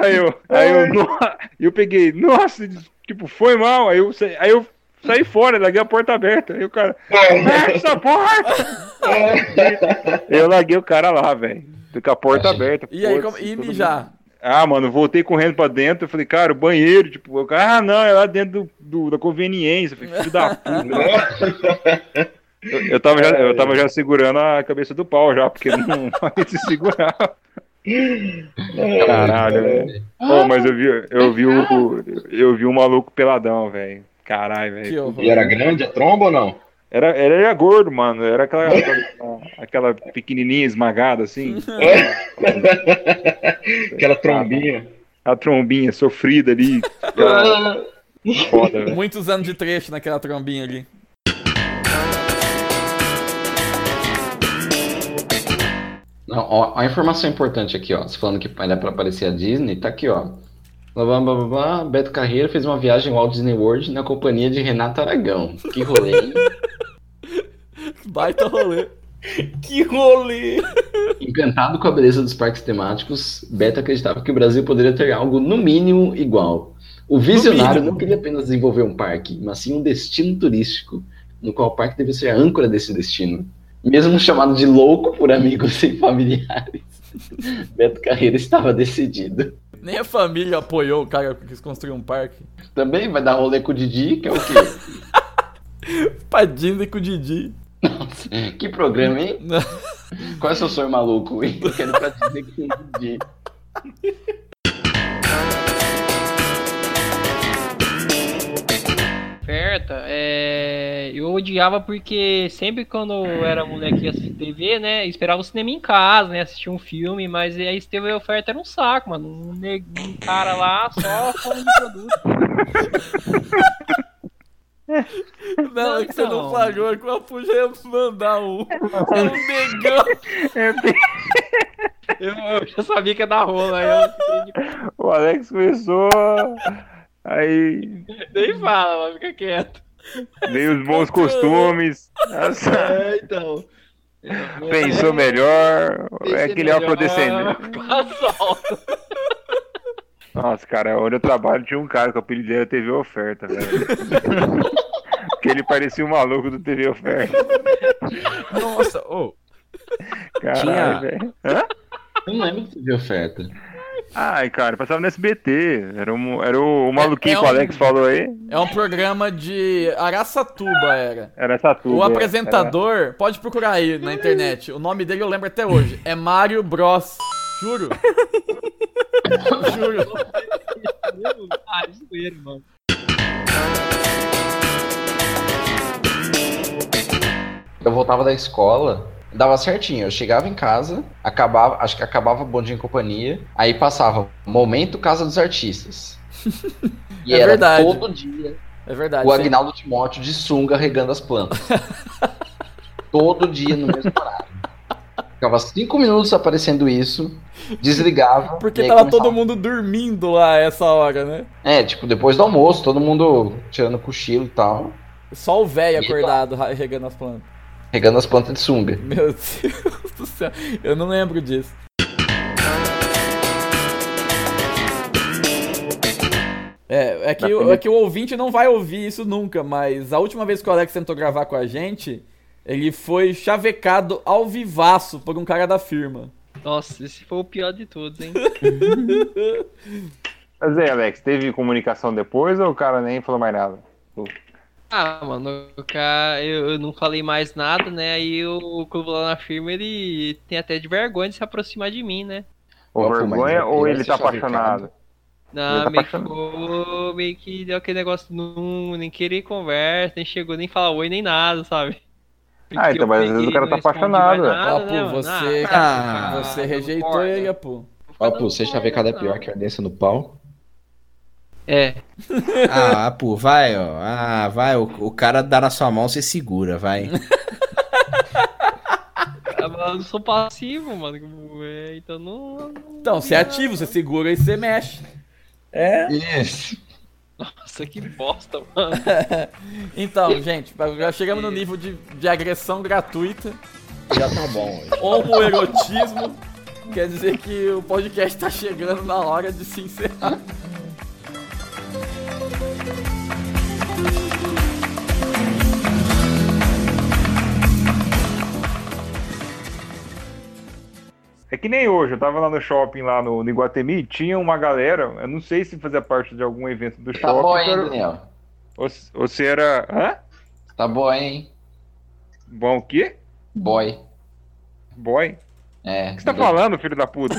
Speaker 9: Aí eu, aí eu, no- eu peguei, nossa, tipo, foi mal. Aí eu, sa- aí eu saí fora, larguei a porta aberta. Aí o cara, fecha essa porta! Eu larguei o cara lá, velho. Com a porta aberta.
Speaker 1: E aí,
Speaker 9: foda-se,
Speaker 20: assim,
Speaker 1: como, e
Speaker 9: todo mundo-
Speaker 1: mijar?
Speaker 9: ah, mano, voltei correndo pra dentro, eu falei, cara, o banheiro, tipo, eu, ah, não, é lá dentro do, do- da conveniência, eu falei, filho da puta. Eu, eu tava já, eu tava já segurando a cabeça do pau já, porque não vai se segurar.
Speaker 19: É.
Speaker 9: Caralho, velho. Pô, mas eu vi, eu vi o, eu vi um maluco peladão, velho. Caralho,
Speaker 1: Que
Speaker 9: velho.
Speaker 1: horror. E era grande
Speaker 9: a tromba ou não? Era, era, era gordo, mano. Era aquela, aquela, aquela pequenininha esmagada, assim.
Speaker 8: Aquela trombinha.
Speaker 9: A trombinha sofrida ali.
Speaker 8: É. Ah,
Speaker 9: Foda, velho.
Speaker 1: Muitos anos de trecho naquela trombinha ali.
Speaker 2: Não, ó, ó a informação importante aqui, ó. Você falando que ainda pra aparecer a Disney, tá aqui, ó. Blá, blá, blá, blá, blá. Beto Carreiro fez uma viagem ao Walt Disney World na companhia de Renato Aragão. Que rolê, hein?
Speaker 1: Baita rolê. que rolê!
Speaker 2: Encantado com a beleza dos parques temáticos, Beto acreditava que o Brasil poderia ter algo no mínimo igual. O visionário não queria apenas desenvolver um parque, mas sim um destino turístico, no qual o parque devia ser a âncora desse destino. Mesmo chamado de louco por amigos e familiares, Beto Carreiro estava decidido.
Speaker 1: Nem a família apoiou o cara que quis construir um parque.
Speaker 2: Também vai dar rolê com o Didi, que é o quê?
Speaker 1: Padinho com o Didi.
Speaker 2: Que programa, hein? Qual é o seu sonho maluco, hein? Eu quero pra dizer que tem um Didi.
Speaker 19: Oferta, é... eu odiava porque sempre quando eu era moleque e ia assistir TV, né? Esperava o cinema em casa, né? Assistir um filme, mas aí se teve a oferta era um saco, mano. Um, ne- um cara lá só falando de produto.
Speaker 1: Não, é que você não falhou, é que eu podia mandar um. É um negão.
Speaker 19: Eu eu já sabia que ia dar rola. Aí eu fiquei de...
Speaker 9: O Alex começou. Aí
Speaker 19: Nem fala, mas fica quieto.
Speaker 9: dei os bons costumes. essa-
Speaker 19: É, então.
Speaker 9: Pensou melhor. É aquele afrodescendente.
Speaker 19: Passa alto.
Speaker 9: Nossa, cara, onde eu trabalho tinha um cara que o apelido dele era TV Oferta, velho. Porque ele parecia o maluco do TV Oferta.
Speaker 18: Nossa, ô.
Speaker 9: Caralho,
Speaker 2: Tinha-
Speaker 9: velho. Hã?
Speaker 2: Não lembro de TV oferta.
Speaker 9: Ai, cara, passava no SBT. Era, um, era o, o maluquinho
Speaker 1: é
Speaker 9: que o
Speaker 1: um-
Speaker 9: Alex falou aí.
Speaker 1: É um programa de Araçatuba, era.
Speaker 9: Era essa é,
Speaker 2: É,
Speaker 9: turma.
Speaker 1: O apresentador, pode procurar aí na internet. O nome dele eu lembro até hoje. É Mario Bros. Juro. Juro.
Speaker 19: Ah, isso mesmo, mano.
Speaker 2: Eu voltava da escola, dava certinho. Eu chegava em casa, acabava, acho que acabava Bom Dia em Companhia, aí passava Momento Casa dos Artistas. E
Speaker 1: é
Speaker 2: era
Speaker 1: verdade.
Speaker 2: todo dia
Speaker 1: É verdade.
Speaker 2: o
Speaker 1: sim.
Speaker 2: Agnaldo Timóteo de sunga regando as plantas. todo dia no mesmo horário. Ficava cinco minutos aparecendo isso, desligava.
Speaker 1: Porque
Speaker 2: e aí
Speaker 1: tava todo
Speaker 2: começava.
Speaker 1: mundo dormindo lá essa hora, né?
Speaker 2: É, tipo, depois do almoço, todo mundo tirando cochilo e tal,
Speaker 1: Só o velho acordado ra- regando as plantas.
Speaker 2: regando as plantas de sunga.
Speaker 1: Meu Deus do céu. Eu não lembro disso. É, é que, o, é que o ouvinte não vai ouvir isso nunca, mas a última vez que o Alex tentou gravar com a gente, ele foi chavecado ao vivaço por um cara da firma.
Speaker 19: Nossa, esse foi o pior de todos, hein?
Speaker 9: Mas aí, Alex, teve comunicação depois ou o cara nem falou mais nada?
Speaker 19: Ah, mano, o cara, eu, eu não falei mais nada, né? Aí o clube lá na firma, ele tem até de vergonha de se aproximar de mim, né?
Speaker 9: Ou
Speaker 2: Opa, mas
Speaker 9: vergonha ou
Speaker 2: ele
Speaker 9: ele
Speaker 2: se
Speaker 9: tá
Speaker 2: chavecado.
Speaker 9: apaixonado?
Speaker 19: Não,
Speaker 9: Ele tá
Speaker 19: meio que ficou, meio que deu aquele negócio, de não, nem querer conversa, nem chegou, nem falar oi, nem nada, sabe?
Speaker 9: Ah, então,
Speaker 19: eu
Speaker 9: mas às vezes o
Speaker 19: peguei,
Speaker 9: cara tá
Speaker 19: não respondi
Speaker 9: apaixonado,
Speaker 19: mais
Speaker 9: velho.
Speaker 19: nada,
Speaker 1: Ah, pô,
Speaker 19: né, mano?
Speaker 1: você,
Speaker 2: Ah,
Speaker 1: você rejeitou ele, pô.
Speaker 2: Ó, pô, você já vê cada pior que ardência no pau.
Speaker 19: É.
Speaker 18: Ah, pô, vai, ó. Ah, vai. O, o cara dá na sua mão, você segura, vai.
Speaker 19: Ah, mas Eu sou passivo, mano. como é, Então não.
Speaker 1: Então, você é ativo, você segura e você mexe. É.
Speaker 19: Nossa, que bosta, mano.
Speaker 1: Então, gente, já chegamos no nível de, de agressão gratuita,
Speaker 2: Já tá bom.
Speaker 1: homoerotismo. Quer dizer que o podcast tá chegando na hora de se encerrar.
Speaker 9: É que nem hoje, eu tava lá no shopping, lá no, no Iguatemi, tinha uma galera, eu não sei se fazia parte de algum evento do
Speaker 2: Tá
Speaker 9: shopping.
Speaker 2: bom, hein,
Speaker 9: cara,
Speaker 2: Daniel?
Speaker 9: ou, se- ou se era. Hã?
Speaker 2: Tá bom, hein?
Speaker 9: Bom o quê?
Speaker 2: Boy.
Speaker 9: Boy?
Speaker 2: É.
Speaker 9: O que você tá falando, filho da puta?